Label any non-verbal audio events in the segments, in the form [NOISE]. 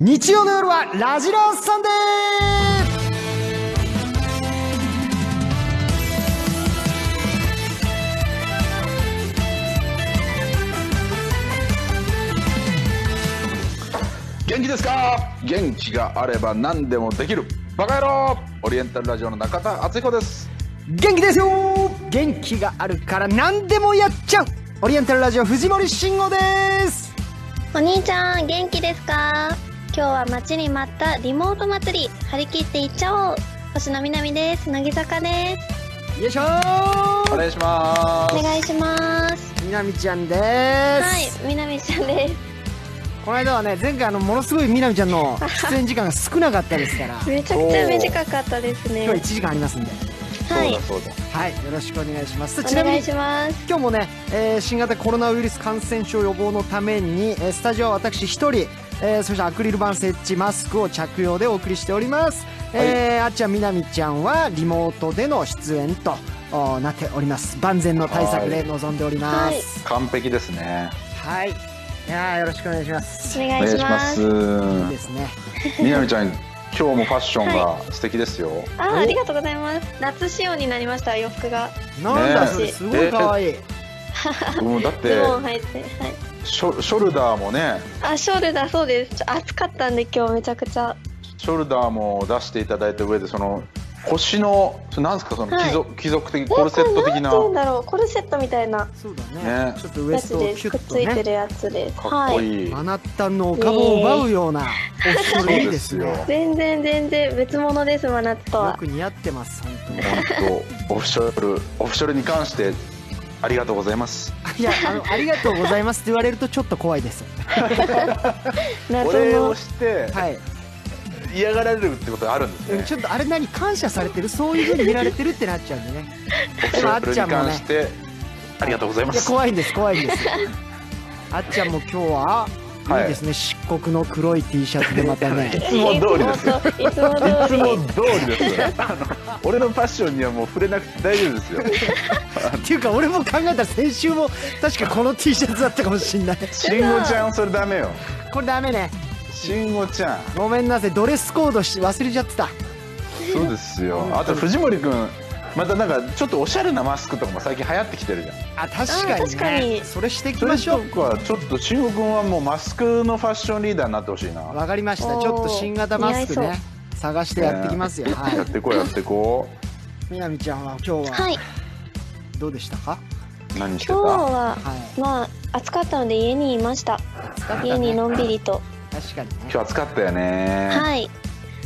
日曜の夜はラジラーサンデ元気ですか元気があれば何でもできるバカ野郎オリエンタルラジオの中田敦彦ですー元気ですよ元気があるから何でもやっちゃうオリエンタルラジオ藤森慎吾ですお兄ちゃん、元気ですか今日は待ちに待ったリモート祭り、張り切っていっちゃおう星野みなみです。乃木坂です。よいしょおー願いしまおす願いします。みなみちゃんです、はい、みなみちゃんです。この間はね前回あのものすごいみなみちゃん [LAUGHS] の出演時間が少なかったですからめちゃくちゃ短かったですね。今は日1時間ありますんでそういだ、そうだはいよろしくお願いしますちなおみ願にいします。今日もね、えー新型コロナウイルス感染症予防のために、えースタジオは私1人、えーそしてアクリル板設置マスクを着用でお送りしております、えーあっちゃんみなみちゃんはリモートでの出演とおーなっております万全の対策で臨んでおります完璧ですねはいいやーよろしくお願いしますおお願願いいししま。ますすいいですねみなみちゃん今日もファッションが素敵ですよ、あー、ありがとうございます。夏仕様になりました、洋服が。なんだねそれすごい可愛い、うんだっズてボン入って。はい。ショショルダーもねあ、ショールダーそうです。ちょ暑かったんで今日めちゃくちゃ。ショルダーも出していただいた上でその腰のそれなんですかその貴族,、貴族的コルセット的なんなて言うんだろう、コルセットみたいなそうだねねちょっとウエやスつトをでキす。ュくっッとついてねるやつです。かっこいい、あなたのお株を奪うようなおしゃれいいですそうねですよ全然全然別物です真夏とよはく似合ってます本当に本当オフショルオフショルに関してありがとうございますいやあのありがとうございますって言われるとちょっと怖いです。お [LAUGHS] 謎礼をのしてはい。嫌がられるってことがあるんですね、ちょっとあれ何感謝されてるそういう風に見られてるってなっちゃうんでね。オフショルに関して、ありがとうございまいやす怖いんです怖いんです。あっちゃんも今日は。はいいいですね漆黒の黒い T シャツでまたね [LAUGHS] いつも通りですよいつもといいつつもも通り通りですよあの俺のファッションにはもう触れなくて大丈夫ですよっていうか俺も考えたら先週も確かこの T シャツだったかもしんない慎吾ちゃんそれダメよこれダメね慎吾ちゃんごめんなさいドレスコードし忘れちゃってたそうですよあと藤森くんまたなんかちょっとおしゃれなマスクとかも最近流行ってきてるじゃんあ確かに,、ね、うん確かにそれしていきそれましょとうかちょっと慎吾くんはもうマスクのファッションリーダーになってほしいなわかりましたおーちょっと新型マスク似合ねい探してやってきますよ、はやっいてこうやってこみなみちゃんは今日ははい今どうでしたか、う何してた日ははいまあ暑かったので家にいました暑かったね家にのんびりと確かにね今日暑かったよねはい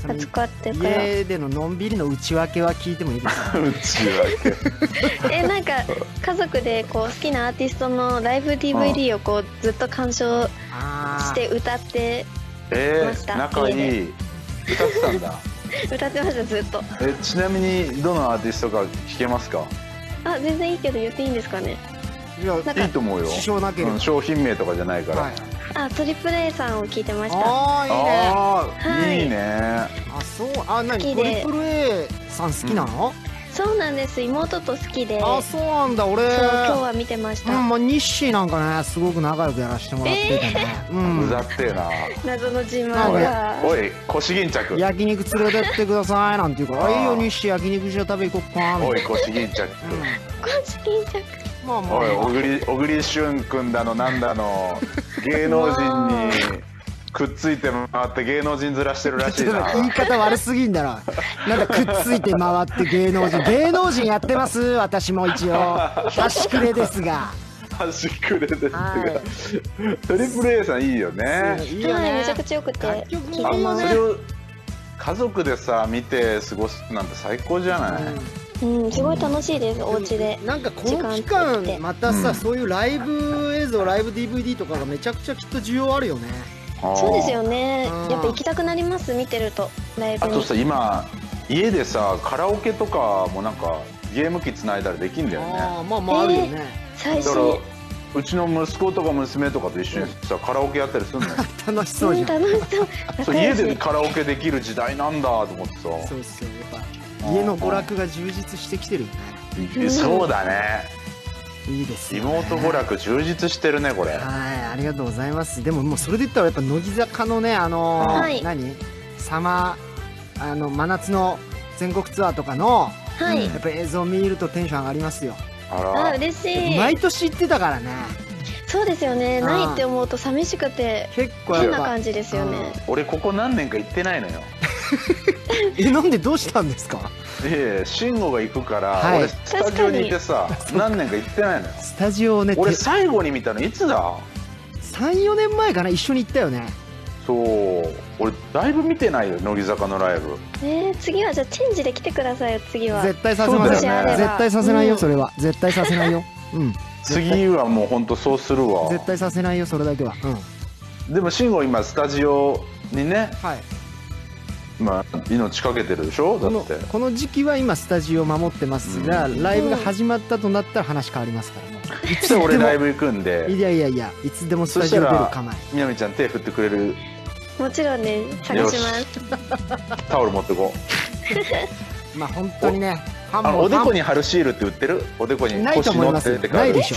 その暑かったから家でののんびりの内訳は聞いてもいいです [LAUGHS] かうちはえなんか家族でこう好きなアーティストのライブ DVD をこうずっと鑑賞しあて歌ってえましー、た仲い家い歌ってたんだ歌ってましたずっとえちなみにどのアーティストか聞けますかあ全然いいけど言っていいんですかねいやなんかいいと思うよ支障なければうん商品名とかじゃないから、はいあトリプレイさんを聞いてましたあーいいねああ、はいい、いねあそうあなに好トきでリプル A さん好きなの、そうなんです妹と好きであそそううなんだ俺今日は見てましうたんまあ、日誌なんかねすごく仲良くやらせてもらっててね、うざってえな謎の自慢おいがおい腰巾う着ん焼肉連れてってくださいなんて言うから「ああーいいよ日誌焼肉じゃ食べ行こっか」みたいおい腰巾着、な、うん、腰巾着まあまあおいまあ小栗小栗旬君だのなんだの芸能人にくっついて回って芸能人ずらしてるらしいちょっとな待って言い方悪すぎんだろなんだくっついて回って芸能人芸能人やってます私も一応端くれですが端くれですってはトリプル A さんいいよねいいよはい、ねめちゃくちゃ良くて楽曲も聞いあていいよまねそれを家族でさ見て過ごすなんて最高じゃない、す。うん、すごい楽しいです、お家でも。なんかこの期間またさ、うんそういうライブ映像ライブ DVD とかがめちゃくちゃきっと需要あるよねあーそうですよね。うんやっぱ行きたくなります、見てると。ライブあとに。さ今家でさカラオケとかもなんかゲーム機つないだらできんだよねああまあまああるよね、最だか新。らうちの息子とか娘とかと一緒にさカラオケやったりすんの [LAUGHS] よ楽しそううじん、ゃん、楽しそう。 [LAUGHS] そう仲家良しでカラオケできる時代なんだと思ってさそうそうやっぱ家の娯楽が充実してきてるよねそうだねいいですリよ、ね、モート娯楽充実してるねこれはいありがとうございますでももうそれで言ったらやっぱ乃木坂のねあのーはい何サマーあの真夏の全国ツアーとかのはいやっぱ映像見るとテンション上がりますよああら嬉しい毎年行ってたからねそうですよねうんないって思うと寂しくて結構や変っなぱ感じですよね俺ここ何年か行ってないのよえなんでどうしたんですかいやいや慎吾が行くから、はい俺スタジオにいてさ何年か行っ [LAUGHS] てないのよスタジオをね俺最後に見たのいつだ34年前かな一緒に行ったよねそう俺だいぶ見てないよ乃木坂のライブね次はじゃあチェンジで来てくださいよ次は絶対させまそうせだよん、ね絶対させないうよんそれは、絶対させないようん次はもうほんとそうするわ絶対させないよそれだけはうんはでも慎吾今スタジオにね、いまあ、命かけてるでしょだこのってこの時期は今スタジオを守ってますが、うライブが始まったとなったら話変わりますからねいつ俺ライブ行くんいでやいやいやいつでもスそタしジたオ出るら構えみなみちゃん手振ってくれるもちろんね探しますタオル持ってこまあ本当にねファうあのおフでァこに貼るシールって売ってるおでこにないと腰思い乗まっすてよってないでしょ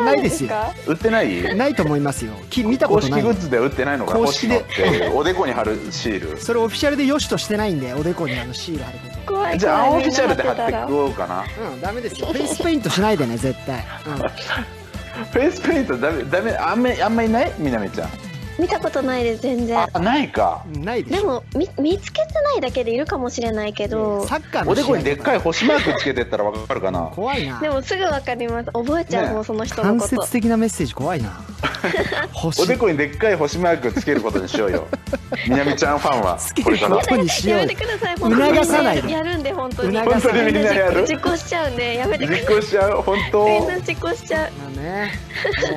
ょないですよか売ってないないと思いますよき見たこ公と式ないグッズでは売ってないのかな公星式で野っていうおでこに貼るシールそれオフィシャルでよしとしてないんでおでこにあのシール貼るこ [LAUGHS] 怖い怖いじゃあアンオみフィんなシャルで貼待ってたらくようかなとうんダメですよフェイスペイントしないでね絶対、フェイスペイントダメダメあんまあんまいないみなみちゃん見たことないです全然あないかうん、ないででしょもみ見つけてないだけでいるかもしれないけどサッカーのおでこにでっかいい星マークつけてったらわかるかな怖いなでもすぐわかります覚えちゃう、ねもうその人の間こと接的なメッセージ怖い [LAUGHS] な星おでこにでっかい星マークつけることにしようよみなみちゃんファンはつけこるれからことにしよやうめよてください促さないで本当にやるんで本当に促さないで本当にみんな [LAUGHS] やる実行しちゃうんでやめてください実行しちゃう本みんな当実行しちゃうまあね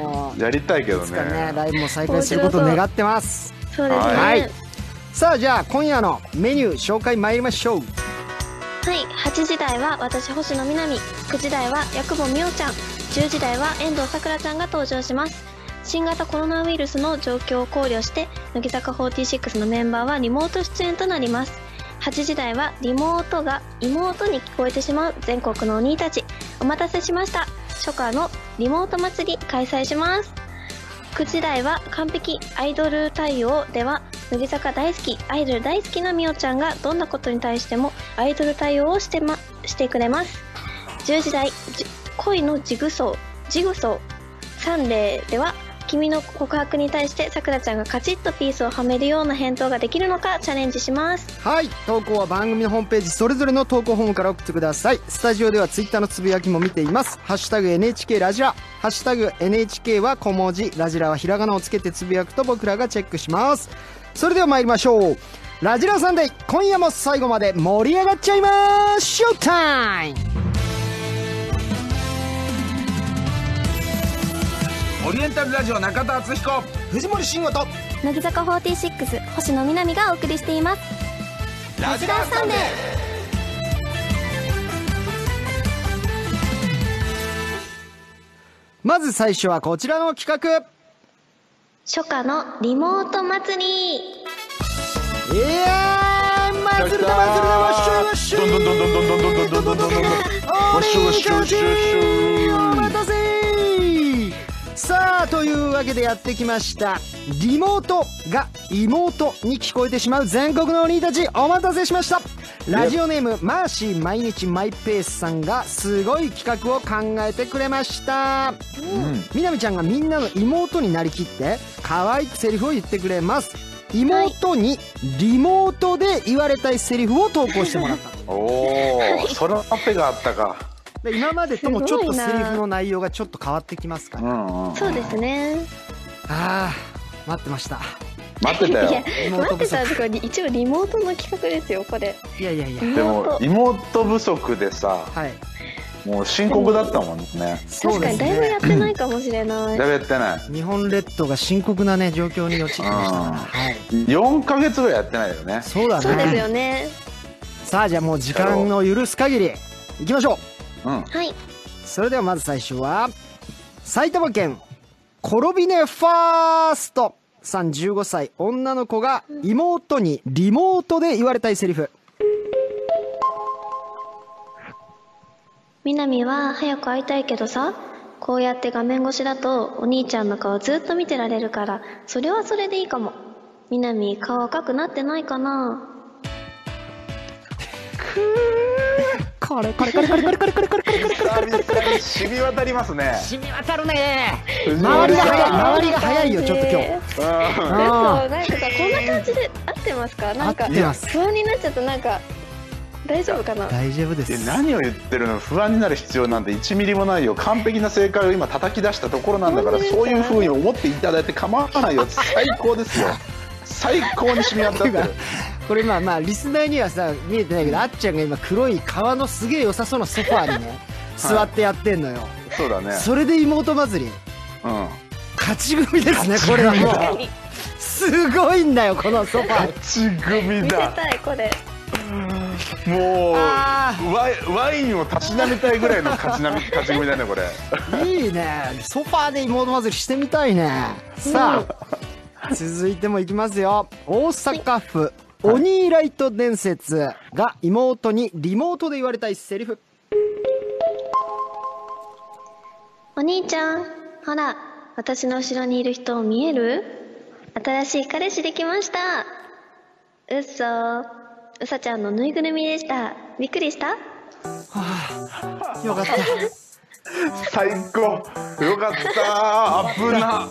もうやりたいけどいつかねねライブも再開することを願ってますそうですねははいい、さあじゃあ今夜のメニュー紹介参りましょう8時台は私星野みなみ9時台は薬母美桜ちゃん10時台は遠藤さくらちゃんが登場します新型コロナウイルスの状況を考慮して乃木坂46のメンバーはリモート出演となります8時台はリモートが妹に聞こえてしまう全国のお兄たちお待たせしました初夏のリモート祭り開催します9時台は完璧アイドル対応では乃木坂大好きアイドル大好きなみおちゃんがどんなことに対してもアイドル対応をして,、ま、してくれます10時台じ恋のジグソージグソーサンデーでは君の告白に対してさくらちゃんがカチッとピースをはめるような返答ができるのかチャレンジしますはい投稿は番組のホームページそれぞれの投稿フォームから送ってくださいスタジオではツイッターのつぶやきも見ています「ハッシュタグ #NHK ラジラ」「ハッシュタグ #NHK は小文字ラジラはひらがなをつけてつぶやくと僕らがチェックしますそれでは参りましょうラジラサンデー今夜も最後まで盛り上がっちゃいまーすショータイムオリエンタルラジオ中田敦彦藤森慎吾と乃木坂46星野みなみがお送りしていますラジラーサンデーまず最初はこちらの企画初夏のリモート祭りいやー祭るだ祭るだわっしょいわっしょいどんどんどんどんどんどんどんどんどんどんどんどんおわっしょいわっしょいわっしょいわっしょい待たせさあというわけでやってきましたリモートが妹に聞こえてしまう全国の鬼たちお待たせしましたラジオネームマーシー毎日マイペースさんがすごい企画を考えてくれましたみなみちゃんがみんなの妹になりきって可愛くセリフを言ってくれます妹にリモートで言われたいセリフを投稿してもらったとおおそのパフェがあったかで今までともちょっとすごいなセリフの内容がちょっと変わってきますかうらんうんそうですねあー待ってました待ってたよいや待妹っ不て足たんですこれ一応リモートの企画ですよこれいやいやいやでも妹不足でさはいもう深刻だったもんねそう確でかにすだいぶやねってないかもしれないだべってない日本列島が深刻なね状況に陥ってましたからうんはい4ヶ月ぐらいやってないよねそうだそうですねよねさあじゃあもう時間の許す限りいきましょううんはいそれではまず最初は埼玉県コロビネファーストさん15歳女の子が妹にリモートで言われたいセリフみなみは早く会いたいけどさこうやって画面越しだとお兄ちゃんの顔ずっと見てられるからそれはそれでいいかもみなみ顔赤くなってないかなこれこれこれこれこれ [LAUGHS] これこれこれこれこれ久々に染み渡りますね染み渡るね藤周森りがさん早い周りが早いよちょっと今日うん嘘なあんかさこんな感じで合ってますかー合なっんかてます不安になっちゃったなんか大丈夫かな大丈夫でいやす何を言ってるの不安になる必要なんて1ミリもないよ完璧な正解を今叩き出したところなんだから本当ですかそういうふうに思っていただいて構わないよ最高ですよ最高に染み渡ってるこれまあまあリスナーにはさ見えてないけどあっちゃんが今黒い革のすげえ良さそうなソファー [LAUGHS] にね座ってやってんのよそうだねそれで妹祭りうん勝ち組ですねこれはもうすごいんだよこのソファーち組見せだたいこれもうあワイワインをたしなみたいぐらいの勝ちなみ勝ち組だねこれいいねソファーで妹祭りしてみたいねさあ続いてもいきますよ大阪府オニーライト伝説が妹にリモートで言われたいセリフお兄ちゃんほら私の後ろにいる人見える新しい彼氏できましたうっそうさちゃんのぬいぐるみでしたびっくりしたよかった最高よかった危な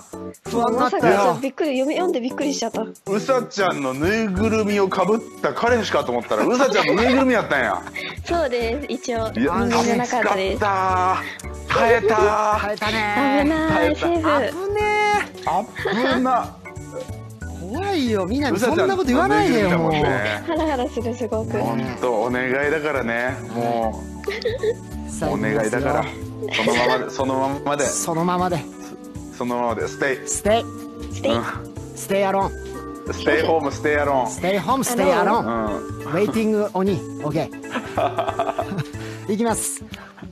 不安だまっさたいやよかびっくり読み読んでびっくりしちゃったうさちゃんのぬいぐるみをかぶった彼氏かと思ったらうさちゃんのぬいぐるみやったんやそうです一応いや安全じゃなかった助ですかった耐えた変えた危ねないセ耐ーー危フね危なえ怖いよみなうみさちゃそんんなこと言わないでよもうのぬいぐるみだハラハラするすごくもんね本当お願いだからねもう最後お願いだからそのままでそのままでそのままでそのままでステイステイステイステイアロンステイホームステイアロステイホームステイアロンーンうんウェイティング鬼 OK [LAUGHS] いきます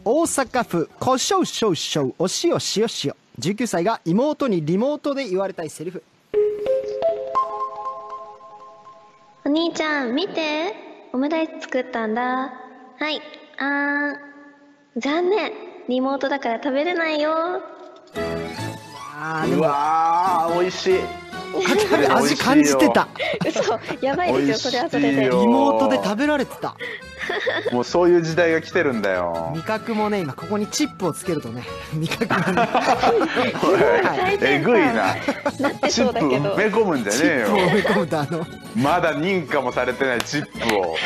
大阪府こしょうしょうしょうおしおしおしお19歳が妹にリモートで言われたいセリフお兄ちゃん見てオムライス作ったんだはいあー残念リモートだから食べれないよあーでうもわー美味しいかなり味感じてた嘘やばいですよそれはそれ美味しいでよリモートで食べられてたもうそういう時代が来てるんだ [LAUGHS] よ味覚もね今ここにチップをつけるとね味覚がねおい最先端えぐいななってチそッうだプけ埋どめ込むんじゃチップを埋ねえよめ込むとあのまだ認可もされてないチップを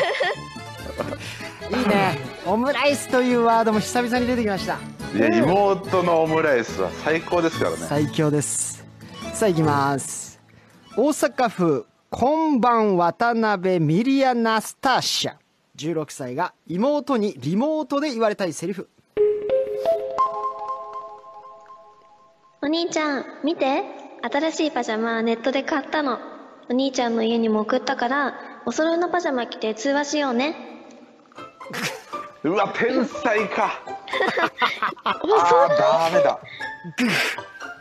いいねオムライスというワードも久々に出てきましたいや妹のオムライスは最高ですからね最強ですさあ行きます大阪府こんばん渡辺ミリアナスターシャ16歳が妹にリモートで言われたいセリフお兄ちゃん見て新しいパジャマネットで買ったのお兄ちゃんの家にも送ったからお揃いのパジャマ着て通話しようねうわ天才かあーダメだ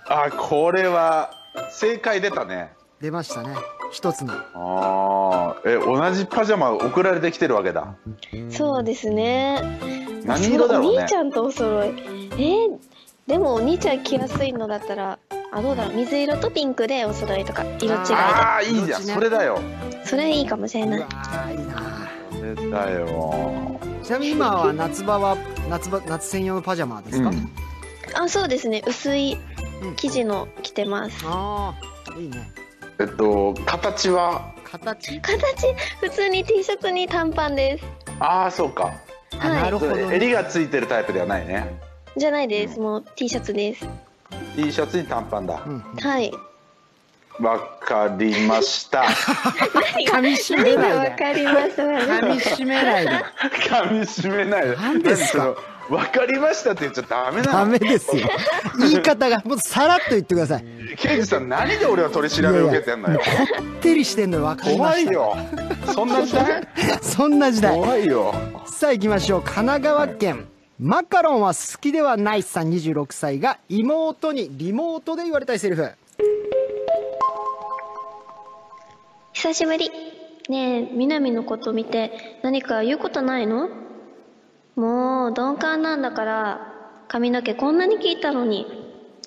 あーこれは正解出たね出ましたね一つのあーえ同じパジャマ送られてきてるわけだそうですね何色だろうおね兄ちゃんとお揃いえーでもお兄ちゃん着やすいのだったらあどうだろう水色とピンクでお揃いとか色違いでああいいじゃんどっちねそれだよそれいいかもしれうなわいーいいなそれだよちなみに今は夏場は夏場夏専用のパジャマですか、うんあそうですね薄いうん生地の着てますああいいねえっと形は形形普通に T シャツに短パンですああそうかあはいなるほど、ね、襟がついてるタイプではないねじゃないですもう T シャツです T シャツに短パンだうんはいわかりました [LAUGHS] 噛み締め何がなわいでか [LAUGHS] りました噛み締めないで噛み締めない何ですか何そのわかりましたって言っちゃダメなダのメです [LAUGHS] よ言い方がもうさらっと言ってください刑事さん何で俺は取り調べを受けてんのよこってりしてんの分かりま怖しいたよそんな時代 [LAUGHS] そんな時代怖いよさあ行きましょう神奈川県マカロンは好きではないさん26歳が妹にリモートで言われたいセリフ久しぶりねえ南のこと見て何か言うことないのもう鈍感なんだから髪の毛こんなに切ったのに。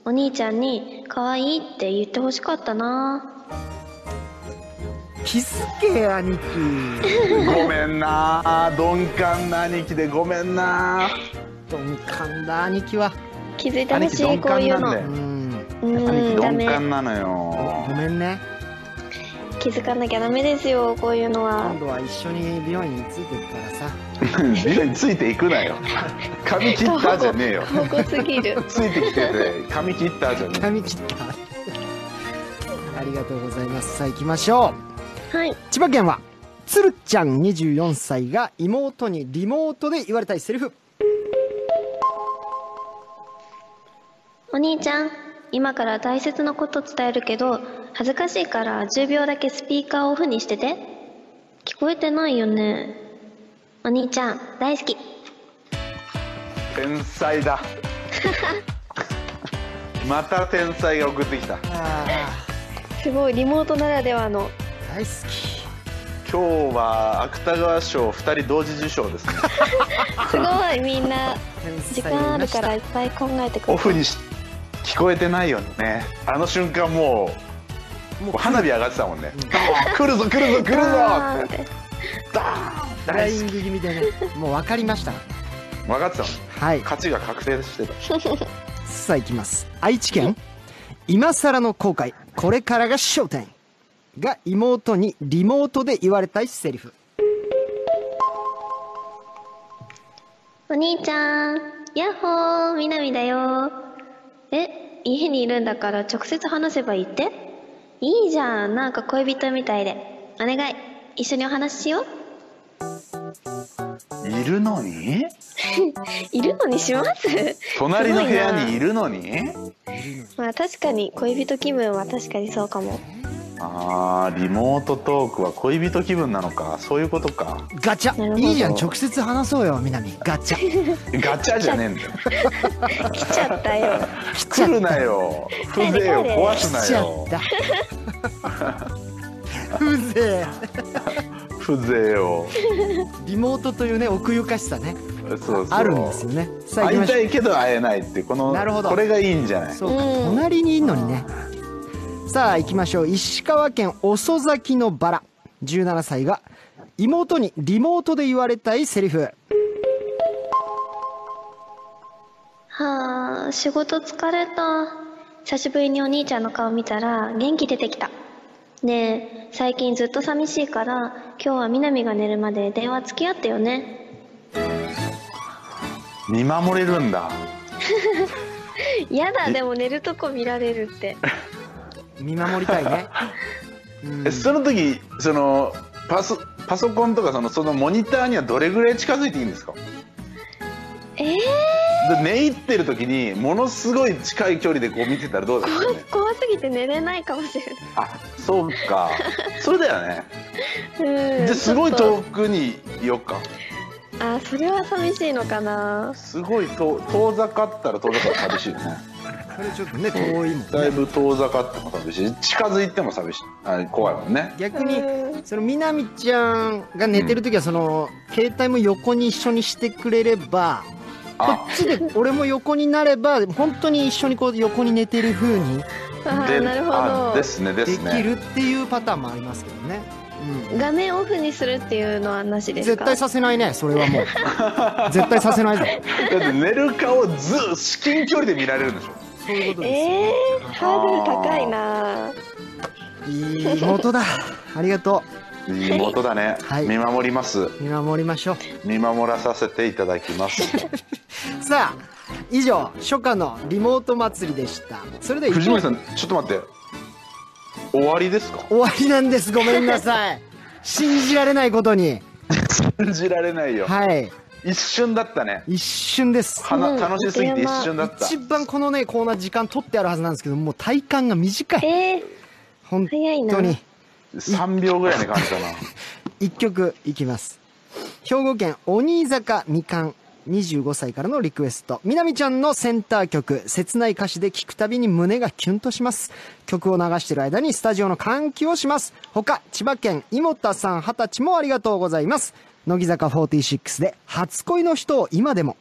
お兄ちゃんに、可愛いって言ってほしかったな気づけ兄貴ごめんな鈍感な兄貴でごめんな鈍感だ兄貴は気づいてほしい、こういうの。兄貴鈍感なんだうよんうご兄貴鈍感なのよん、ダメ。めんね気づかなきゃダメですよ、こういうのは今。度は一緒に美容院についてるからさ美容についていくなよ髪切ったじゃねえよ [LAUGHS] 過保護すぎ [LAUGHS] る。ついてきてて髪切ったじゃね髪切った [LAUGHS] ありがとうございますさあ行きましょうはい。千葉県はつるちゃん24歳が妹にリモートで言われたいセリフお兄ちゃん、今から大切なこと伝えるけど、恥ずかしいから10秒だけスピーカーをオフにしてて。聞こえてないよね。お兄ちゃん、大好き。え天才 [LAUGHS] だまた天才が送ってきたあすごい、リモートならではの。ー大好き今日は芥川賞2人同時受賞ですねすごい、みん [LAUGHS] な。天時才間あいまるしたからいっぱい考えてくオれフにし聞こえてないよねあの瞬間もうもうもう花火上がってたもんね、ドーン来るぞ来るぞ来るぞあっーみてたいなダーンフライング気味で [LAUGHS] ねもう分かりました分かってたもんはい勝ちが確定してたさあいきます愛知県今更の後悔これからが焦点が妹にリモートで言われたいセリフ [LAUGHS] お兄ちゃん、やっほー、みなみだよ。え、家にいるんだから直接話せばいいっていいじゃん、なんか恋人みたいで。お願い、一緒にお話ししよう。いるのにいるのにします隣の部屋にいる。るのにまあ確かに恋人気分は確かにそうかも。あーリモートトークは恋人気分なのかそういうことかガチなるャほどいいじゃん直接話そうよ南ガチャガチャじゃねえんだよ来ちゃったよ。来るな [LAUGHS] よ風情を壊す来なちゃよった [LAUGHS] 風情風情をリモートというね奥ゆかしさねそうそうあるんですよねさあ行き会まいしたょいけど会えないってこのなるほどこれがいいんじゃなういそうかうん隣にいんのにねさあ行きましょう石川県遅咲きのバラ17歳が妹にリモートで言われたいセリフはあ、仕事疲れた。久しぶりにお兄ちゃんの顔見たら元気出てきた。ねえ、最近ずっと寂しいから、今日はみなみが寝るまで電話付き合ってよね。見守れるんだやだ、でも寝るとこ見られるって。見守りたい [LAUGHS] ね、うんえその時そのパソパソコンとかそのそのモニターにはどれぐらい近づいていいんですかええで寝入ってる時にものすごい近い距離でこう見てたらどうですかね [LAUGHS] ー、怖すぎて寝れないかもしれあそうかそれだよねない。うん。じゃあすごいちょ遠っくにいよっかとあ、それは寂しいのかな。すごいと遠ざかったら遠ざかったら寂しいよねそれちょっとね遠いもんだいねぶ遠ざかっても寂しい近づいても寂しいあ怖いもんね逆にそのみなみちゃんが寝てる時はその携帯も横に一緒にしてくれればこあっちで俺も横になれば本当に一緒にこう横に寝てる風にあでーなるあほでど。すねでですきねるっていうパターンもありますけどね、画面オフにするっていうのはなしうん、です絶か対させないねそれはもう [LAUGHS] 絶対させないぞだって寝る顔ず至近距離で見られるんでしょそういうことです、えー、ハードル高いな。いい妹だありがと [LAUGHS] いい音だね、はい見守りますう見守りましょう見守らさせていただきますさあ以上初夏のリモート祭りでしたそれでは藤森さんちょっと待って終わりですか終わりなんですごめんなさ [LAUGHS] い信じられないことに信じられないよ、はい一瞬だったね一瞬ですはなうん楽しすぎて一瞬だった一番このねコーナー時間取ってあるはずなんですけどもう体感が短いえー、本早いな当に3秒ぐらいに感じたな一曲いきます兵庫県鬼坂みかん25歳からのリクエスト。みなみちゃんのセンター曲、切ない歌詞で聴くたびに胸がキュンとします。曲を流している間にスタジオの換気をします。他、千葉県いもたさん20歳もありがとうございます。乃木坂46で初恋の人を今でも。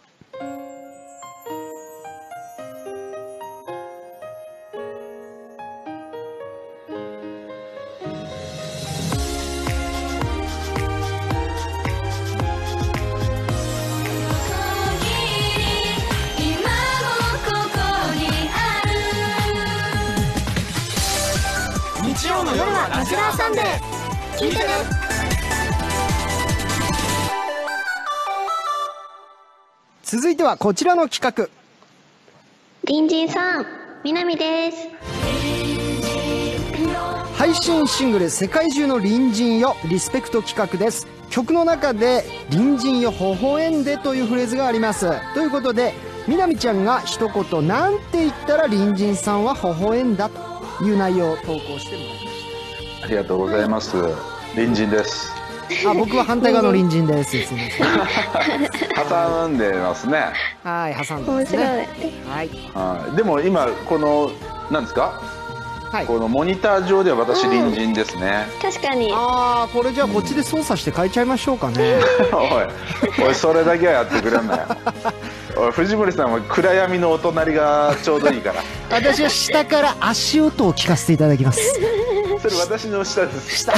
聞いてね続いてはこちらの企画隣人さん南です配信シングル「世界中の隣人よ」リスペクト企画です曲の中で「隣人よ微笑んで」というフレーズがありますということでみなみちゃんが一言なんて言ったら隣人さんは微笑んだという内容を投稿してもらいまありがとうございます隣人ですしたあ僕は反対側の隣人ですすいません挟んでますねはい挟んでま面すね白いはい、はいでも今このなんですかはい、このモニター上では私うん隣人ですね、確かにああこれじゃあこっちで操作して変えちゃいましょうか [LAUGHS] ね [LAUGHS] おいおいそれだけはやってくれんなよおい藤森さんは暗闇のお隣がちょうどいいから私は下から足音を聞かせていただきますそれ私の [LAUGHS] 下です下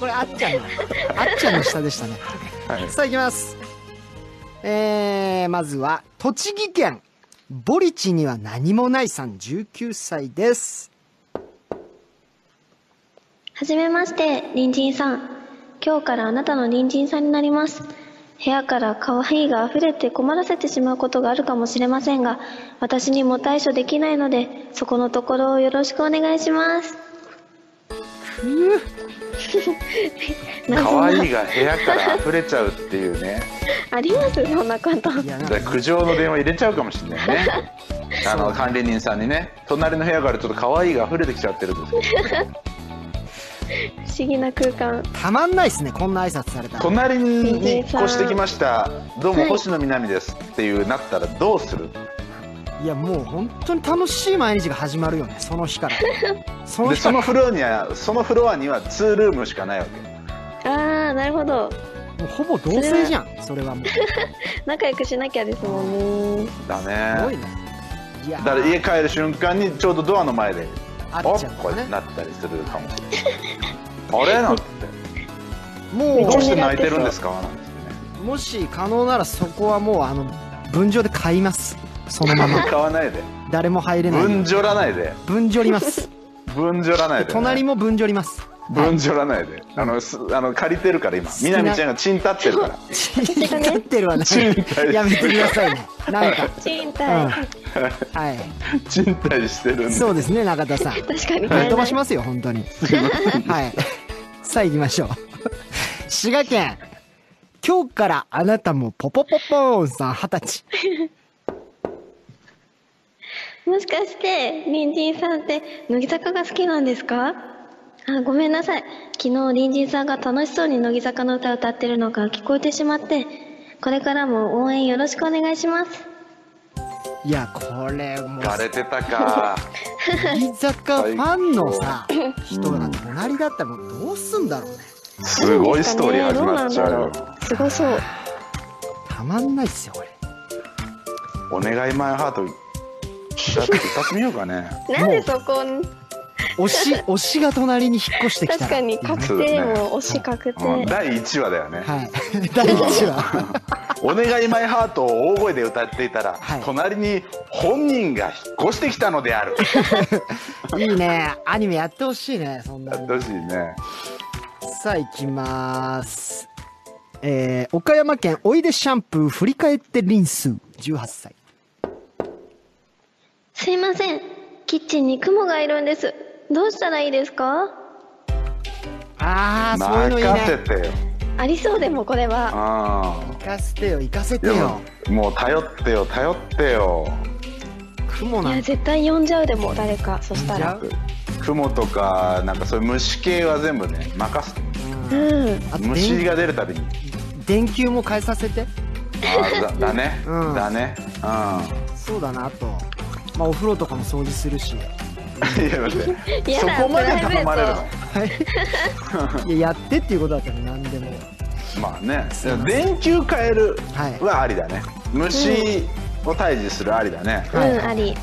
これあっちゃんのあっちゃんの下でしたね、はいさあいきますえー、まずは栃木県ボリチには何もないさん19歳ですはじめまして、隣人さん。今日からあなたの隣人さんになります。部屋から可愛いが溢れて困らせてしまうことがあるかもしれませんが、私にも対処できないので、そこのところをよろしくお願いします。 [LAUGHS] 可愛いが部屋から溢れちゃうっていうねありますそんなこと。いやなだんかから苦情の電話入れちゃうかもしれないねあの管理人さんにね隣の部屋からちょっと可愛いが溢れてきちゃってるんですけど不思議な空間。たまんないですねこんな挨拶されたら隣に越してきましたどうも星野みなみですっていうなったらどうするいやもう本当に楽しい毎日が始まるよねその日からそので日そからのフロアにはそのフロアにはツールームしかないわあー、なるほど。もうほぼ同性じゃんそれはもうす仲良くしなきゃですもんね。けだごいねねいやだから家帰る瞬間にちょうどドアの前であおっっちゃんこかとねなったりするかもしれ [LAUGHS] ないあれなんてもめっどちゃううして泣いてるんですかなんてねもし可能ならそこはもうあの分譲で買いますそのま [LAUGHS] ま買わないで誰も入れない分じょらないで分譲り [LAUGHS] ます分じょらないで、ね、隣も分譲ります分じょらないであのすあの借りてるから今きなみなみちゃんがチン立ってる [LAUGHS] から立ってるわね賃貸やめてくださいねなんか賃うん貸。は賃貸してるんいでそうですね中田さん確かにぶっ買え飛なばいし。ますよ本当にはいさあ行きましょう滋賀県今日からあなたもポポポポーンさん二十歳もしかして、隣人さんって、乃木坂が好きなんですかあ、ごめんなさい。昨日、隣人さんが楽しそうに乃木坂の歌を歌ってるのが聞こえてしまって、これからも応援よろしくお願いします。いやこれもうバレてたか乃木坂ファンのさ人が隣だったらもうどうすんだろうねすごいストーリー始まっちゃうどなよんだろうすごそう。たまんないっすよこれお願いマイハートだって歌ってみよう [LAUGHS] かねなんでそこ、推 [LAUGHS] し推しが隣に引っ越してきたら確かに確定も推し確うん定。第1話だよね、はい [LAUGHS] 第1話お願いマイハートを大声で歌っていたら、はい隣に本人が引っ越してきたの [LAUGHS] であるいいねアニメやってほしいねそんなやってほしいねさあ行きますえー、岡山県おいでシャンプー振り返ってリンス18歳すいません。キッチンに雲がいるんです。どうしたらいいですかああそういうのいい任せねてよありそうでもこれは。あ行かせてよ行かせあてでよももう頼ってよ頼ってよ雲いなや、んて絶対呼んじゃうでも誰か。そしたら。雲とかなんかそういう虫系は全部ね任せてうん。あと虫電が出るたびに電球も変えさせてあだだね、うん [LAUGHS] だねそうだなあとまあお風呂とかも掃除する [LAUGHS] しうんいや待ってやそだこまでプ頼ライベートまれるのいややってっていうことだったら何でもまあね電球変えるはいはありだね、虫を退治するありだね、うん、はいあり。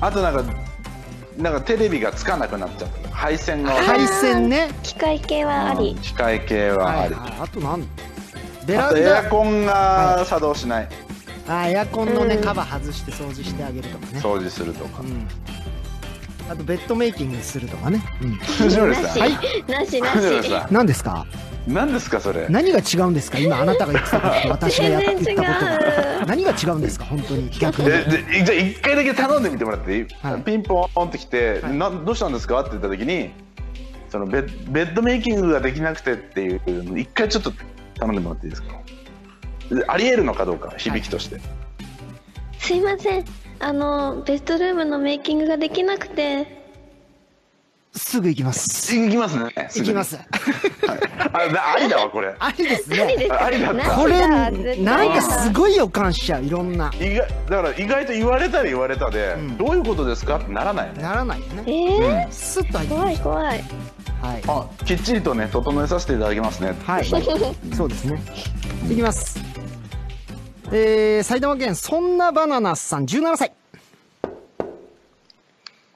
あとなんかなんかテレビがつかなくなっちゃった配線が悪い配線ね機械系はあり。機械系はあり、はいあとなんベあラとンエアダコンが作動しない、あエアコンのねうんカバー外して掃除してあげるとかね掃除するとうかんあとベッドメイキングするとかね、うん、藤森なし、さんなしな藤森しさ何ですかん何ですかそれ何が違うんですか今あなたが言ってたことと私がやった全言然っ違たことはう何が違うんですか本当に逆にえでじゃあ一回だけ頼んでみてもらっていい、はいピンポーンって来て、はいなどうしたんですかって言った時にそのベッベッドメイキングができなくてっていうの一回ちょっと頼んでもらっていいですかでありえるのかどうか響きとして、すいませんあのベストルームのメイキングができなくてすぐ行きますい、きますねす行ぐにきますあだありだわこれありですあねりですあありだったこれななしだ絶対んかすごい予感しちゃういろんな意外だから意外と言われたら言われたで、んどういうことですかってならないよねならないよえねースッと入ってきま怖いし怖いたはいあきっちりとね整えさせていただきますね [LAUGHS] はいそうですねいきますえー、埼玉県そんなバナナさん17歳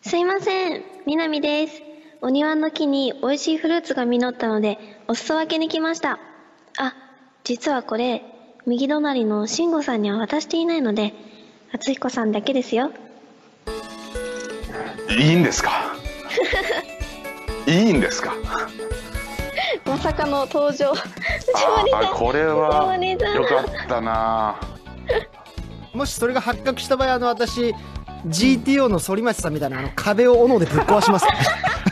すいません、みなみです。お庭の木に美味しいフルーツが実ったので、お裾分けに来ました。あ、実はこれ、右隣の慎吾さんには渡していないので、厚彦さんだけですよ。いいんで [LAUGHS] すかいいんですかまさかの登場。あ藤森あさんこれは藤森さんよかったなもしそれが発覚した場合あの私 GTO の反町さんみたいなあの壁を斧でぶっ壊 [LAUGHS] します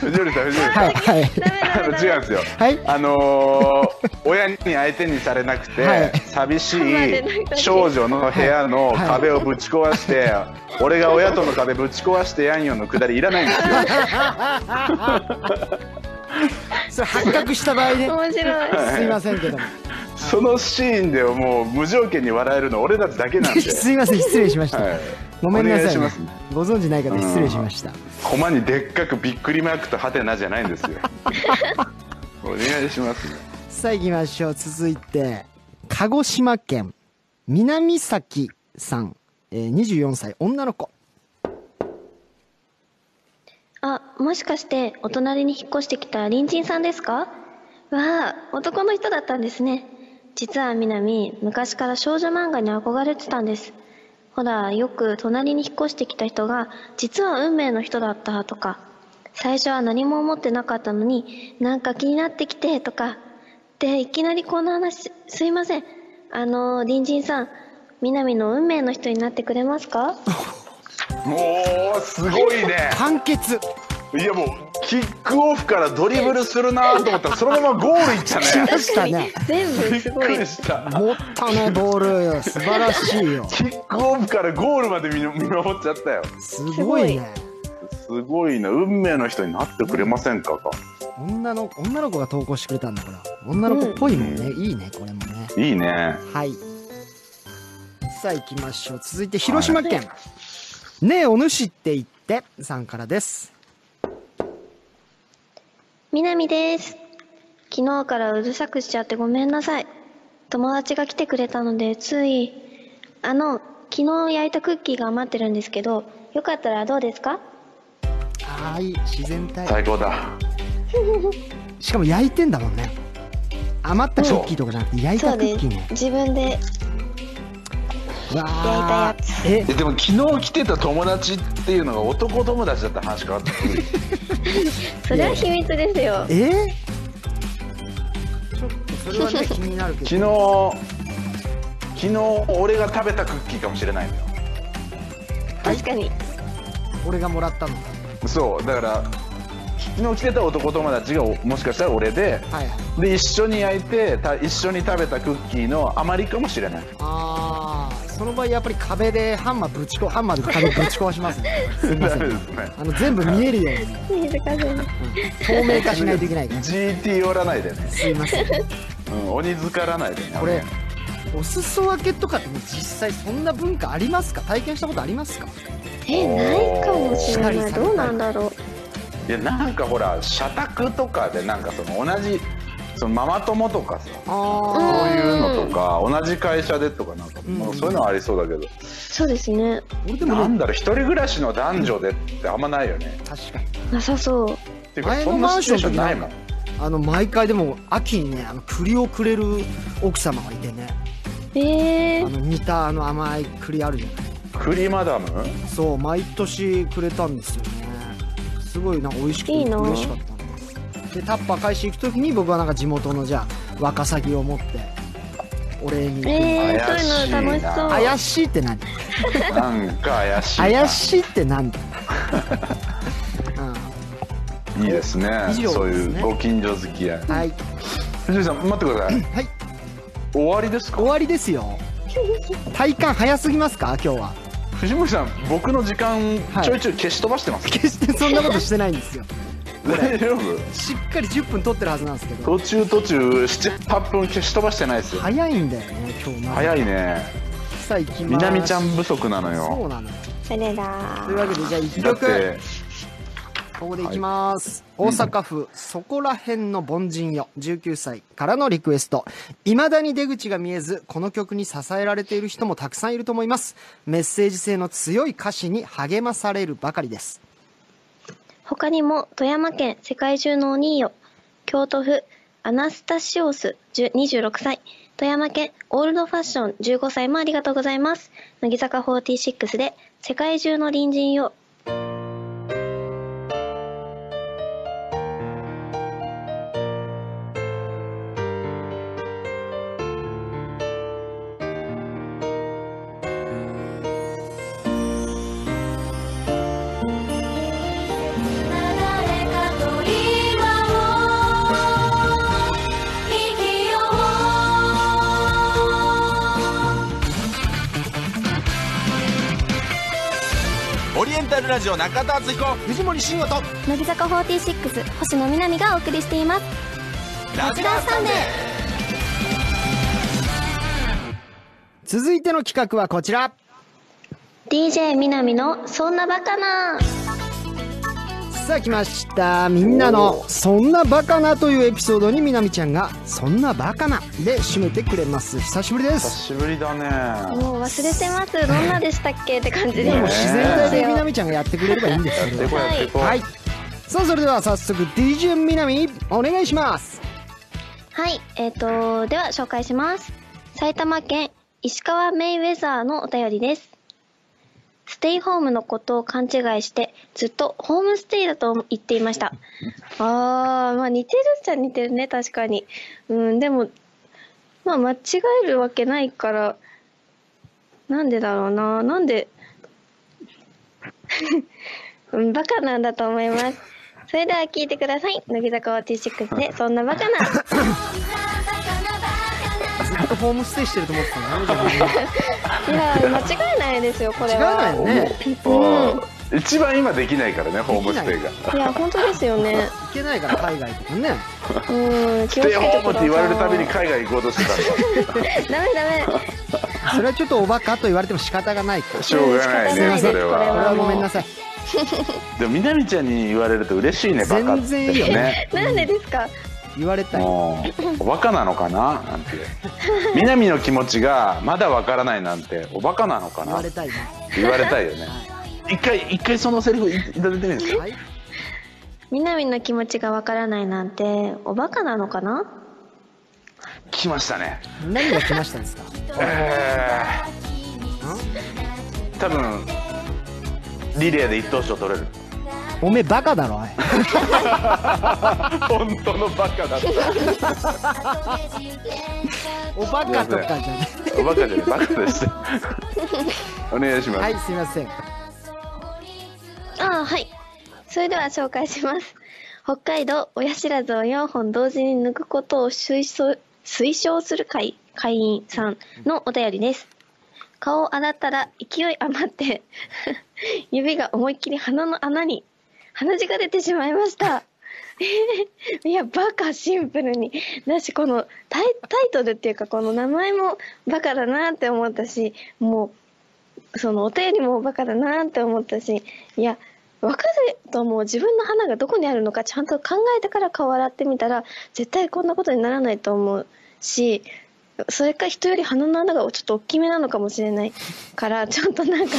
藤森さん藤森さん、はいはいダメあダメの [LAUGHS] ダ違うんメですよ、はいあのー親に相手にされなくて、はい寂し離れなくないる少女の部屋の壁をぶち壊して、俺が親との壁ぶち壊してやんよのくだりいらないんですよそれ発覚した場合ね [LAUGHS] 面白い。すいませんけどもそのシーンでもう無条件に笑えるの俺たちだ [LAUGHS] けなんで、すいません失礼しました、はい、ごめんなさい,、お願ねいします、ご存知ない方失礼しました駒にでっかくびっくりマークとハテナじゃないんです [LAUGHS] よお願いしますさあ行きましょう続いて鹿児島県南崎さん、えー、24歳女の子あ、もしかして、お隣に引っ越してきた隣人さんですかわあ、男の人だったんですね。実はみなみ、昔から少女漫画に憧れてたんです。ほら、よく隣に引っ越してきた人が、実は運命の人だったとか、最初は何も思ってなかったのに、なんか気になってきてとか、で、いきなりこんな話、すいません。あの、隣人さん、みなみの運命の人になってくれますかおーすごいね完結いやもうキックオフからドリブルするなと思ったらそのままゴールいっちゃしま [LAUGHS] ねしたね全部びっすごくいり。した持ったねボール素晴らしいよキックオフからゴールまで見の見守っちゃったよすごいねすごいな運命の人になってくれませんかか女の女の子が投稿してくれたんだから女の子っぽいもんね、いいねこれもねいいねはいさあ行きましょう続いて広島県、ねえお主って言ってさんからですみなみです。昨日からうるさくしちゃってごめんなさい。友達が来てくれたので、つい。あの、昨日焼いたクッキーが余ってるんですけど、よかったらどうですかはい自然体最高だしかも焼いてんだもんね余ったクッキーとかじゃなくて焼いそたうクッキーですね。自分で。わあ焼いええでも昨日来てた友達っていうのが男友達だった話変わってくるそれは秘密ですよ。えちょっとそれは [LAUGHS] ね気になるけ昨ど日昨日俺が食べたクッキーかもしれないのよ確 [LAUGHS] かに。俺がもらったのそうだから昨日来てた男友達がおもしかしたら俺ではいはいで一緒に焼いてた一緒に食べたクッキーの余りかもしれないああその場合やっぱり壁でハンマーぶちこハンマーで壁ぶち壊しますねすいまダせメでんす [LAUGHS] ね [LAUGHS] あの全部見えるように難しい。透明化しないといけないから GT 寄らないでね、 [LAUGHS] すいま [LAUGHS] せんうん、鬼塚らないでねこれお裾分けとかって実際そんな文化ありますか体験したことありますかえ、ないかもししっれかなりい。されたいどうなんだろう。いやなんかほら社宅とかでなんかその同じそのママ友とかさそうあいうのとか同じ会社でとかなんか、もうそういうのはありそうだけど、そうですね。俺でなもねんだろう一人暮らしの男女でってあんまないよね確かになさそう。っていうか前のそんなシチュエーションないもんあの毎回でも秋にねあの栗をくれる奥様がいてねえあー、の似たあの甘い栗あるじゃない栗マダムそう毎年くれたんですよねすごいなんか美味しくていいな嬉しかったねでタッパー返し行く時に僕はなんか地元のじゃあワカサギを持ってお礼に行く、えー、怪しいなそういうの楽しそう。怪しいって何なんか怪しいな怪しいって [LAUGHS] なんだ、いいですね以上ですねそういうご近所付き合いうん、はい藤井さん待ってくださいはい終わりです終かわりですよ体感早すぎますか今日は藤森さん僕の時間はいちょいちょい消し飛ばしてます、決してそんなことしてないんですよ大丈夫しっかり10分取ってるはずなんですけど途中途中78分消し飛ばしてないですよ早いんだよね今日な早いいねさあ行きます南ちゃん不足なのそようなのよそれだというわけでじゃあ一だっ曲てここでいきます、大阪府、そこら辺の凡人よ19歳からのリクエストいまだに出口が見えずこの曲に支えられている人もたくさんいると思いますメッセージ性の強い歌詞に励まされるばかりです他にも富山県世界中のお兄よ京都府アナスタシオス10 26歳富山県オールドファッション15歳もありがとうございます乃木坂46で世界中の隣人よ「誰かと今を生きてよオリエンタルラジオ中田敦彦藤森慎吾と乃木坂46星野みなみがお送りしていますラジダーサンデー続いての企画はこちら DJ みなみのそんなバカなさあ来ましたみんなの「そんなバカな」というエピソードにみなみちゃんが「そんなバカな」で締めてくれます久しぶりで久すしぶりだねもう忘れてますどんなでしたっけって感じででもね自然体でみなみちゃんがやってくれればいいんですけどでこうやってこう、はいさあそれでは早速 DJ みなみお願いしますはい、えっ、と、では紹介します。埼玉県石川メイウェザーのお便りです。ステイホームのことを勘違いして、ずっとホームステイだと言っていました。あー、まあ似てるっちゃ似てるね、確かに。うん、でも、まあ間違えるわけないから、なんでだろうな、なんで、 [LAUGHS] うん、バカなんだと思います。それでは聞いてください。乃木坂46で、そんなバカな。ずっとホームステイしてると思ってたのいや間違いないですよこれ [LAUGHS] 違わはないよねうん一番今できないからねホームステイがいや本当ですよねいけないから海外とかねうんス気をつけテイてホームくってださい言われるたびに海外行こうとしてた [LAUGHS] んだダメダメそれはちょっとおバカと言われても仕方がないからしょうがない仕方ないでねそすれこれこれははごめんなさいでもみなみちゃんに言われると嬉しいねバカってね全然いいよねなんでですか言われたいもうおバカなのかななんてみなみの気持ちがまだわからないなんておバカなのか言わなれたいね言われたいよね一回一回そのセリフいいただいてみるんですかはいみなみの気持ちがわからないなんておバカなのかな来ましたね何が来ましたんですかえー、多分リレーで一等賞 [LAUGHS] 取れるおめえバカだろおい本当のバカだったおバカとかじゃないおバカじゃないバカでしたお願いします、はいすいませんああはいそれでは紹介します [LAUGHS] 北海道親知らずを4本同時に抜くことを推奨推奨する会会員さんのお便りです顔を洗ったら勢い余って [LAUGHS] 指が思いっきり鼻の穴に鼻血が出てしまいました [LAUGHS] いやバカシンプルにだしこのタイタイトルっていうかこの名前もバカだなって思ったしもうそのお便りもバカだなって思ったしいや若いともう自分の花がどこにあるのかちゃんと考えてから顔洗ってみたら絶対こんなことにならないと思うしそれか人より鼻の穴がちょっと大きめなのかもしれないからちょっとなんか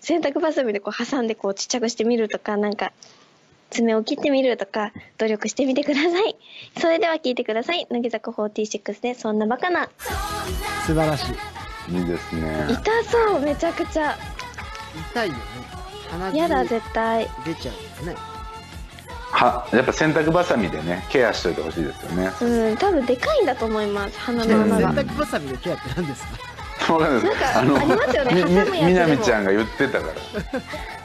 洗濯バサミでこう挟んでこうちっちゃくしてみるとかなんか爪を切ってみるとか努力してみてくださいそれでは聞いてください乃木坂46でそんなバカな素晴らしいいいですね痛そうめちゃくちゃ痛いよね鼻血やだ絶対出ちゃうよねはやっぱ洗濯ばさみでねケアしといてほしいですよね [LAUGHS] うん、多分でかいんだと思います、鼻の穴が。洗濯ばさみでケアって何ですかわかんないなんかありますよねみ挟むやつでもみなみちゃんが言ってたから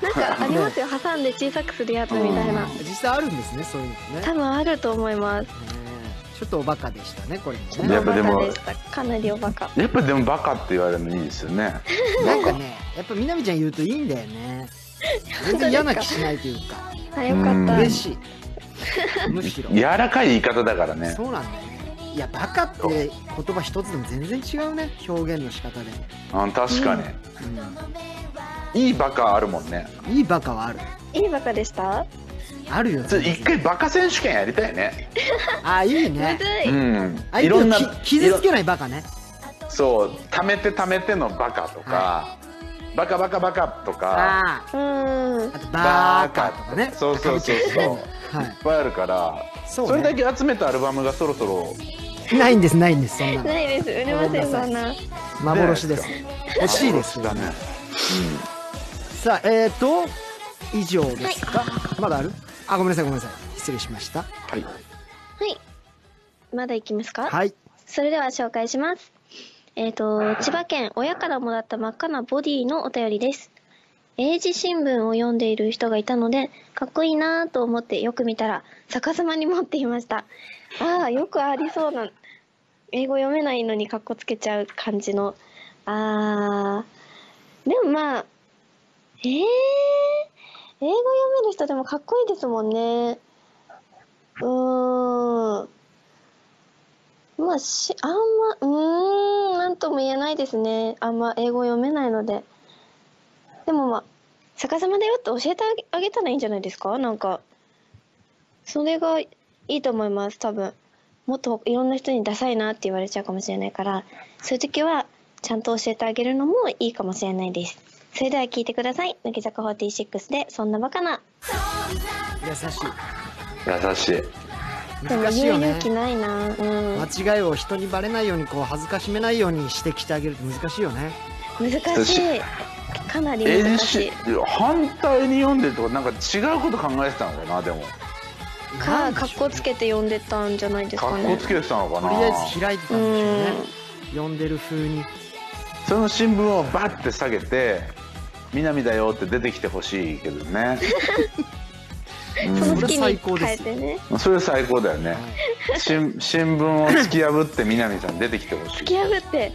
なんかありますよ、挟んで小さくするやつみたいな。実際あるんですねそういうのね多分あると思います。うんちょっとおバカでしたねこれもやねっぱでもおバカでした。かなりおバカ。やっぱでもバカって言われるのいいですよね [LAUGHS] なんかねやっぱみなみちゃん言うといいんだよね全然嫌な気しないというかあ、よかった。うん嬉しいむしろ柔らかい言い方だからねそうなんだよねいやバカって言葉一つでも全然違うね表現の仕方で、うん確かに、いいバカあるもんねうん、いいバカはあるいいバカでしたあるよちょ一回バカ選手権やりたいねあいいむねずうい。んい相手ろをんなき傷つけないバカねそう貯めて貯めてのバカとか、バカバカバカとかあうーんあ。とバーカとかねそうそうそうそうはいいっぱいあるからそうねれだけ集めたアルバムがそろそろないんですないんですそんなのないです。売れません、そんな。幻です欲しいですけどだねさあえーと以上ですか、まだあるあごめんなさいごめんなさい失礼しましたはいはい。まだ行きますかはいそれでは紹介します。えっ、と、千葉県親からもらった真っ赤なボディのお便りです。英字新聞を読んでいる人がいたので、かっこいいなぁと思ってよく見たら、逆さまに持っていました。ああ、よくありそうな、英語読めないのにかっこつけちゃう感じの。ああ、でもまあ、ええー、英語読める人でもかっこいいですもんね。うーん。まあ、し、あんま、うーん、なんとも言えないですね。あんま英語読めないので。でもまあ、逆さまだよって教えてあげあげたらいいんじゃないですかなんか。それがいいと思います、多分。もっといろんな人にダサいなって言われちゃうかもしれないから、そういう時は、ちゃんと教えてあげるのもいいかもしれないです。それでは聞いてください。乃木坂46で、そんなバカな。優しい優しいでも難しい言ようね勇気ないな。うん。間違いを人にバレないようにこう恥ずかしめないように指摘してあげるって難しいよね難しい。かなり英難字ししい。反対に読んでるとかなんか違うこと考えてたのかなでもなか、んでかっしょうこつけて呼んでたんじゃないですか格ね好。つけてたのかとなりあえず開いてたんでしょうね読んでる風にその新聞をバッて下げて「南だよ」って出てきてほしいけ [LAUGHS] どねそのそれ月最に高です変えてね。それ最高だよね新新聞を突き破って南さん出てきてほし突いき破って、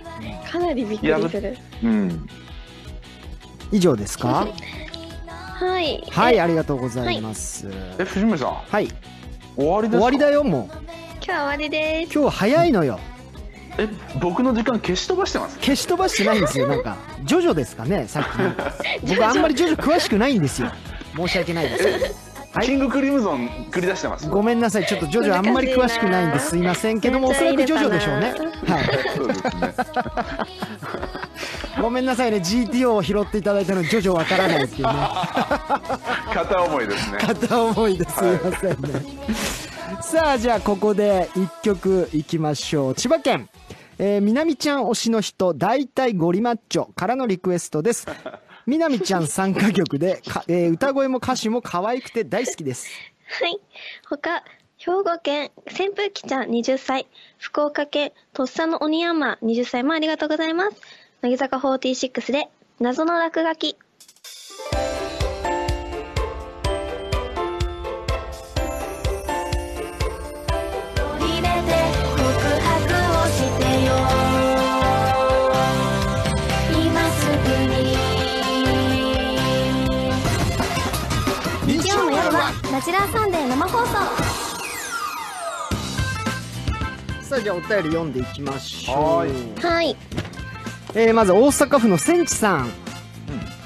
かなりびっくりする。うん以上ですかはい。はいえありがとうございますえ藤森さんはい終わりで終すかわりだよもう今日は終わりです。今日早いのよえ僕の時間消し飛ばしてます消し飛ばしてないんですよなんかジョジョですかねさっきの [LAUGHS] 僕あんまりジョジョ詳しくないんですよ申し訳ないですはいキングクリムゾン繰り出してますごめんなさい、ちょっとジョジョあんまり詳しくないんですいませんけども、おそらくジョジョでしょうね。は [LAUGHS] そうですねい、ごめんなさいね、GTO を拾っていただいたのに、ジョジョわからないっていうね、片思いですね片思いですいませんね。さあ、じゃあここで一曲いきましょう。千葉県。えー、みなみちゃん推しの人、大体ゴリマッチョからのリクエストです。みなみちゃん参加曲で、かえー歌声も歌詞も可愛くて大好きです。はい。他、兵庫県、扇風機ちゃん20歳、福岡県、とっさの鬼山20歳もありがとうございます。乃木坂46で、謎の落書き。飛び出て告白をしてよ今すぐに日曜の夜はラジラーサンデー生放送さあ、じゃあお便り読んでいきましょう。はーいはい。えーまず大阪府のセンチさん、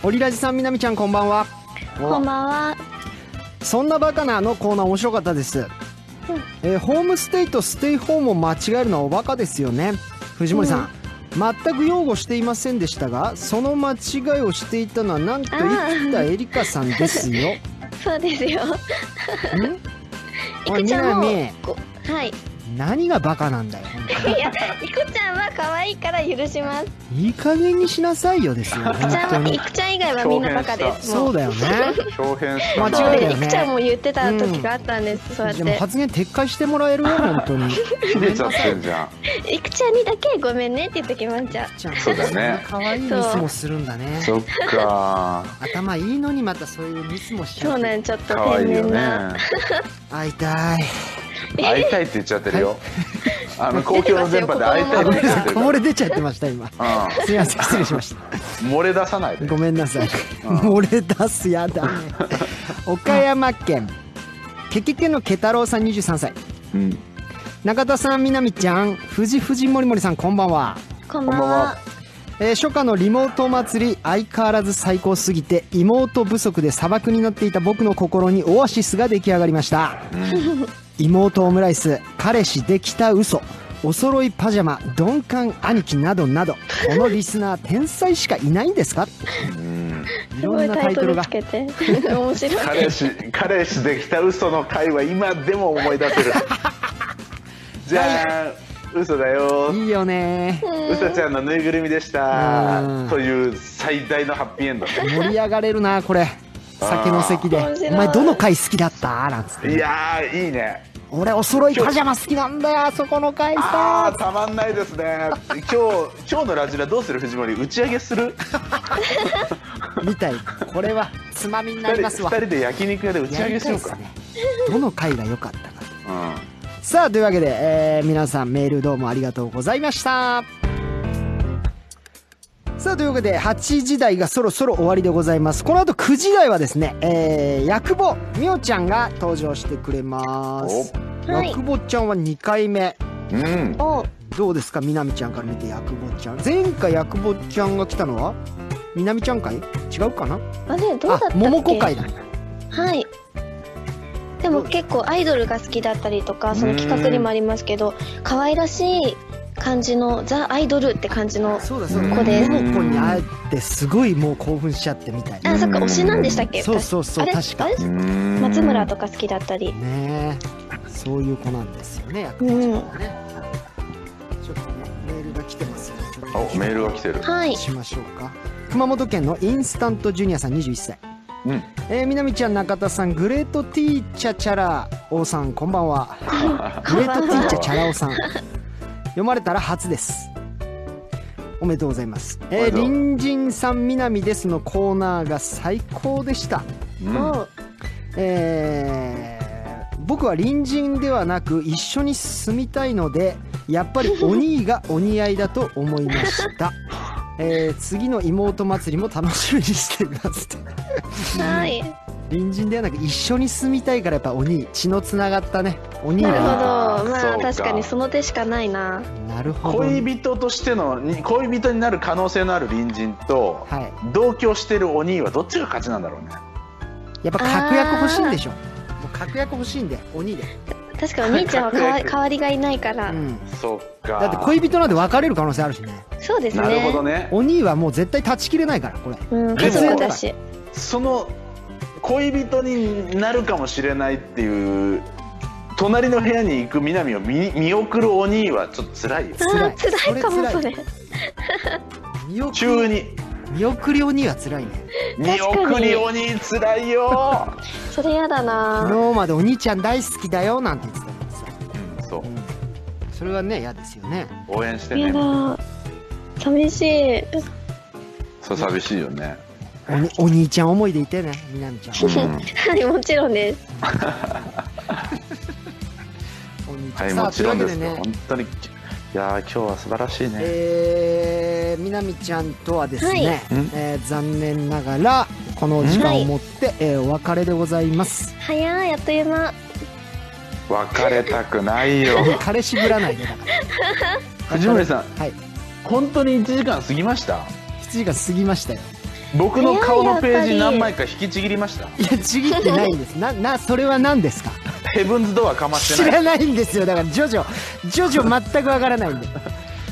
オリラジさんみなみちゃんこんばんはこんばんは。そんなバカなのコーナー面白かったです、えーホームステイとステイホームを間違えるのはおバカですよね藤森さん、全く擁護していませんでしたがその間違いをしていたのはなんとあー生きたエリカさんですよ [LAUGHS] んそうですよ。いくちゃんおいもみなみ、こはい。何がバカなんだよ本当にいや、いくちゃんは可愛いから許します。いいい加減にしなさいよですよくち本ゃん当は、いにくちゃん以外はみんなバカです。もそうだよね表変したな間違えで、たいよねくちゃんも言ってた時があったんです、そうやっでもて。発言撤回してもらえるよ本当 [LAUGHS] にひねちゃってんじゃんいくちゃんにだけごめんねって言っときます、じゃあ。ちゃんそうだねそんな可愛いミスもするんだねそっか頭いいのにまたそういうミスもしちそゃううなんちょっと可天愛いよ然ねな。会いたい会いたいって言っちゃって [LAUGHS] るよあの公共の電波で会いたいごってめんなさ言っちゃっているこぼれ出ちゃってました今うすいません失礼しましたん漏れ出さないでごめんなさい。漏れ出すやだね。岡山県。ケケケのケ太郎さん23歳。うん中田さん、みなみちゃん、藤藤森森さん、こんばんは。こんばんは。えー初夏のリモート祭り相変わらず最高すぎて妹不足で砂漠になっていた僕の心にオアシスが出来上がりました、妹オムライス彼氏できた嘘お揃いパジャマ鈍感兄貴などなどこのリスナー天才しかいないんですかうんいすろごんいなタタイイトトルルがつけて。面白い。彼氏 [LAUGHS] 彼氏できた嘘の会は今でも思い [LAUGHS] 出せるじゃあ嘘だよいいよね嘘ちゃんのぬいぐるみでうしんたという最大のハッピーエンドね盛り上がれるなこれ酒の席であー面白「いお前どの回好きだった?」なんつっていやーいいね「俺お揃いパジャマ好きなんだよあそこの回さ」あーたまんないですね今日今日のラジラどうする藤森打ち上げするみたいこれはつまみにな2り人ますわ二人で焼肉屋で打ちや上りげしたいよっうすかねどの回が良かったかうんさあというわけで、えー皆さんメールどうもありがとうございましたさあというわけで8時台がそろそろ終わりでございますこの後9時台はですねえー、薬母みおちゃんが登場してくれますおはい薬母ちゃんは2回目うん [LAUGHS] おどうですかみなみちゃんから見て薬母ちゃん前回薬母ちゃんが来たのはみなみちゃん会違うかなあれ、どうだったっあけ桃子会だはい。でも結構アイドルが好きだったりとか、その企画にもありますけど、可愛らしい感じのザ・アイドルって感じの。そうだそうだここで桃子に会えてすごいもう興奮しちゃってみたいなあ、そっか、推しなんでしたっけそうそうそうあれ確かあれうん松村とか好きだったり。ねえそういう子なんですよね薬う物ん。はねちょっとねメールが来てますよちょっとおメールが来てるはい。しましょうか熊本県のインスタントジュニアさん21歳うんえー、南ちゃん中田さんグレートティーチャチャラ王さんこんばん [LAUGHS] はグレートティーチャチャラ王さん読まれたら初ですおめでとうございます、えおー、めでとう隣人さん南ですのコーナーが最高でしたうんおえー僕は隣人ではなく一緒に住みたいのでやっぱりお兄 [LAUGHS] がお似合いだと思いました、えー次の妹祭りも楽しみにしていますってはい。隣人ではなく一緒に住みたいからやっぱお兄血のつながったねお兄なるほどが。あーまそあうか確かにその手しかないな。なるほど恋人としてのに恋人になる可能性のある隣人と、はい同居してるお兄はどっちが勝ちなんだろうねやっぱ確約欲しいんでしょもう確約欲しいんでお兄で、確かお兄ちゃんはかわ代わりがいないからう。ん、そっかだって恋人なんて別れる可能性あるしねそうですね。なるほどねお兄はもう絶対断ち切れないからこれうん、家族だし。その恋人になるかもしれないっていう隣の部屋に行く南を見見送るお兄はちょっと辛いよあ辛ーい辛いかもそそれれ。見送中りに見送りお兄は辛いね見送りお兄辛 [LAUGHS] いよ、それやだな。昨日までお兄ちゃん大好きだよなんて言ってたのにさうん、そうそれはね嫌ですよね応援してやねだ。寂しい。 [LAUGHS] そう寂しい [LAUGHS] よね、おにお兄ちゃん思いでいてねみなみちゃんうはんはい、もちろんです。お兄ちゃはいんさもあとちいうろわんけでですよ、ね本当にいやー今日は素晴らしいね、えー、みなみちゃんとはですね、はいうんえー残念ながらこの時間をもって、えーお別れでございます早いあっという間。別れたくないよ彼氏ぶらないでだから藤 [LAUGHS] 森さんはい本当に1時間過ぎました7時が過ぎましたよ僕の顔のペーいややっぱりジ何枚か引きちぎりましたいやちぎってないん [LAUGHS] ですななそれは何ですかヘブンズドアかまして知ないらないんですよだからジョジョジョジョ全くわから [LAUGHS] ないんで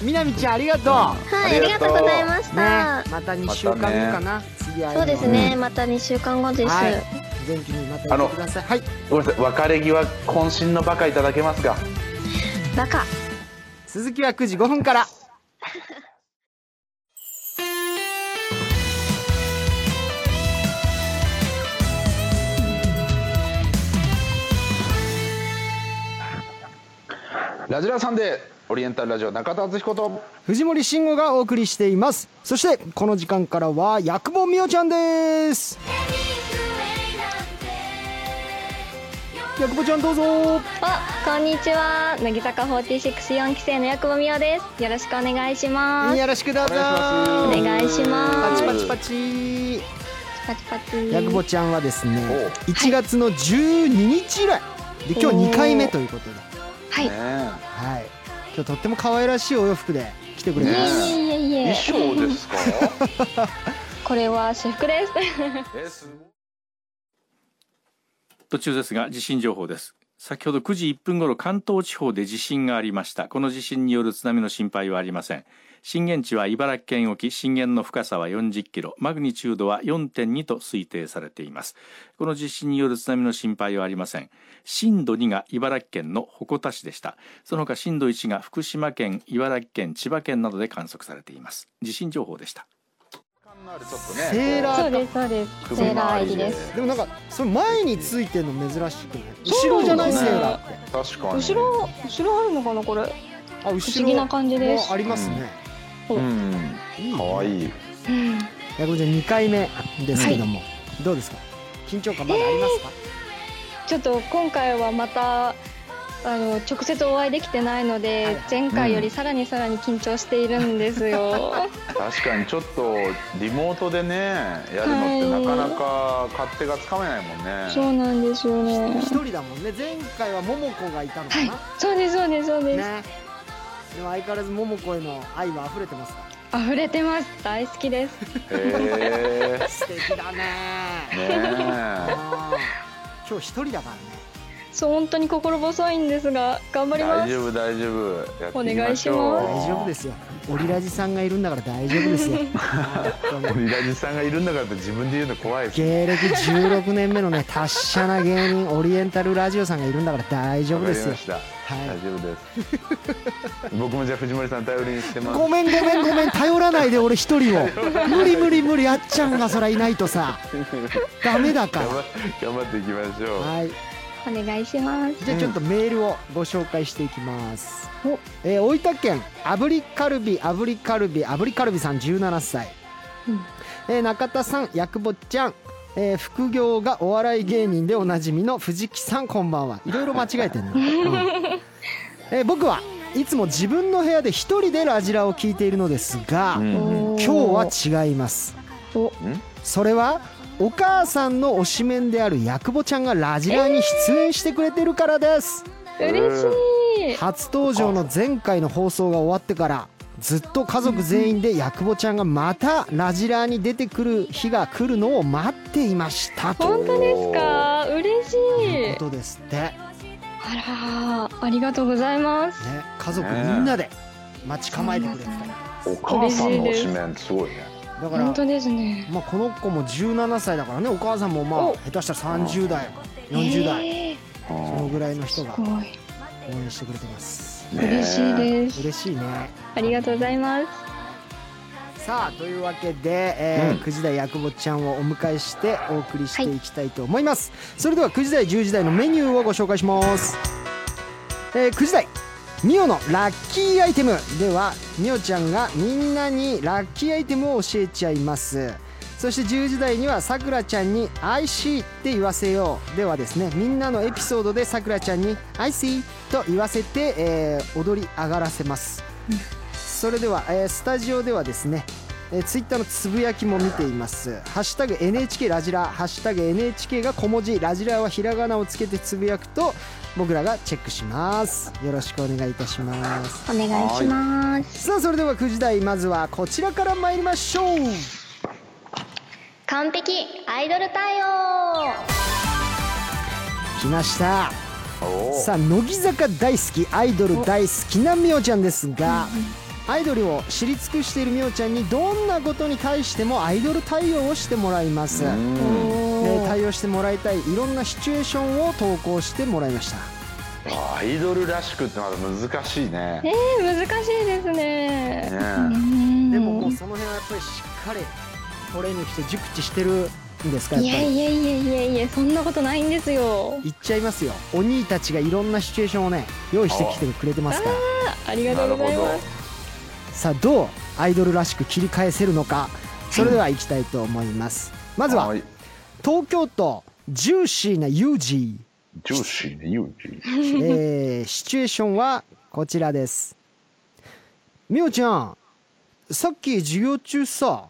みなみちゃんありがとう、はい、ありがとうございましねた。、また2週間後かな、次会えるのそはうですね、また2週間後です。はい元気にまた行ってくださいはいごめんなさい別れ際渾身のバカいただけますかバカ続きは9時5分から。ラジラサンデーオリエンタルラジオ中田敦彦と藤森慎吾がお送りしています。そして、この時間からは、薬本美桜ちゃんです。薬本ちゃんどうぞ。あこんにちは乃木坂464期生の薬母美桜ですよろしくお願いしますよろしくどうぞ。お願お願いしパまチすパチパチ。パチパチ薬母ちゃんはですねおう、 1月の12日以来、で今日2回目ということで、はいねえはい。今日とっても可愛らしいお洋服で来てくれいまねす。えいえいえいえ衣装で [LAUGHS] すかこれは私服ですえすごい途中ですが地震情報です先ほど9時1分頃関東地方で地震がありましたこの地震による津波の心配はありません震源地は茨城県沖震源の深さは40キロマグニチュードは4.2と推定されていますこの地震による津波の心配はありません震度2が茨城県の鉾田市でしたその他震度1が福島県茨城県千葉県などで観測されています地震情報でしたちょっとねセーラー [LAUGHS] そうですそうですセーラー入りですでもなんかそれ前についてるの珍しくない後ろじゃないそセうだねーラーって確かに後ろ後ろあるのかなこれあ後ろ不思議な感じですもありますね、うんいいかわいいうんやこちゃん2回目ですけども、どうですか緊張感まだありますか、ちょっと今回はまたあの直接お会いできてないのはいで前回よりさらにさらに緊張しているんですよ。確かにちょっとリモートでねやるのってなかなか勝手がつかめないもんねそうなんですよね。一人だもんね前回は桃子がいたのかはいな、、そうですそうですそうです。ねでも相変わらず桃子への愛は溢れてますか溢れてます。大好きです。へえ素敵だねねあー今日一人だからねそう本当に心細いんですが頑張えりま大す。丈夫大丈夫やっていきまょうお願いします大丈夫ですよオリラジさんがいるんだから大丈夫ですよ [LAUGHS] 本当にオリラジさんがいるんだからって自分で言うの怖いです芸歴16年目のね達者な芸人オリエンタルラジオさんがいるんだから大丈夫ですよわかりました、はい大丈夫です [LAUGHS] 僕もじゃあ藤森さん頼りにしてますごめんごめんごめん頼らないで俺一人を無理無理無理あっちゃんがそりゃいないとさダメだか頑ら張頑張っていきましょう [LAUGHS] はいお願いします。じゃあちょっとメールをご紹介していきます、えー大分県炙りカルビ炙りカルビ炙りカルビさん17歳、えー中田さん薬母ちゃんえー副業がお笑い芸人でおなじみの藤木さんこんばんはいろいろ間違えてるな、うんえー僕はいつも自分の部屋で一人でラジラを聞いているのですが、うんおー今日は違いますおそれはお母さんの推しメンであるヤクボちゃんがラジラに出演してくれてるからです、嬉しい。初登場の前回の放送が終わってからずっと家族全員でヤクボちゃんがまたラジラに出てくる日が来るのを待っていましたという本当ですか。嬉しいこ。とですって、ね、あらーありがとうございます。家族みんなで待ち構えてくれてたりお母さんの推しメンすごいねだか本ら当ですね。まあ、この子も17歳だからねお母さんもまあお下手したら30代40代えーうそのんぐらいの人がすごい。応援してくれてます嬉しいねです。嬉しいねありがとうございます。さあというわけで、えーうん9時台やくぼちゃんをお迎えしてお送りしていきたいと思います、それでは9時台10時台のメニューをご紹介します、えー9時台ミオのラッキーアイテムではミオちゃんがみんなにラッキーアイテムを教えちゃいますそして10時台にはさくらちゃんに「I see」って言わせようではですねみんなのエピソードでさくらちゃんに「I see」と言わせて、えー踊り上がらせますそれでは、えースタジオではですね、えー、ツイッターのつぶやきも見ています「ハッシュタグ #NHK ラジラ」「ハッシュタグ #NHK が小文字ラジラはひらがなをつけてつぶやくと僕らがチェックしますよろしくお願いいたしますお願いします。さあそれでは9時台まずはこちらから参りましょう完璧アイドル対応。来ましたおーさあ乃木坂大好きアイドル大好きなみおちゃんですがアイドルを知り尽くしているみおちゃんにどんなことに対してもアイドル対応をしてもらいます、うんえー対応してもらいたいいろんなシチュエーションを投稿してもらいましたあアイドルらしくってまだ難しいねえー、難しいですねね。でももうその辺はやっぱりしっかりトレーニングして熟知してるんですかいやっやぱりいやいやいやいやそんなことないんですよ。言っちゃいますよお兄たちがいろんなシチュエーションをね用意してきてくれてますからありがなとるうごほざいどます。さあどうアイドルらしく切り返せるのかそれではいきたいと思います、まずはい東京都ジューシーなユー [LAUGHS] ジジューシーねユージー、えー、シチュエーションはこちらですみおちゃんさっき授業中さ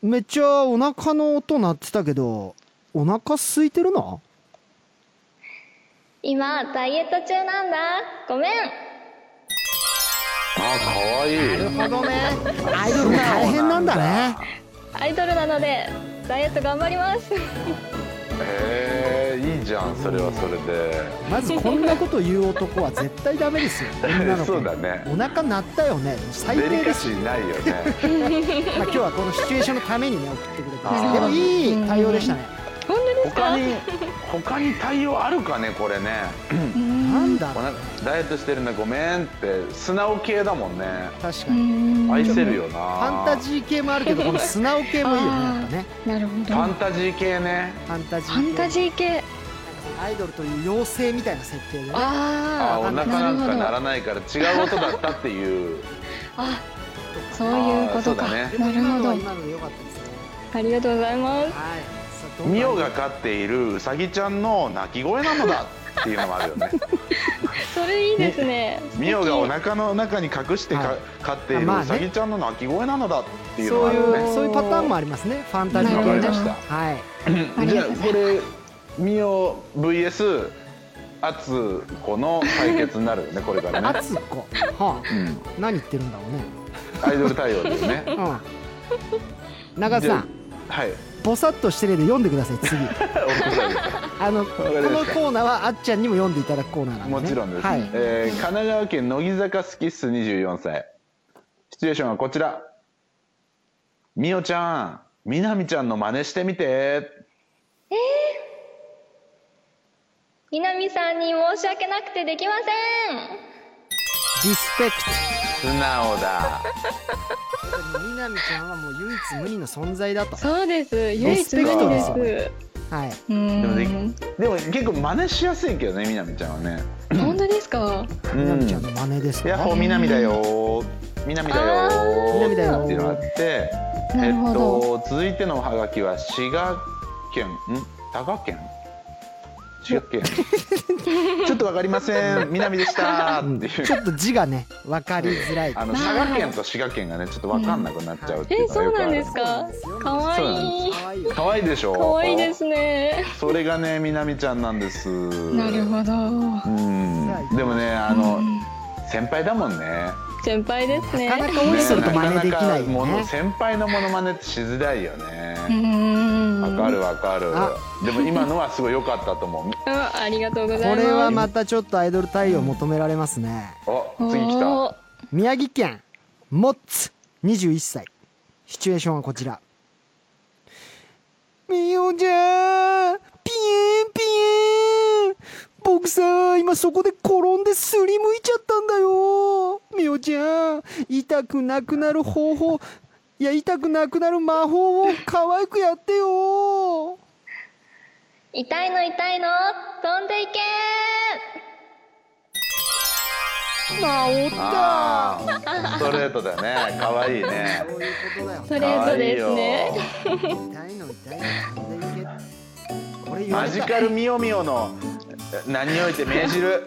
めっちゃお腹の音鳴ってたけどお腹空いてるの今ダイエット中なんだ。ごめん。あー [LAUGHS] かわいいなるほどねアイドルも大変なんだねアイドルなのでダイエット頑張ります。へえいいじゃんそれはそれでまずこんなこと言う男は絶対ダメです [LAUGHS] よ女の子そうだねお腹鳴ったよね最デ低リでカすシよ、ーないよねまあ、今日はこのシチュエーションのためにね送ってくれてまあすーでもいい対応でしたね本当ですか他。に [LAUGHS] 他に対応あるかねこれねなんだお腹ダイエットしてるんだごめんって素直系だもんね確かに愛せるよなファンタジー系もあるけどこの素直系もいいよねやっぱねなるほど。ファンタジー系ねファンタジーファンタージー系。アイドルという妖精みたいな設定でねああおあ。腹なんかならないから違う音だったっ [LAUGHS] ていうあ、そういうこあーそうとか。だねでもなる今ほのどは。今ので良かったですねありがとうございます。はいさあどうぞミオが飼っているウサギちゃんの鳴き声なのだっていうのもある [LAUGHS] よねそれいいですね。ミオがお腹の中に隠してか、はい飼っているあまあねウサギちゃんの鳴き声なのだっていうのもそうあいるよねうそういうパターンもありますねファンタジーわ系かのりましたはいありじがゃあとうござこれミオ VS アツコの対決になるよねこれからあね、つこはあうん、何言ってるんだろうねアイドル対応だよねうん中田さんはい [LAUGHS] ぼさっとしてるで読んでください次あのこかりましたのコーナーはあっちゃんにも読んでいただくコーナーなんで、ね、もちろんです、はい、えー神奈川県乃木坂スキッス24歳シチュエーションはこちらみおちゃんみなみちゃんの真似してみて南さんに申し訳なくてできません。リスペクト素直だみなみちゃんはもう唯一無二の存在だとそうです。唯一無リスペクト二でですす。よはいでもでうん。でも結構真似しやすいけどねみなみちゃんはね本当ですか。うみなみちゃんんの真似ですやっかほーみなみだよみなみだよみなみだよっていうのがあってなえるっほど。と続いてのおはがきは滋賀県ん佐賀県滋賀 [LAUGHS] 県ちょっとわかりません南でしたうんっていうちょっと字がね分かりづらいあの佐賀県と滋賀県がねちょっとわかんなくなっちゃうっていえうのがそうよくあなんるですかそうなんですよ。かわいい。かわいいよ可愛いでしょかわいいですね。それがね南ちゃんなんですなるほど。うんでもねあの、先輩だもんね先輩ですなかなね。か応援すると真似できかなかいもよのね先輩のモノマネってしづらいようねん。わかるわかるあでも今のはすごい良かったと思ううん。ありがとうございこます。れはまたちょっとアイドル対応求められますねお次来たおー。宮城県モッツ21歳シチュエーションはこちらみおちゃんピエンピエン僕さ今そこで転んですりむいちゃったんだよみおちゃん痛くなくなる方法いや痛くなくなる魔法を可愛くやってよ痛いの痛いの飛んでいけ治ったあーストレートだ [LAUGHS] ね可愛いねそういうことだよー。ストレ可ート愛いでよすね。痛いの痛いの痛いのこれ言わマれジたカルミオミオの名において命じる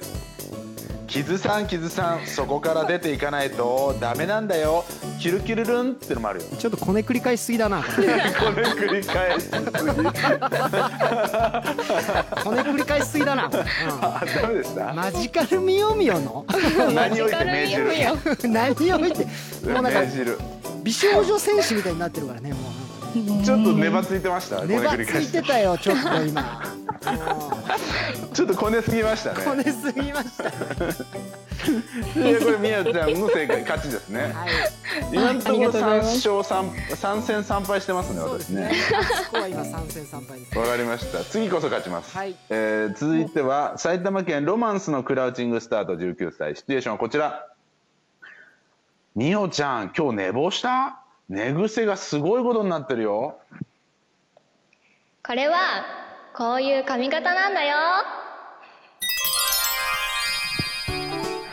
傷さん傷さんそこから出ていかないとダメなんだよキュルキュルルンってのもある [LAUGHS] よちょっとこねくり返しすぎだなこれこれ繰り返しすぎこねくり返しすぎだな、あダメでしうんたマジカルミオミオの名において命じるマジカル何を見てもうなんか命じる美少女戦士みたいになってるからねもうちょっとネバついてましたこネれバ繰つり返いしてたよちょっと今 [LAUGHS] ちょっとこねすぎましたこねね。すぎました。いやこれみやちゃんの正解勝ちですね。はい。今のとありこがろとうござ三います勝三三戦三敗してますねそうで私すねね。。 [LAUGHS] ここは今三戦三敗です。わかりました。次こそ勝ちます。はいえー続いては埼玉県ロマンスのクラウチングスタート19歳。シチュエーションはこちら。みおちゃん、今日寝坊した寝癖がすごいことになってるよ。これはこういう髪型なんだよ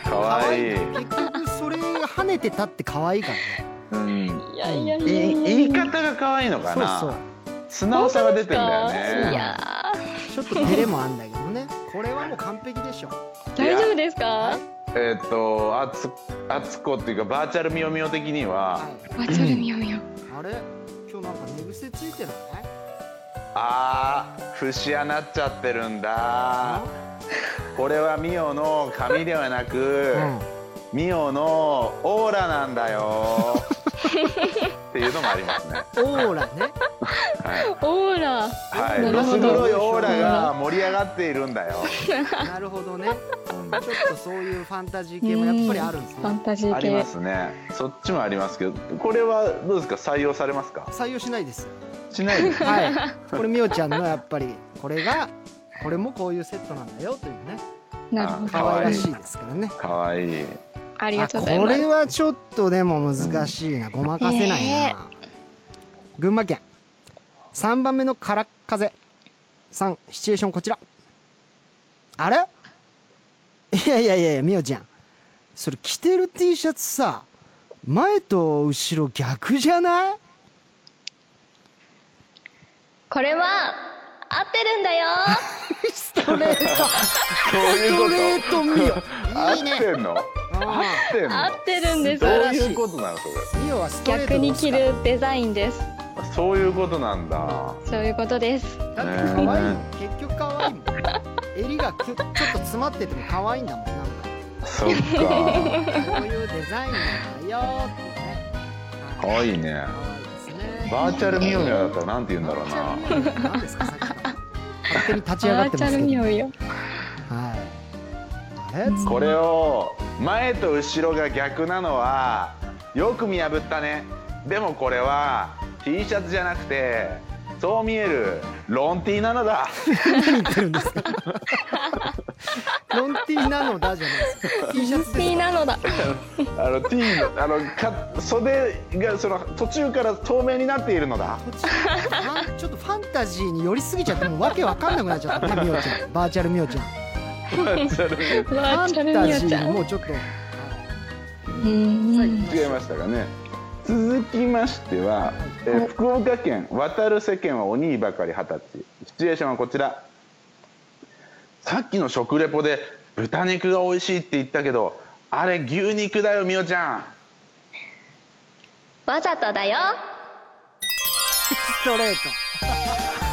かわいい。結局それ跳ねてたって可愛いからね。うん。いやいやい言い方が可愛いのかそうな。そう。素直さが出てんいだよね。やちょっと照れもあんだけどね。これはもう完璧でしょ。大丈夫ですかえーっと、あつ、あつこっていうか、バーチャルみよみよ的には。はい。バーチャルみよみよあれ、今日なんか寝癖ついてない？ああ、節穴っちゃってるんだ。これはミオの髪ではなく、ミオのオーラなんだよ。っていうのもありますね。うん。オーラね。オーラはい、なるほど薄黒いオーラが盛り上がっているんだよ。なるほどね。うんちょっとそういうファンタジー系もやっぱりあるんですファンね。タジーあ系りますね。そっちもありますけど、これはどうですか採用されますか？採用しないです。しないです。はい。これみおちゃんのやっぱりこれがこれもこういうセットなんだよというね。なるほど可愛らしいですからね。可愛いい。ありがとうございこまれすはちょっとでも難しいな、ごまかせないな、え群馬県3番目の空っ風さんシチュエーションこちらあれいやいやいやいやみおちゃんそれ着てる T シャツさ前と後ろ逆じゃないこれは合ってるんだよストレートそういうこストと。レートみ合おいいってねんの？合あってんの？合ってるんですどう晴らしいいうことなのそれ？ーみおはストレート逆に着どうるデザインですそういうことなんだ。そういうことですすかだって可愛いもん結局可愛いもん襟がきゅちょっと詰まってても可愛いんだもんなんかそ [LAUGHS] っか。こういうデザインなんだよっていうね。可はい。愛可愛いですいね。ね。バーチャルミオミオだったらなんて言うんだろうな。何ですかさっきから。勝手に立ち上がっバてーチまャすルけみど。よみよはい。あれつこれを前と後ろが逆なのはよく見破ったね。でもこれは T シャツじゃなくて。そう見えるロン T なのだ何言ってるんですか。ロンティーなのだじゃないですか。T シャツみでなのだあの T のあのか袖がその途中から透明になっているのだ [LAUGHS] す。ファンちょっとファンタジーに寄りすぎちゃってもうわけわかんなくなっちゃったねみおちゃんバーチャルみおちゃんフバーチャァルンタみよジちゃーにんもうちょっとうんうん違いましたかね続きましては、えー福岡県渡る世間は鬼ばかり二十歳シチュエーションはこちらさっきの食レポで豚肉が美味しいって言ったけどあれ牛肉だよみおちゃんわざとだよストレート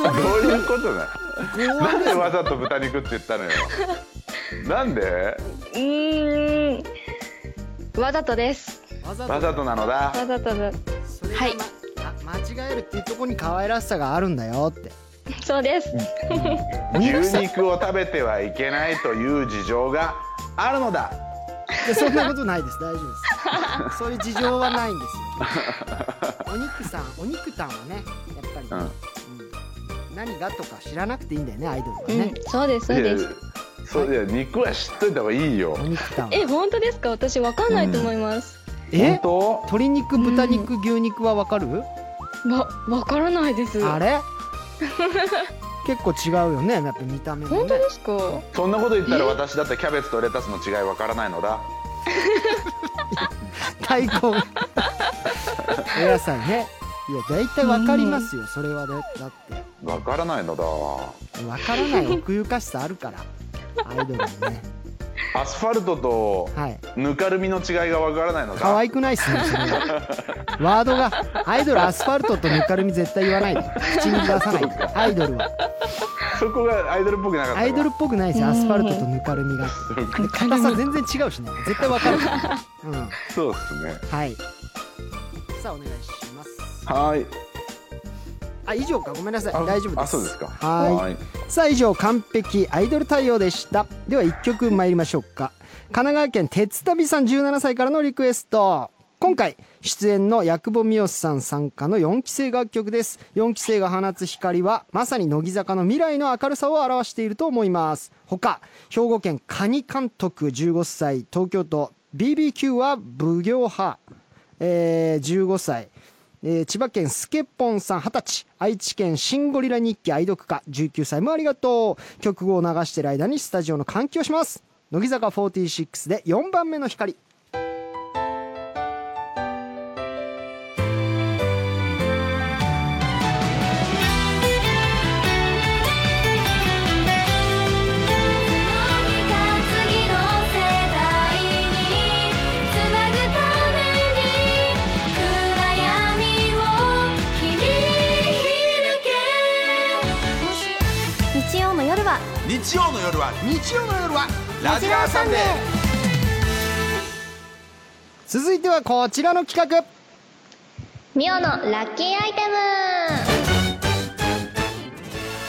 どういうことだ強なんでわざと豚肉って言ったのよなんでうーんわざとですわざわざとなのだわざとだそれがまはあい間違えるっていうところに可愛らしさがあるんだよってそうです牛肉を食べてはいけないという事情があるのだいやそんなことないです大丈夫ですそういう事情はないんですよお肉さんお肉たんはねやっぱりね、うん何がとか知らなくていいんだよねアイドルはうねん、そうですそうですいやそういや肉は知っといた方がいいよお肉たんはえ本当ですか私わかんないと思います、え本鶏肉豚肉牛肉はわかる、わわからないですあれ [LAUGHS] 結構違うよねやっぱ見た目も本ね当ですか当そんなこと言ったら私だってキャベツとレタスの違いわからないのだ大 [LAUGHS] 根お野菜ねいや大体わかりますよそれはねだってわからないのだわからない奥ゆかしさあるからアイドルにねアスファルトとはいぬかるみの違いがわからないのだ可愛くないっすねそれワードがアイドルアスファルトとぬかるみ絶対言わないで口に出さないでアイドルはそこがアイドルっぽくなかったかアイドルっぽくないですよアスファルトとぬかるみがで硬さ全然違うしね絶対わかるからうんそうですねはいさあお願いしますはいあ以上かごめんなさいあ大丈夫ですあそうですかはーいはいさあ以上完璧アイドル対応でしたでは1曲参りましょうか神奈川県鉄旅さん17歳からのリクエスト今回出演の薬母美代さん参加の4期生楽曲です4期生が放つ光はまさに乃木坂の未来の明るさを表していると思います他兵庫県カニ監督15歳東京都 BBQ は奉行派えー15歳、えー千葉県スケポンさん20歳愛知県シンゴリラ日記愛読家19歳もありがとう曲を流してる間にスタジオの換気をします乃木坂46で4番目の光次の世代につなぐために」「暗闇を切り開け」日曜の夜は日曜の夜は日曜の夜はラジラーサンデー続いてはこちらの企画ミオのラッキーアイテム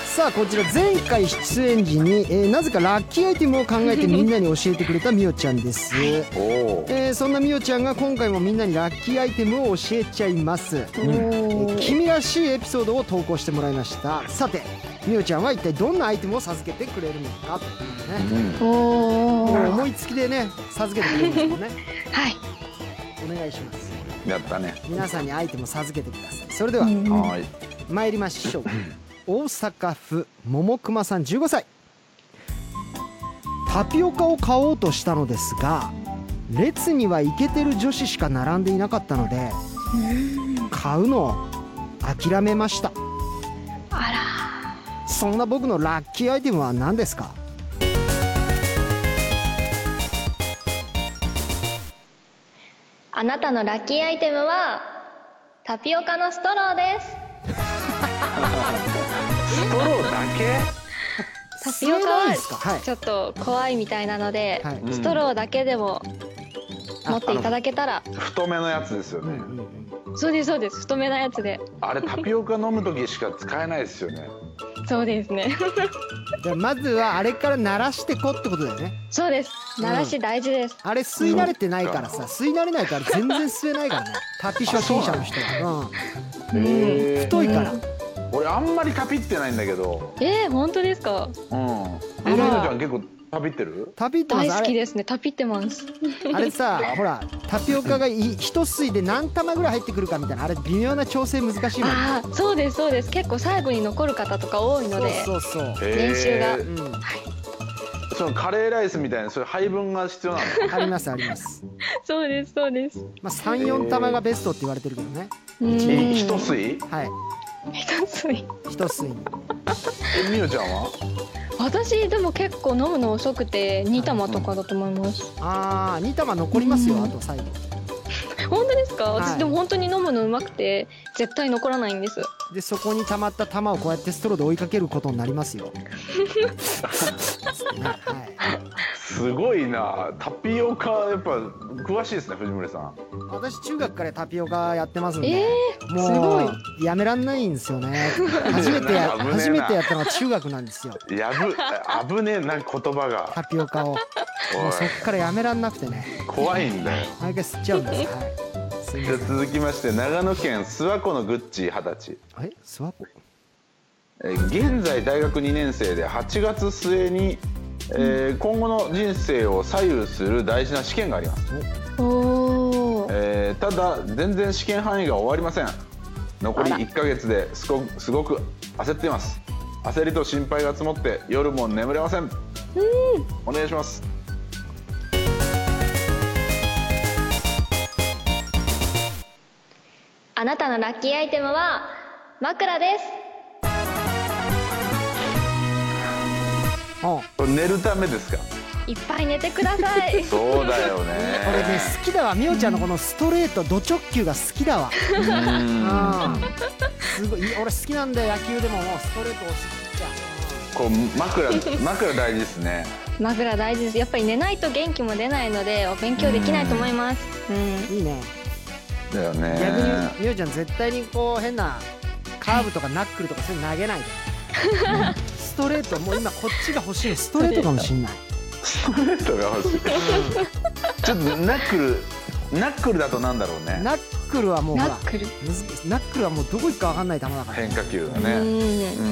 さあこちら前回出演時に、えーなぜかラッキーアイテムを考えてみんなに教えてくれたみおちゃんです、おおーえーそんなみおちゃんが今回もみんなにラッキーアイテムを教えちゃいます、えー君らしいエピソードを投稿してもらいましたさてみおちゃんは一体どんなアイテムを授けてくれるのかというね、お思いつきでね授けてくれるんですもんね [LAUGHS] はいお願いしますやったね皆さんにアイテムを授けてくださいそれでははい参りましょう大阪府桃熊さん15歳タピオカを買おうとしたのですが列にはイケてる女子しか並んでいなかったので買うのを諦めましたあそんな僕のラッキーアイテムは何ですからあなたのラッキーアイテムはタピオカのストローですストローだタピオカ吸えないはんですかはいちょっと怖いみたいなので、はいんストローだけでも持っていただけたらけ太めのやつですようんねうんうんそうですそうです太めなやつであれタピオカ飲む時しか使えないですよねそうです [LAUGHS] ねじゃあまずはあれから鳴らしてこってことだよねそうです鳴らし大事です、あれ吸い慣れてないからさ吸い慣れないから全然吸えないからねタピ初心者の人は、うん、へえ太いから俺あんまりタピってないんだけどえー、本当ですかうんえみのちゃん結構タピってるタピってま大すあ好きれですねタピってますあれさほらタピオカがい一吸いで何玉ぐらい入ってくるかみたいなあれ微妙な調整難しいもんねああそうですそうです結構最後に残る方とか多いのでそうそうそう、練習がへえうん、そのカレーライスみたいなそういう配分が必要なのありますあります、そうですそうですまあ、34玉がベストって言われてるけどねうんい一吸いはい一つに一吸いにえみおちゃんは私でも結構飲むの遅くて2玉とかだと思います、ああ2玉残りますようんあと最後本当ですか、はい私でも本当に飲むのうまくて絶対残らないんですでそこに溜まった玉をこうやってストローで追いかけることになります [LAUGHS] よねはいすごいなタピオカやっぱ詳しいですね藤森さん私中学からタピオカやってますんで、えもすうやめらんないんですよ [LAUGHS] ね初めてやなんか危ねえな初めてやったのは中学なんですよやぶあ危ねえなんか言葉がタピオカをもうそおいっからやめらんなくてね怖いんだよ毎回吸っちゃうんですはいすいまじゃあ続きまして長野県諏訪湖のグッチー二十歳せんえスワップえー現在大学2年生で8月末に、えー今後の人生を左右する大事な試験があります、ー、おーえーただ全然試験範囲が終わりません残りあら1ヶ月ですごすごく焦っています焦りと心配が積もって夜も眠れませんお願いしますあなたのラッキーアイテムは枕ですおうこれ寝るためですかいっぱい寝てくださいそうだよねこ [LAUGHS] れね好きだわみおちゃんのこのストレートド直球が好きだわうんすごいい俺好きなんだよ野球でももうストレートを吸っちゃこう枕枕大事ですね [LAUGHS] 枕大事ですやっぱり寝ないと元気も出ないのでお勉強できないと思いますうんういいねだよね逆にみおちゃん絶対にこう変な考カーブとかナックルとかそういうの投げ [LAUGHS] ないでストレートもう今こっちが欲しいのストレートかもしんないストレートが欲しいちょっとナックルナックルだとなんだろうねナックルはもうほナらックル。難しいナックルはもうどこ行くか分かんない球だから変ね化球がうねん。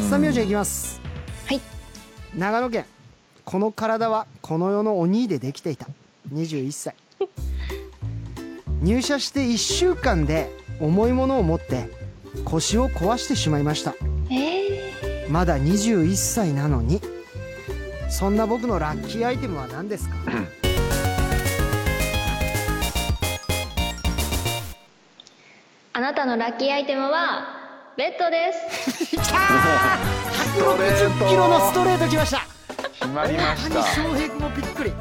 うんさあみおちゃんいきますはい長野県この体はこの世の鬼でできていた21歳 [LAUGHS] 入社して1週間で重いものを持って腰を壊してしまいましたえまだ21歳なのにそんな僕のラッキーアイテムは何 [LAUGHS] ですかあなたのラッキーアイテムはベッドです160キロのストレートきました決まりまし谷た翔平君もびっくり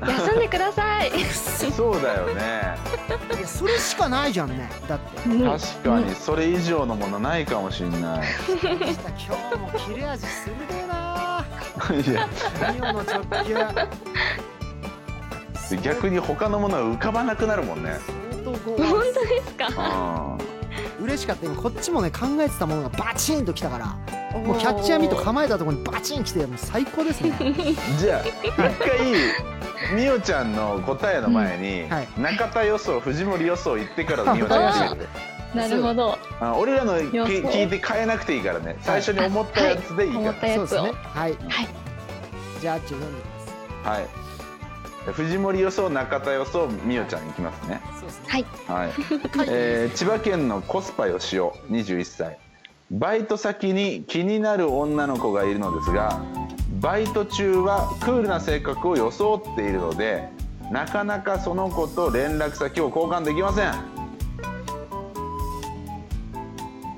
休んでくだ [LAUGHS] さいそうだよねいやそれしかないじゃんねだって確かにそれ以上のものないかもしんない今日も切れ味鋭いないやミオの直 [LAUGHS] 球逆に他のものは浮かばなくなるもんね相当豪華本当ですかうん嬉しかった今こっちもね考えてたものがバチンときたからもうキャッチャアーミート構えたところにバチン来てもう最高ですねじゃあ一回みおちゃんの答えの前に、んはい中田予想藤森予想言ってからみおちゃんにしてみてなるほど。あ俺らのき予想聞いて変えなくていいからね最初に思ったやつでいいか思らったやつそうを。ですねはい、はいじゃああっち読んでみはい藤森予想中田予想みおちゃんいきますねますそうですねはいはい、えー千葉県のコスパよしお21歳バイト先に気になる女の子がいるのですがバイト中はクールな性格を装っているのでなかなかその子と連絡先を交換できません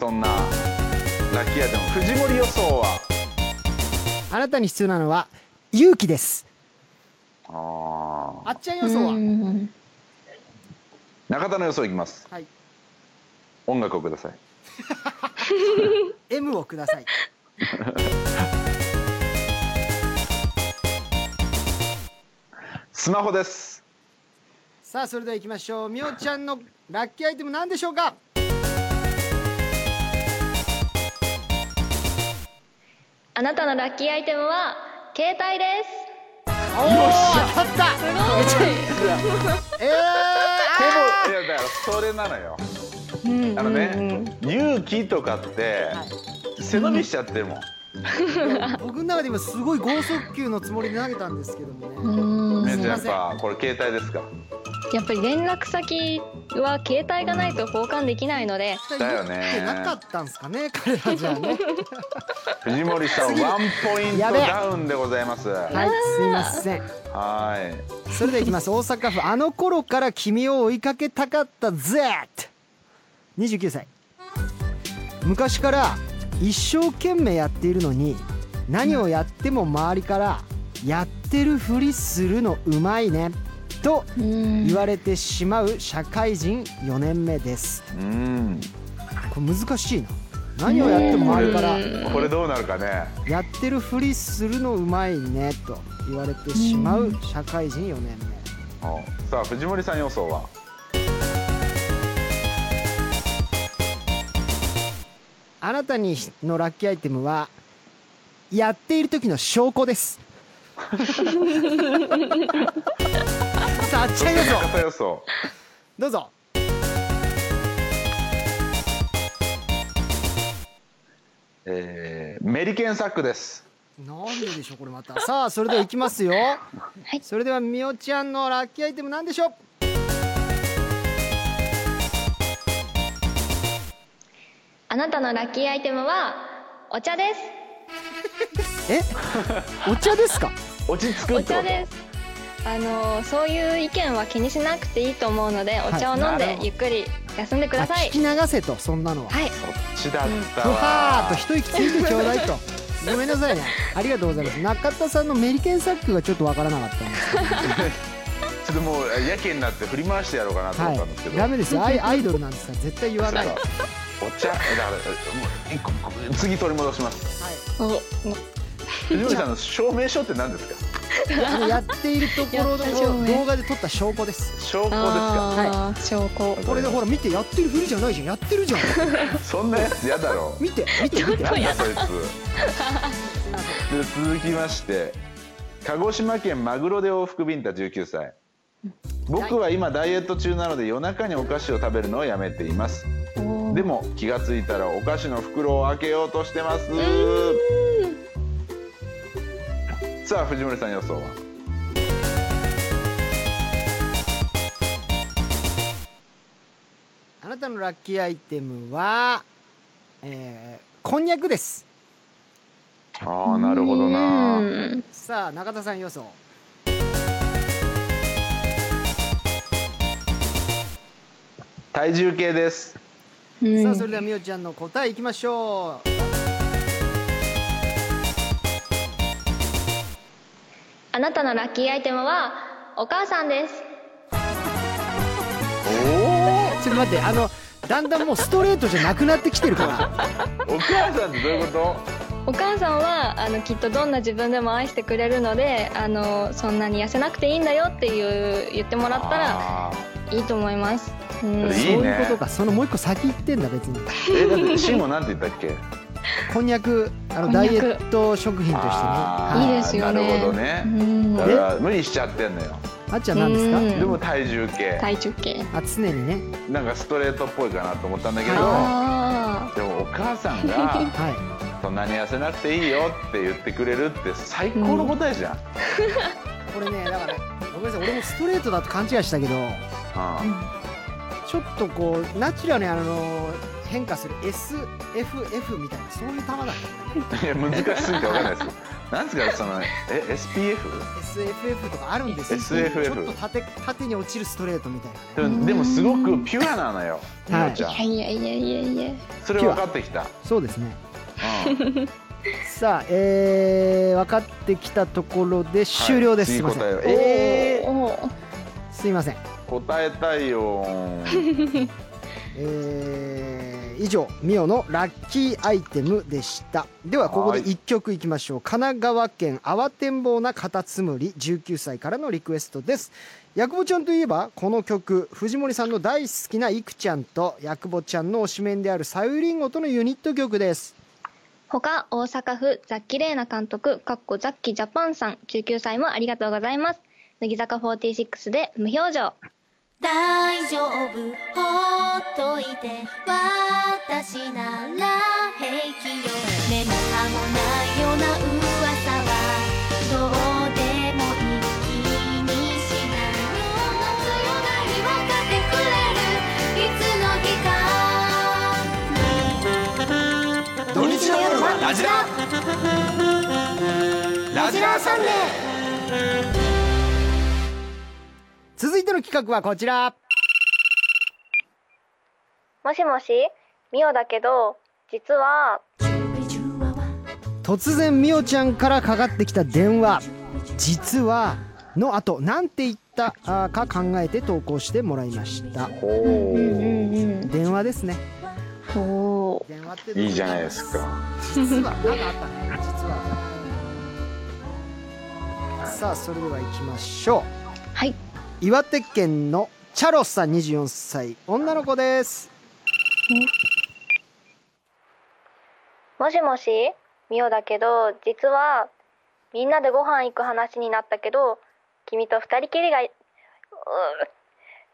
そんなラッキーアイテム藤森予想あなたに必要なのは勇気ですはああっちゃんう予想はん。ー中田の予想いきますはい音楽をください M をくだ [LAUGHS] さいスマホですさあそれでは行きましょうみおちゃんのラッキーアイテム何でしょうかあなたのラッキーアイテムは携帯ですおお当たったえでもいやだからそれなのようんあのね、勇気とかって背伸びしちゃってるもん、ー、僕の中で今すごい剛速球のつもりで投げたんですけどもうんね、ねすいじゃまあやっせんぱこれ携帯ですかやっぱり連絡先は携帯がないと交換できないのでだよね言ってなかったんですかね彼らじゃあ [LAUGHS] ね藤森さんワンポイントやべえダウンでございますははいすいませんいそれではいきます大阪府あの頃から君を追いかけたかったぜ29歳昔から一生懸命やっているのに何をやっても周りから「やってるふりするのうまいね」と言われてしまう社会人4年目ですうんこれ難しいな何をやっても周りからこれどうなるかね「やってるふりするのうまいね」と言われてしまう社会人4年目さあ藤森さん予想はあなたにのラッキーアイテムはやっている時の証拠ですさああっちゃいますよ中田予想どうぞえーメリケンサックですなんででしょうこれまたさあそれではいきますよ、それではみおちゃんのラッキーアイテムなんでしょうあなたのラッキーアイテムはお茶ですえお茶ですか落ち着くおって茶ことですあのそういう意見は気にしなくていいと思うのでお茶を飲んなるでほどゆっくり休んでくださあ聞いき流せとそんなのははいそっちだったふはーっわと一息ついてちょうだいとごめんなさいねありがとうございます中田さんのメリケンサックがちょっとわからなかったんですけどちょっともうやけになって振り回してやろうかなと思ったんですけはいど、ダメですよアイアイドルなんですから絶対言わないそうかお茶だからもう一個次取り戻しますお。藤森さんの証明書って何ですかあのやっているところやをった証明動画で撮った証拠です証拠ですかああ、証拠。これでほら見てやってるふりじゃないじゃんやってるじゃんそんなやつやだろ見て見て見てなんだそいつで続きまして鹿児島県マグロで往復ビンタ19歳僕は今ダイエット中なので夜中にお菓子を食べるのをやめていますでも気がついたらお菓子の袋を開けようとしてますさあ藤森さん予想はあなたのラッキーアイテムは、えー、こんにゃくですああなるほどなうんさあ中田さん予想体重計ですうんさあそれではみおちゃんの答えいきましょうあなたのラッキーアイテムは、お母さんです。ちょっと待ってあのだんだんもうストレートじゃなくなってきてるからお母さんってどういうこお母さんはあのきっとどんな自分でも愛してくれるのであのそんなに痩せなくていいんだよっていう言ってもとらったらあいいと思います、うんいいねそういうことかそのもう一個先行ってんだ別にーえだってシーモンなんて言ったっけこんにゃくあこのんにゃダくイエット食品としてねあはいいーですよねなるほどね、うんだから無理しちゃってんのよ、あっちゃん何ですかうんでも体重計体重計あ常にねなんかストレートっぽいかなと思ったんだけどあでもお母さんが [LAUGHS] はいそんなに痩せなくていいよって言ってくれるって最高の答えじゃん、これねだからごめんなさい俺もストレートだと勘違いしたけどうんちょっとこうナチュラルにあの変化する SFF みたいなそういう球だったねいや難しすぎてわかんないですなんですかそのえ SPF? SFF とかあるんですよ SFF ちょっと縦縦に落ちるストレートみたいなねでもでもすごくピュアなのよ、みはいおちゃんあいやいやいやいやいやそれ分かってきた、そうですねうんさあえー、分かってきたところで終了です、はすいまい、次せん答えをえーおーすいません答えたいよ [LAUGHS] えー以上ミオのラッキーアイテムでしたではここではい1曲いきましょう神奈川県慌てんぼうなカタツムリ19歳からのリクエストですやくぼちゃんといえばこの曲藤森さんの大好きないくちゃんとやくぼちゃんの推しメンであるさゆりんごとのユニット曲です他、大阪府、ザッキレーナ監督、かっこザッキジャパンさん、19歳もありがとうございます。乃木坂46で無表情。大丈夫ほっといて私なら平気よ根も葉もないような噂はどうでもいい気にしない世の強がり分かってくれるい土日つの日かの夜はラジララジラサンデー続いての企画はこちらもしもしミオだけど、実は、突然みおちゃんからかかってきた電話実はの後なんて言ったあーか考えて投稿してもらいましたおうんーうん電話ですねうんおー電話ってどういいじゃないですか実はなんかあったね実はさあそれでは行きましょはい。う岩手県のチャロスさん24歳女の子ですもしもしミオだけど、実は、みんなでご飯行く話になったけど、君と二人きりが、うー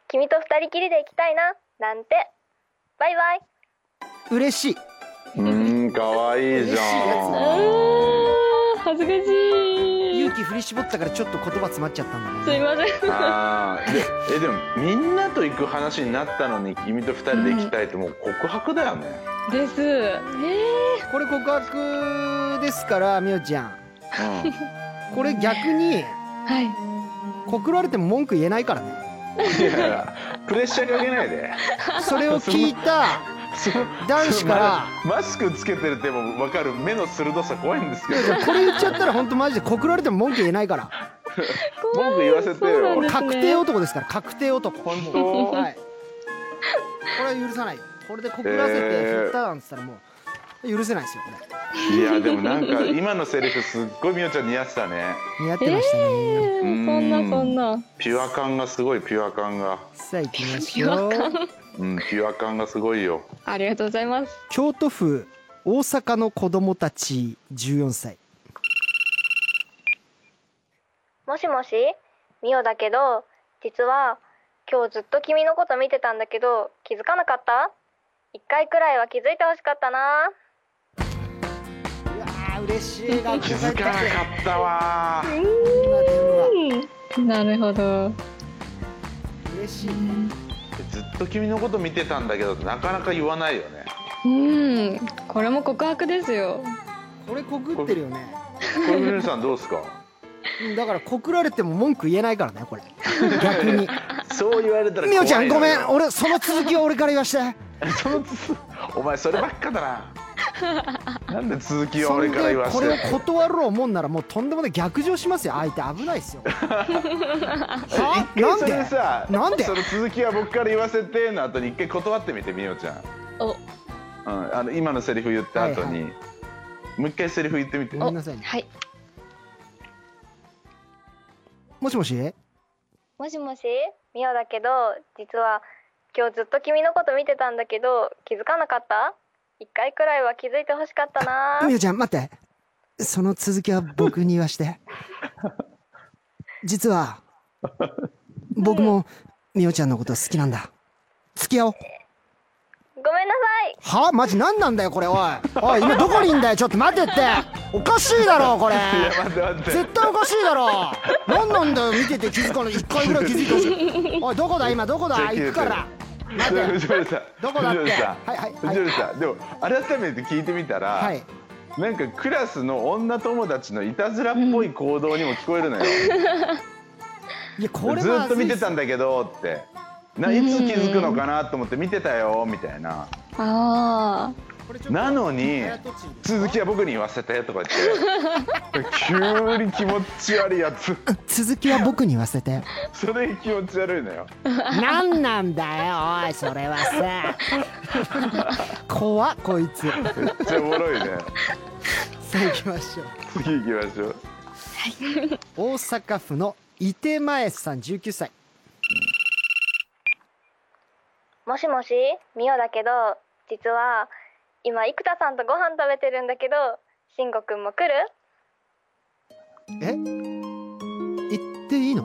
君と二人きりで行きたいな、なんて。バイバイ。嬉しいうーん可愛いじゃあー恥ずかしい勇気振り絞ったからちょっと言葉詰まっちゃったんだすいねませんんあーでえでもみんなと行く話になったのに君と二人で行きたいってもう告白だよね、ですこれ告白ですからみおちゃんうん、いこれ逆にはい告られても文句言えないからね [LAUGHS] やプレッシャーかけないでそれを聞いたそ男子からそマスクつけてるっても分かる目の鋭さ怖いんですけどこれ言っちゃったら本当マジで告られても文句言えないから文句言わせてそうなんよですね確定男ですから確定男本当もうはいこれは許さないよこれで告らせてえー振ったなんつったらもう許せないですよこいやでもなんか今のセリフすっごいみおちゃん似合ってたねれ似合ってましたね、そんなそんな。ピュア感がすごいピュア感がさあ行きましょう [LAUGHS] うんピュア感がすごいよありがとうございます。京都府大阪の子供たち14歳もしもしミオだけど実は今日ずっと君のこと見てたんだけど気づかなかった一回くらいは気づいてほしかったなうわー嬉しいな気づかなかったわー今電話なるほど。嬉しいずっと君のこと見てたんだけどなかなか言わないよねうん、これも告白ですよ。これ告ってるよねこれみおさんどうですかうんだから告られても文句言えないからねこれ逆に [LAUGHS] [LAUGHS] そう言われたらみおちゃんごめ [LAUGHS] 怖いんよ俺その続きは俺から言わしてそのつお前そればっかだな [LAUGHS] なんで続きをそれ俺からで言わせこれをて断ろうもんならもうとんでもない逆上しますよ相手危ない [LAUGHS] ですよは一回なんそでれさなんでその続きは僕から言わせての後に一回断ってみてみよちゃんお、うん、あの今のセリフ言った後に、はいもう一回セリフ言ってみてごめんなさいねはい。もしもしもしもしミオだけど実は今日ずっと君のこと見てたんだけど気づかなかった一回くらいは気づいてほしかったなみおちゃん待ってその続きは僕に言わして実は僕もみおちゃんのこと好きなんだ付き合おうごめんなさいはマジ何なんだよこれおいおい今どこにいんだよちょっと待ってっておかしいだろこれいや [LAUGHS] 待って待って絶対おかしいだろ何なんだよ見てて気づかない一回ぐらい気づいてほしいおいどこだ今どこだじゃあ行くから待て藤森さんどこだって藤森さん、はいはいはい藤森さんでも改めて聞いてみたら、はいなんかクラスの女友達のいたずらっぽい行動にも聞こえるのよ、いやこれずはっと見てたんだけどってないつ気づくのかなと思って見てたよみたいなあなのに続きは僕に言わせてとか言って急に気持ち悪いやつ続きは僕に言わせてそれ気持ち悪いのよ何なんだよおいそれはさ怖っこいつめっちゃおもろいねさあ行きましょう次行きましょう大阪府の伊手前さん19歳もしもしミオだけど実は今生田さんとご飯食べてるんだけど慎吾くんも来るえ行っていいの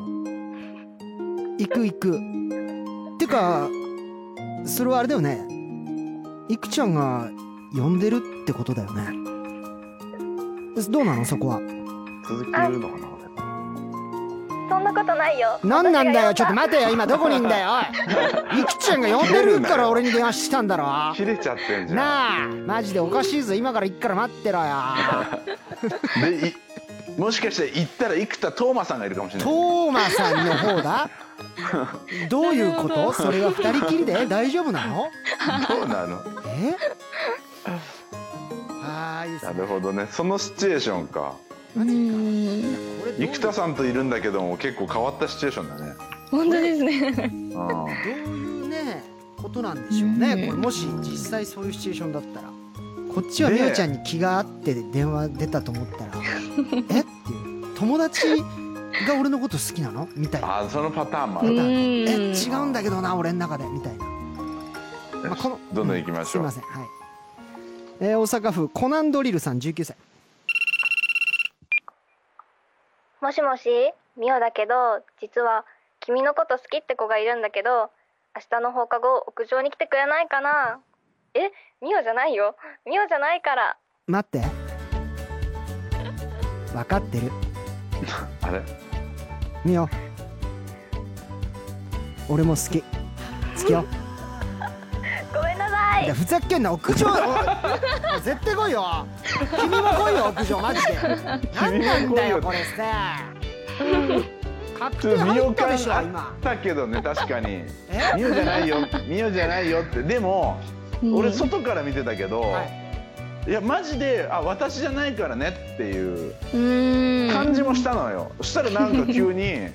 行く行くてかそれはあれだよねいくちゃんが呼んでるってことだよねどうなのそこは続き言うのかな俺そんなことないよ何なんだよ私ちょっとが呼ん待てよ今どこにいんだよ [LAUGHS] おいいくちゃんが呼んでるから俺に電話したんだろ切れちゃってんじゃなあマジでおかしいぞ今から行くから待ってろよんでいもしかして行ったら生田斗真さんがいるかもしれトないーマさんの方だどういうこと [LAUGHS] それは二人きりで大丈夫なのそうなの [LAUGHS] え [LAUGHS] はーいいですなねるほどねそのシチュエーションかあ、うん、これどう生田さんといるんだけども結構変わったシチュエーションだね本当ですね。うどういうねことなんでしょうね、うんこれもし実際そういうシチュエーションだったらこっちはねみえおちゃんに気があって電話出たと思った [LAUGHS] らえっていう友達が俺のこと好きなのみたいんなあそのパターンもあうるえ違ん。うんだけどな俺の中でみたいな、まあ、このどんどん行きましすいょうませんはい、えー、大阪府コナンドリルさん19歳もしもしミオだけど実は君のこと好きって子がいるんだけど明日の放課後屋上に来てくれないかなえミオじゃないよミオじゃないから待 [LAUGHS] って分かってるあれみお俺も好き付き合おうごめんなさいいやふざけんな屋 [LAUGHS] 上おい絶対来いよ君も来いよ屋上マジで何なんだよこれさ確ちょっ定と見入よった感でしょあ今ったけどね確かに [LAUGHS] えミオじゃないよミオじゃないよってでも俺外から見てたけど、はい。い、やマジであ私じゃないからねっていううん。感じもしたのよ、そしたらなんか急に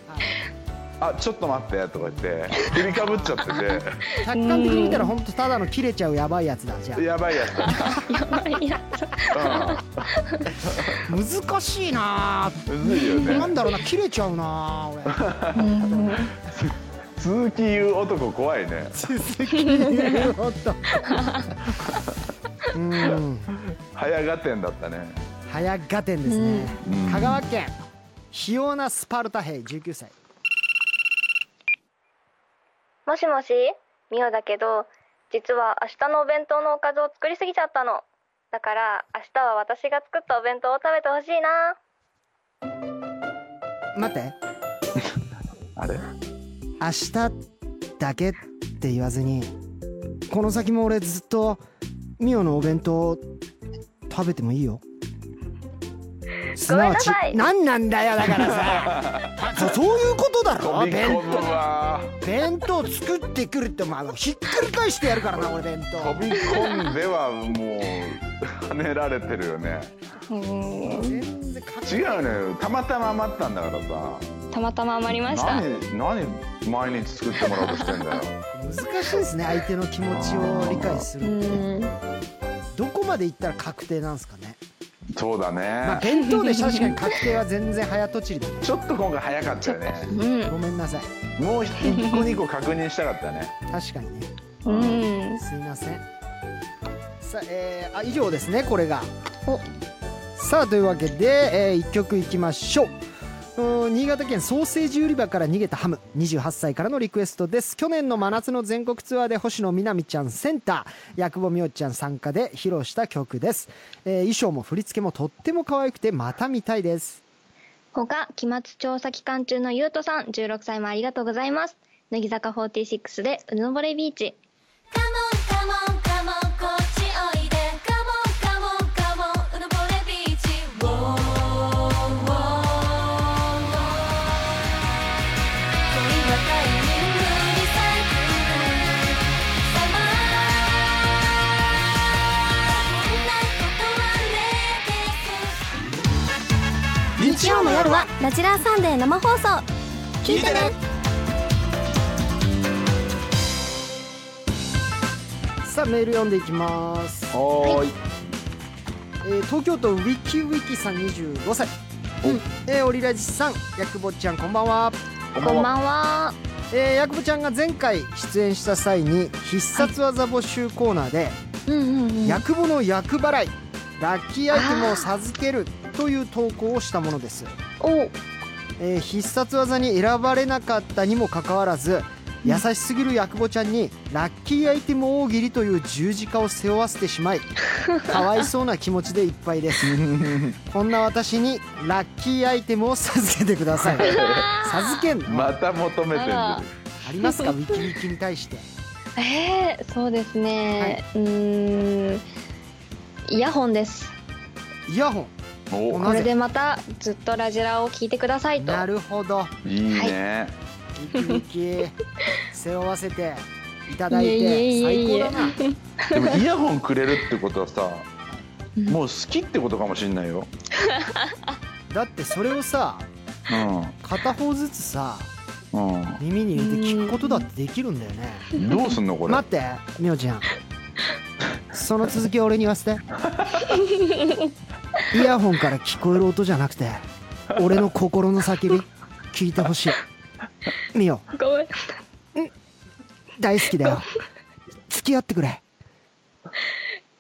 あちょっと待って」とか言って振りかぶっちゃって客観的に見たら本当ただの切れちゃうやばいやつだじゃ [LAUGHS] てやばいやつだっいやた、あ難しいなうん、むずいよねなんだろうな切れちゃうな俺 [LAUGHS] 鈴木言う男怖いね続き言う [LAUGHS] ことうん早がてんだったね早合点ですね、うん香川県ヒオナスパルタ兵19歳もしもしミオだけど実は明日のお弁当のおかずを作りすぎちゃったのだから明日は私が作ったお弁当を食べてほしいな待ってあれ明日だけって言わずにこの先も俺ずっとミオのお弁当食べてもいいよすなわちごめんなさい何なんだよだから [LAUGHS] さそそういうことだろ飛び弁込むわ弁当作ってくるってお前ひっくり返してやるからな俺弁当飛び込んではもう跳ねられてるよね全然か違うのよたまたま余ったんだからさたまたま余りました何何毎日作ってもらおうとしてんだよ難しいですね相手の気持ちを理解するってどこまでいったら確定なんですかねそうだね、まあ弁当で確かに確定は全然早とちりだねちょっと今回早かったよねごめんなさいもう一個二個確認したかったね確かにねうんすいませんさあえーあ以上ですねこれがさあというわけで、え1曲いきましょううーん新潟県ソーセージ売り場から逃げたハム28歳からのリクエストです去年の真夏の全国ツアーで星野みなみちゃんセンター八久保美桜ちゃん参加で披露した曲です、えー衣装も振り付けもとっても可愛くてまた見たいです他期末調査期間中のゆうとさん16歳もありがとうございます乃木坂46でうぬぼれビーチカモンカモンカモンこっちおいでカモンカモンカモンうぬぼれビーチウォーウォーウォー恋はタイミングリサイクルサマーこんなことはレース日曜の夜はラジラーサンデー生放送聞いてねさあメール読んでいきますはーいえー東京都ウィキウィキさん25歳、えーオリラジさんやくぼちゃんこんばんはこんばこんんはばんはえー、やくぼちゃんが前回出演した際に必殺技募集コーナーで「やくぼの厄払いラッキーアイテムを授ける」という投稿をしたものです、おえー必殺技に選ばれなかったにもかかわらず優しすぎるやくぼちゃんにラッキーアイテム大喜利という十字架を背負わせてし [LAUGHS] まいかわいそうな気持ちでいっぱいですこんな私にラッキーアイテムを授けてく [LAUGHS] ださい授けんの、 [LAUGHS] また求めてんだあよありますかウィキウィキに対してえー、そうですね、うーんイヤホンですイヤホンおなこぜれでまたずっとラジラを聞いてくださいとなるほどいいね、ウキウキ [LAUGHS] 背負わせていただいいえていえ最いえ高いえだなでもイヤホンくれるってことはさもう好きってことかもしんないよだってそれをさ片方ずつさうんう耳に入れて聞くことだってできるんだよねんどうすんのこれ待ってみおちゃんその続きは俺に言わせ [LAUGHS] てイヤホンから聞こえる音じゃなくて俺の心の叫び聞いてほしいみおごめん大好きだよ付き合ってくれ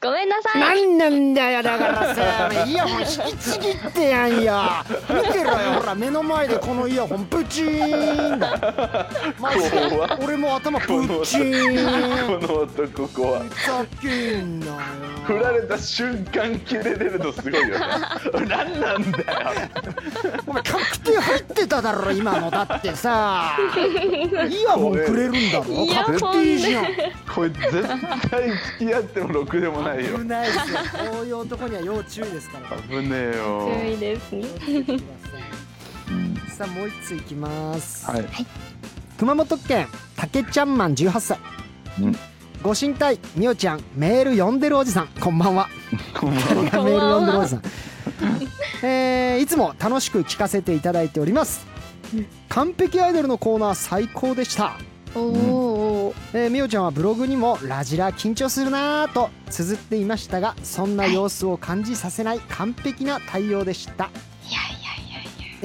ごめんなさいなんなんだよだからさイヤホン引きちぎってやんや見てろよほら目の前でこのイヤホンプチーンだマジで怖っ俺も頭プチーンこの男怖いざけんなよ振られた瞬間切れれるのすごいよね何なんだよお前確定入ってただろ今のだって [LAUGHS] さイヤホンくれるんだろイヤホンで確定じゃんこれ絶対付き合ってもろくでもないよ危ないですよこういう男には要注意ですから [LAUGHS] 危ねえよ注意ですねさあもう一ついきますはい熊本県たけちゃんマン18歳、うんご神体みおちゃんメール読んでるおじさんこんばんはメールこんばんは [LAUGHS] 読んでるおじさん、えーいつも楽しく聞かせていただいております完璧アイドルのコーナー最高でしたおお、えー、みおちゃんはブログにもラジラ緊張するなぁと綴っていましたがそんな様子を感じさせない完璧な対応でしたいや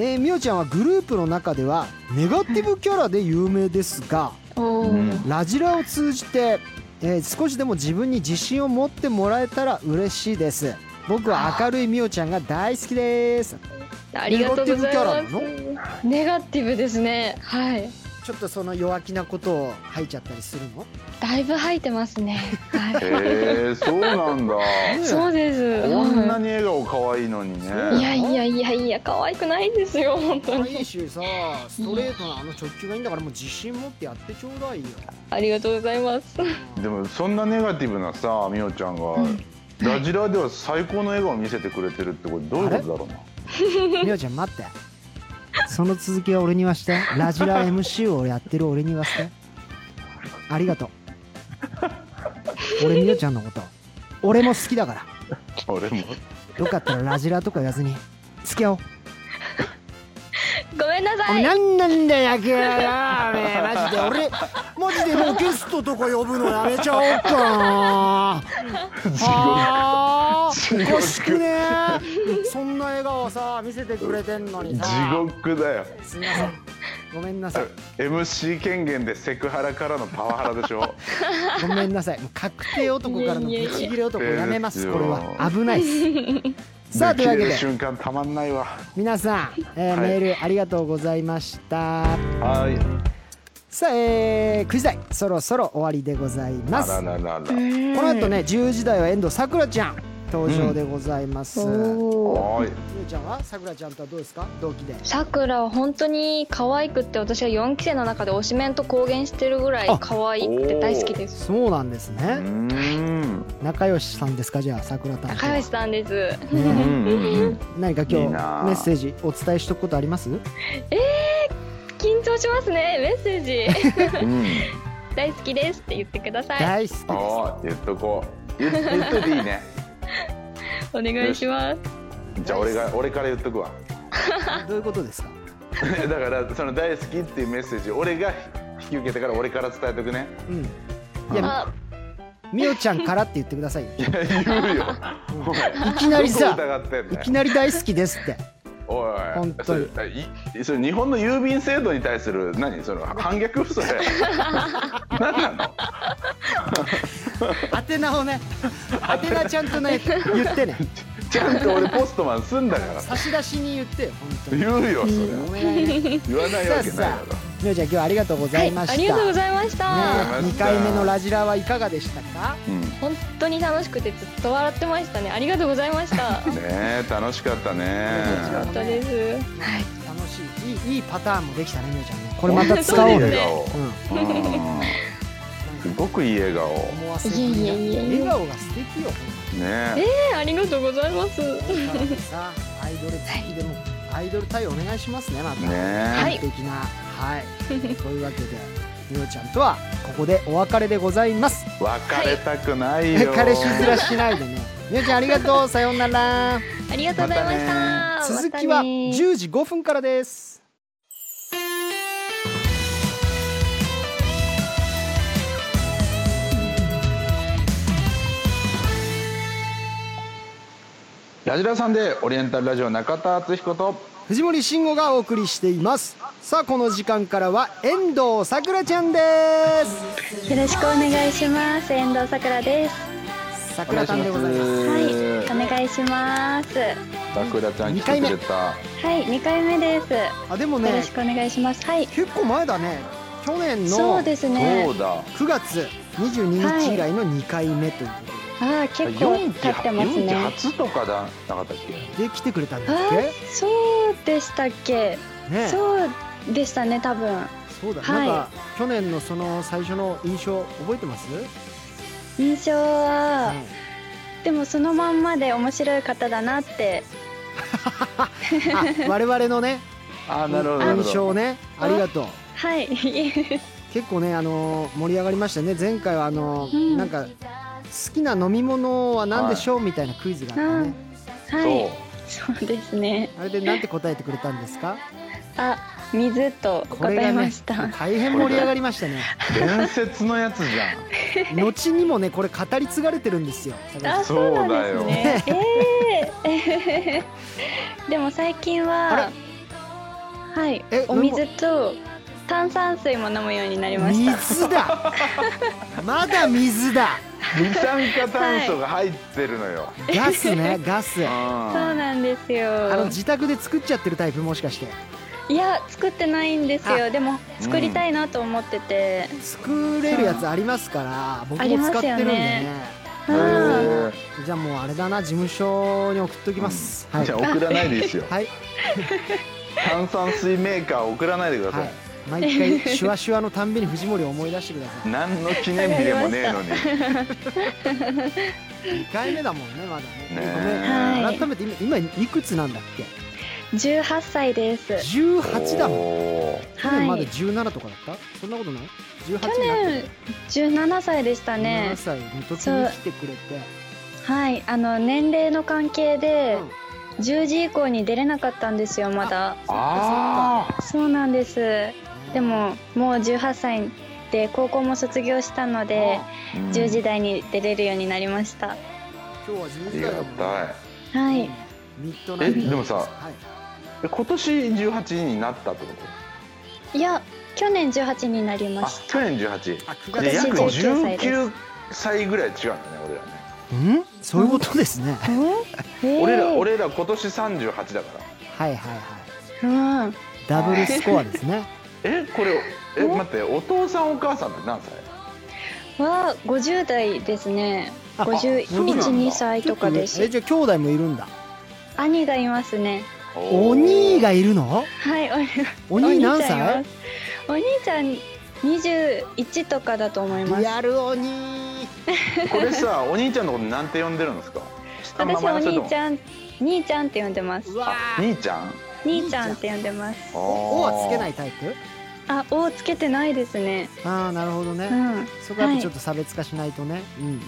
いやいやいやえー、みおちゃんはグループの中ではネガティブキャラで有名ですがおお、うんラジラを通じて、えー少しでも自分に自信を持ってもらえたら嬉しいです僕は明るいみおちゃんが大好きですありがとうございますネガティネガティブですねはいちょっとその弱気なことを吐いちゃったりするのだいぶ吐いてますね [LAUGHS] はいへえそうなんだそうですこんなはに笑顔可愛いのにねいいやいやいやいや可愛くないですよ本当いにいしさストレートなあの直球がいいんだからもう自信持ってやってちょうだいよありがとうございますでもそんなネガティブなさみおちゃんが、ラジラでは最高の笑顔を見せてくれてるってこれどういうことだろうなみおちゃん待ってその続きは俺に言わしてラジラ MC をやってる俺に言わしてありがとう俺みおちゃんのこと俺も好きだから俺もよかったらラジラとか言わずに付き合おうごめんなおさ前い何なんだよ野球 [LAUGHS] はよおめえマジで俺マジでもうゲストとか呼ぶのやめちゃおうかな [LAUGHS] あ地ー獄おかしくねえそんな笑顔さ見せてくれてんのに地さ獄だよすみませんごめんなさい MC 権限でセクハラからのパワハラでしょごめんなさいもう確定男からのブいえいえいえチギレ男やめますこれは危ない [LAUGHS] です [LAUGHS] さあとでいうわ切けれるで瞬間たまんないわ皆さん、えーはいメールありがとうございましたはいさあ、えー、9時台そろそろ終わりでございまあすららららこの後ね10時台は遠藤さくらちゃん登場でございます、ゆはうちゃんはさくらちゃんとはどうですか同期でさくらは本当に可愛くって私は4期生の中で推しメンと公言してるぐらい可愛くて大好きですそうなんですいうねん仲良しさんですかじゃあさくらたんとは仲良しさんですうんねうんえ何か今日いメいなあッセージお伝えしとくことあります緊張しますねメッセ [LAUGHS] ージうん大好きですって言ってください大好きですああ言っとこう言っ言っといていい [LAUGHS] ねお願いしますじゃあ俺が俺から言っとくわ [LAUGHS] どういうことですかだからその大好きっていうメッセージ俺が引き受けてから俺から伝えとくね [LAUGHS] うんいやあみおちゃんからって言ってくだ [LAUGHS] さいよいや言うよお前 [LAUGHS] いきなりさどこ疑ってんいだよきなり大好きです [LAUGHS] っておいおい本当にそれいそれ日本の郵便制度に対する何その反逆それ何なの宛名をね宛名ちゃんと [LAUGHS] ね言ってねちゃんと俺ポストマンすんだから差し出しに言ってよ本当に言うよそれお願いね言わないわけないだろみおちゃん今日はありがとうございました、ありがとうございました、ねえ二回目のラジラはいかがでしたかうんね本当に楽しくてずっと笑ってましたねありがとうございましたえ楽しかったね本当です楽しいいいいいパターンもできたねみおちゃんねこれまた使おういいね笑顔うんすごくいい笑顔うん、思わせぶりないえいえいえいえ笑顔が素敵よねありがとうございますだからさアイドル好きでもアイドル対応お願いしますねまたねえ完璧なはいというわけでみおちゃんとはここでお別れでございます別れたくないよ彼氏面しないでねみおちゃんありがとうさようならありがとうございましたま続きはまたね10時5分からですラジラさんでオリエンタルラジオ中田敦彦と藤森慎吾がお送りしていますさあこの時間からは遠藤さくらちゃんですよろしくお願いします遠藤さくらですさくらたんでございますはいお願いしますさくらちゃん来てくれたはい2回目ですよあでもろねしくお願いしますはい結構前だね去年そのうですねそうだ9月22日以来の2回目というこああ結構四期経ってます四期ね初とかだなかったっとで,、で来てくれたんだっあそうでしたっけけねそうそうでしたね多分だ、はいなんか去年のその最初の印象覚えてます、印象は、ねでもそのまんまで面白い方だなってあ我々の [LAUGHS] ねけあなるほどなるほ印ど象ねありがとうはい結構ねあのー盛り上がりましたね前回はあのーうんなんか好きな飲み物は何でしょう、みたいなクイズがあったねはいそうですねあれでなんて答えてくれたんですかあ水とこれ答がねえました。大変盛り上がりましたね伝説のやつじゃん後にもねこれ語り継がれてるんですよ坂あ口そうなんだでよすね。ええ [LAUGHS] でも最近ははいえお水と炭酸水も飲むようになりさんました。水だまだ水だ二酸化炭素が入ってるのよ、ガスねガスあそうなんですのよ。自宅で作っちゃってるタイプもしかしていや作ってないんですあよ。でも作りたいなと思ってて。作れるやつありますから僕ありもま使っすてるよんでねねうんうんへじゃあもうあれだな事務所に送っときます、ーはいじゃあ送らないでいいですよはい、炭酸水メーカー送らないでください、はい、毎回シュワシュワのたんびに藤森を思い出してくだ [LAUGHS] さい何の記念日でもねえのに2回目だもんねまだねねごめんはい改めて今今いくつなんだっけ18歳です。 18だもんおー去年まはだい。 17とかだったそんなことない18去になっ年17歳でしたたね7。歳の時に来てくれてはい、あの年齢の関係でうん10時以降に出れなかったんですよまだあそうなんですでももう18歳で高校も卒業したのでーうん10時台に出れるようになりました今日は10あり時がだもんねたいはいミッドナイトえでもさはい、え今年18になったってこといや去年18になりまあし去年18あ9で月約19歳です19歳ぐらい違うんだね俺らねんそういうことです [LAUGHS] ねたうん [LAUGHS] えー俺ら俺ら今年38だからはいはいはいうんダブルスコアですねえこれえ待ってお父さんお母さんって何歳は50代ですねあそうなんだ512歳とかでえすじゃあ兄弟もいるんだ兄がいますねお兄がいるのはいおお兄何ちゃんいま歳すお兄ちゃん21とかだと思いますリアルお兄これさ [LAUGHS] お兄ちゃんのことなんて呼んでるんですか下の名私はお前それとも兄ちゃん兄ちゃんって呼んでますうわー兄ちゃん兄ちゃんって呼んでますおはつけないいタイプあ、おをつけてないですねああなるほどね、うんそこはやっぱちょっと差別化しないとね、うん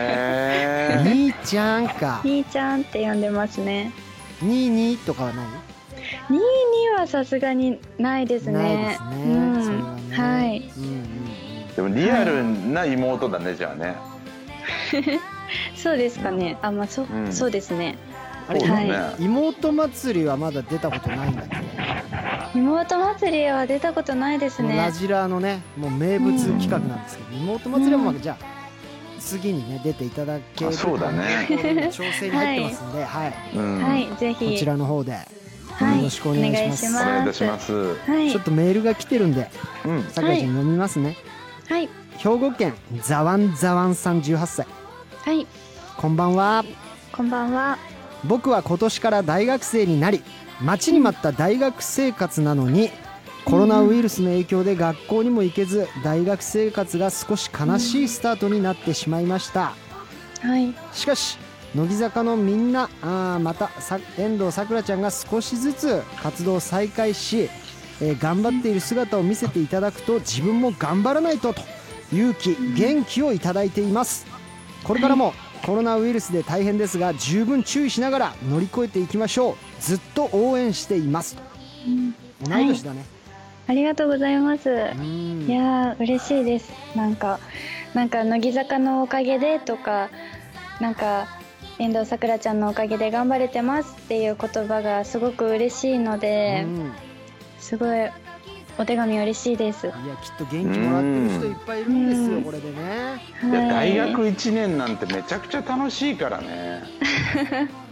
へー兄ちゃんか兄ちゃんって呼んでますね兄にとかはない兄にはさすがにないですねないですね、うんそれはねはいうんうんうんでもリアルな妹だねじゃあねそうですかねあ、まあそ,、うんそうですねあれ、そうだはね妹祭りはまだ出たことないんだっけ妹祭りは出たことないですこのラねジラーのねもう名物企画なんですけど、妹祭りはまあじゃあ次にね出ていただけるあそうだねという調整に入ってますんで、はいうんはい、ぜこひちらの方ではいよろしくお願いしますおお願いい願たいししまますすうんはいちょっとメールが来てるんでさくらちゃん読みますね、はい兵庫県ザワンザワンさん18歳はい、こんばんはこんばんは僕は今年から大学生になり待ちに待った大学生活なのにコロナウイルスの影響で学校にも行けず大学生活が少し悲しいスタートになってしまいましたはいしかし乃木坂のみんなあーまたさ遠藤さくらちゃんが少しずつ活動を再開し、えー頑張っている姿を見せていただくと自分も頑張らないとと勇気元気をいただいていますこれからもコロナウイルスで大変ですが十分注意しながら乗り越えていきましょうずっと応援しています同い年だね、ありがとうございますうーんいやー嬉しいですなんかなんか乃木坂のおかげでとかなんか遠藤さくらちゃんのおかげで頑張れてますっていう言葉がすごく嬉しいので、うんすごいお手紙嬉しいですはいやきっと元気もらってる人いっぱいいるんですようんこれでねいや大い学1年なんてめちゃくちゃ楽しいからね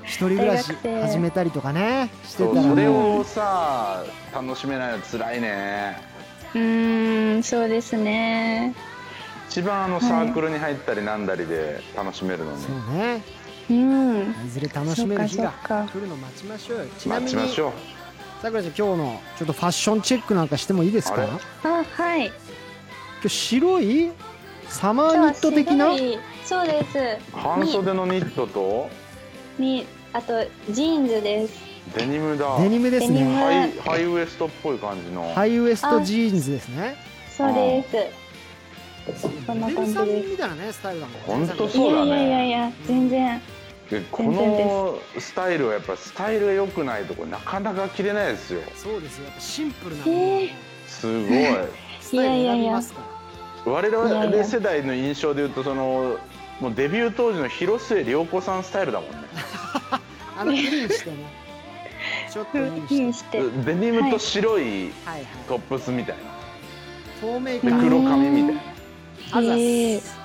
一人暮らし大学生始めたりとかねしてたそうらそねれをさ楽しめないの辛いねうーんそうですね一番あのサークルに入ったりなんだりで楽しめるのに、そうねうんいずれ楽しめる日がそうかそうか来るの待ちましょうよちなみ待にちましょうさくらちゃん今日のちょっとファッションチェックなんかしてもいいですかあれ今あはい日白いサマーニット的な今日は白いそうです半袖のニットとにあとジーンズですデニムだデニムですデニムねハイハイウエストっぽい感じの、ハイウエストジーンズですねそうですこんモなデ感ルじさんですみたいなねスタイルだもんほんといそうだやねいやいやいや全然でこ全然のスタイルはやっぱスタイルが良くないとこれなかなか着れないですよそうですよやっぱシンプルなものをす [LAUGHS] ごいスタイル選びますから我いや々いや世代の印象でいうとそのもうデビュー当時の広末涼子さんスタイルだもんねあのクリーンしてねちょっとクリーンしてインしてデニムと白いはいはいトップスみたい透明なで感黒髪みたいなあざっええす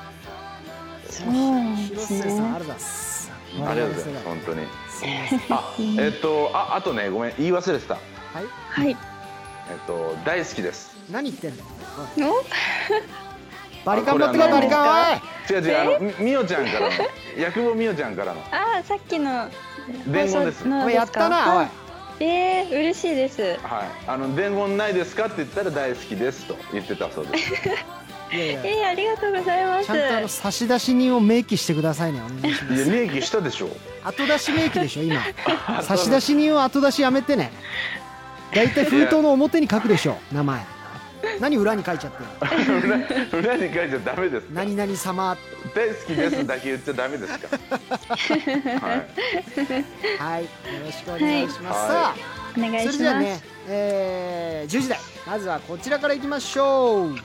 そうなんで広す末さんあねるざっすありがとうございます本当にすいませんあえっとああとねごめん言い忘れてたはいはいえっと大好きです何言ってんのおいおバリカン持ってこいバリカンおい違う違うあのみみおちゃんからの薬母みおちゃんからのあーさっきの伝言ですのおいやったなおいえー、嬉しいですはいあの伝言ないですかって言ったら大好きですと言ってたそうです [LAUGHS] いやいやえー、ありがとうございますちゃんとあの差出人を明記してくださいねお願いしまいやす明記したでしょ [LAUGHS] 後出し明記でしょ今差出人を後出しやめてねだいたい封筒の表に書くでしょ名前何裏に書いちゃってる裏裏に書いちゃダメです何々様って大好きですだけ言っちゃダメで [LAUGHS] すかはいはいよろしくお願いします、はさあお願いそれしじゃあますね、えー、10時台まずはこちらからいきましょう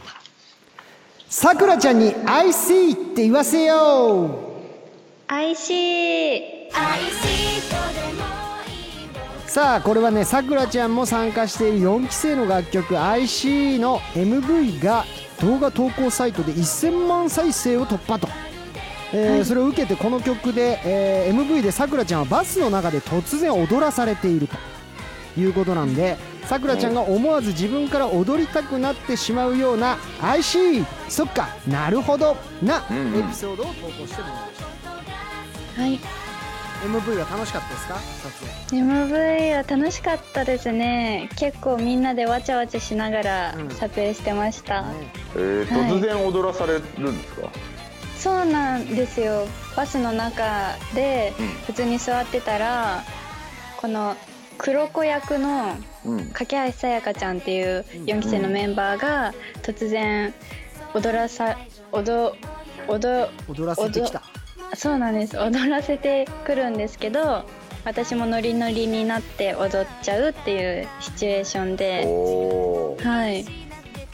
さくらちゃんに「I see」って言わせよう IC さあこれはねさくらちゃんも参加している4期生の楽曲「I see」の MV が動画投稿サイトで1000万再生を突破と、えーそれを受けてこの曲で、えー MV でさくらちゃんはバスの中で突然踊らされているということなんでさくらちゃんが思わず自分から踊りたくなってしまうような「I see」そっかなるほどなうんうんエピソードを投稿してもらいました、はい、 MV は楽しかったですか撮影 MV は楽しかったですね結構みんなでわちゃわちゃしながらうん撮影してました、ねえーはい突然踊らされるんですか、そうなんですよバスの中でうん普通に座ってたらこの黒子役のうん架橋さやかちゃんっていう4期生のメンバーが突然踊らさ踊踊踊らせてきたそうなんです踊らせてくるんですけど私もノリノリになって踊っちゃうっていうシチュエーションでおーはい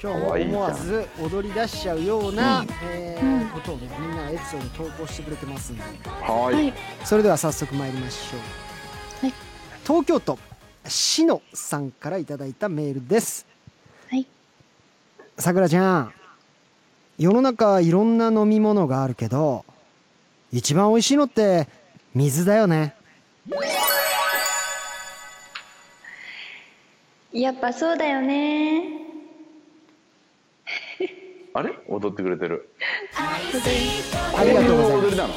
今日も思わず踊り出しちゃうような、えーことをねみんなエピソード投稿してくれてますんではーい、それでは早速参りましょう、はい東京都しのさんからいただいたメールですはいさくらちゃん世の中いろんな飲み物があるけど一番美味しいのって水だよねやっぱそうだよねあれ踊ってくれてるありがとうございますこういう踊りなの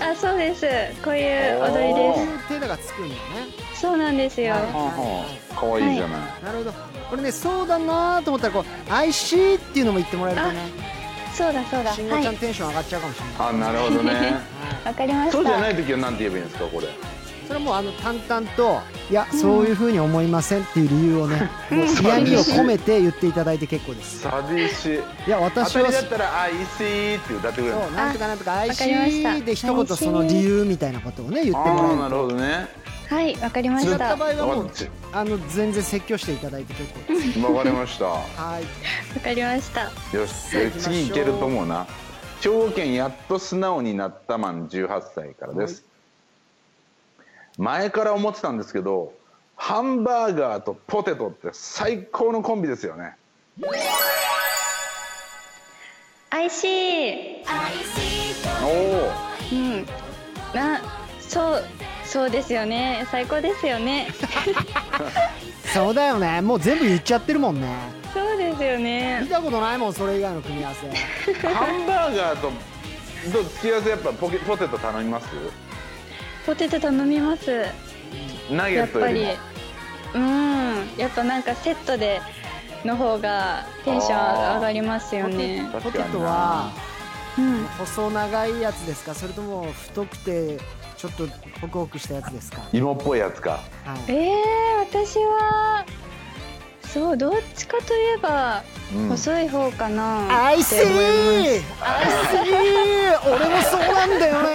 あそうですこういう踊りで手がつくんだよねすそうなんですよははあはあかわいいじゃない、なるほどこれねそうだなと思ったらこう「I see」っていうのも言ってもらえるとねそうだそうだ慎吾はちゃんいテンション上がっちゃうかもしれない、あなるほど [LAUGHS] ねわかりまそうしじゃたない時はなんて言えばいいんですかこれそれはもうあの淡々と「いや、そういうふうに思いません」っていう理由をねもう嫌味を込めて言っていただいて結構です寂しいいや当私たりはだっそたら「あいしい」って歌ってくれるのうなんとかなんとか「I わかりました see」で一言その理由みたいなことをね言ってもああらなえるほどねはいわかりまる違しったた場合はもうわちあの全然説教していただいて結構ですわかりましたはいわかりましたよしえ次いけると思うな兵庫県やっと素直になったマン18歳からです、前から思ってたんですけどハンバーガーとポテトって最高のコンビですよね IC おおうんなそうそうですよね最高ですよねそうだよねもう全部言っちゃってるもんねそうですよ見ねたことないもんそれ以外の組み合 [LAUGHS] わせハンバーガーとどう付き合わせやっぱポケポテト頼みますポテト頼みますナゲやっットぱよりりもうんやっぱなんかセットでの方がテンション上がりますよねポ確テかになトはうん細長いやつですかそれとも太くてちょっとホクホクしたやつですか、芋っぽいやつかはい、えー、私はそうどっちかといえばうん細い方かなアイっスて思いますアイス俺もそうだなんだよね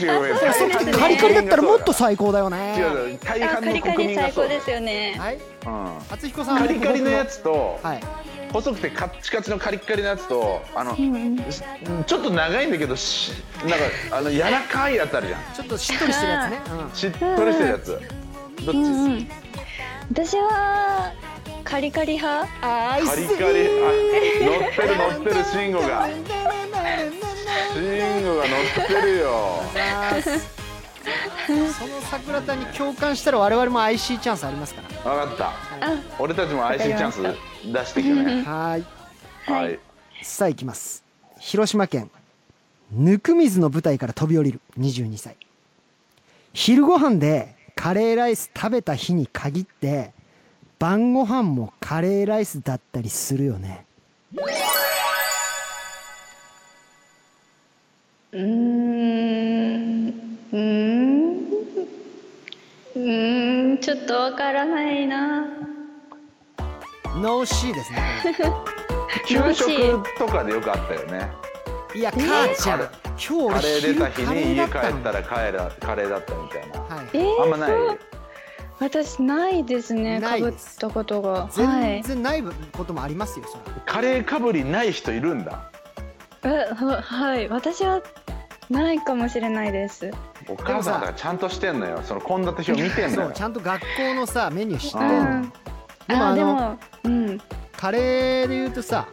違う違ういやそっかカリカリだったらもっと最高だよ違うね違う大あ半カのリカ国リ民が最そ高うだよですよねはいうん厚彦さんカリカリのやつとはい細くてカッチカチのカリッカリのやつとあのしちょっと長いんだけどしなんかあの柔らかいやつあるじゃんちょっとしっとりしてるやつね、うんしっとりしてるやつどっちうんうん私はカリカリ派あーカリカリあ乗ってる乗ってる慎吾が慎吾が乗ってるよその桜田に共感したら我々も IC チャンスありますから分かった俺たちも IC チャンス出してきてねはーいはいさあ行きます広島県ぬくみずの舞台から飛び降りる22歳昼ご飯でカレーライス食べた日に限って晩ご飯もカレーライスだったりするよねうーんうーんうーんちょっとわからないなノーシーですね給食とかでよくあったよねこれ [LAUGHS] いや母ちゃんカレー今日俺カレー出昼た日カレーにだっ家帰たっのたらカレーだカレーだったみたいなはいえー、あんまないそう私ないですねなかいぶっですたことがはい全然ないこともありますよそれカレーかぶりない人いるんだえははい私はないかもしれないですお母さんだからちゃんとしてんのよその献立表見てんのそようちゃんと学校のさメニュー知ってうんのんでもああでのもうんカレーで言うとさ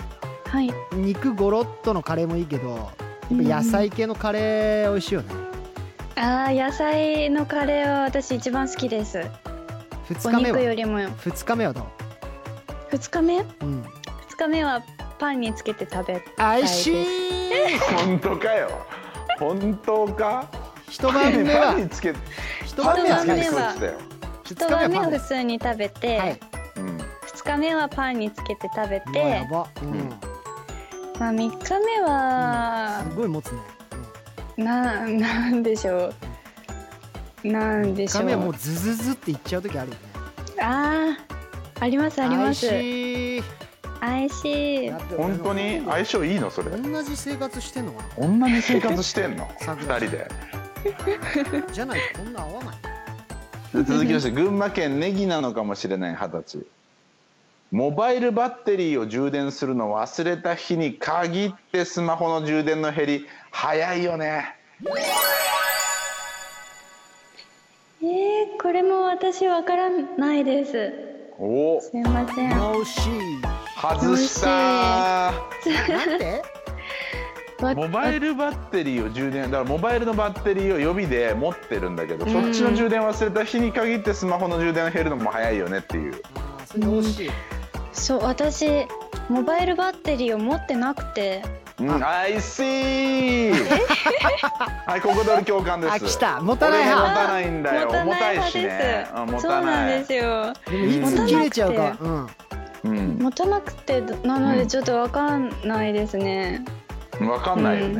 はい肉ゴロッとのカレーもいいけどやっぱ野菜系のカレー美味しいよねあー野菜のカレーは私一番好きですお2日目肉よはりも2日目はど2日目う、うん、 2日目はパンにつけて食べ美い味しい本当かよ本当か一パ晩ンに目パはンにつけ一パン晩に目つはカけてレ食ーっ一て晩目は2日たよ、1目はパ晩目ンはで普す通に食べて、はいうん、 2日目はパンにつけて食べうわやて、ば、うん、まあ、3日目はす、ごい持つねななんでしょうなんでし3日ょう目はもうズズズっていっちゃう時あるよねあーありますあります美味しい美味しいだって俺本の当に相性いいのそれ同じ生活してんのかな同じ生活してんの桜2人でじゃないとこんな合わないで続きまして群馬県ネギなのかもしれない二十歳モバイルバッテリーを充電するのを忘れた日に限ってスマホの充電の減り早いよねえー、これも私わからないですおすいませんノーシ [LAUGHS] ー外したなんでわモバイルバッテリーを充電だからモバイルのバッテリーを予備で持ってるんだけど、そっちの充電忘れた日に限ってスマホの充電が減るのも早いよねっていうあーそれノーシーそう私モバイルバッテリーを持ってなくてうん、I [LAUGHS] see はいここで俺共感ですあ来た持こたないれ持派たないんだよ持た重なたいい派しでねうす、ん持そうたななんいですよいつ切れちゃうか、ううん持たなくてなのでちょっとわかんないですね分かんないようね、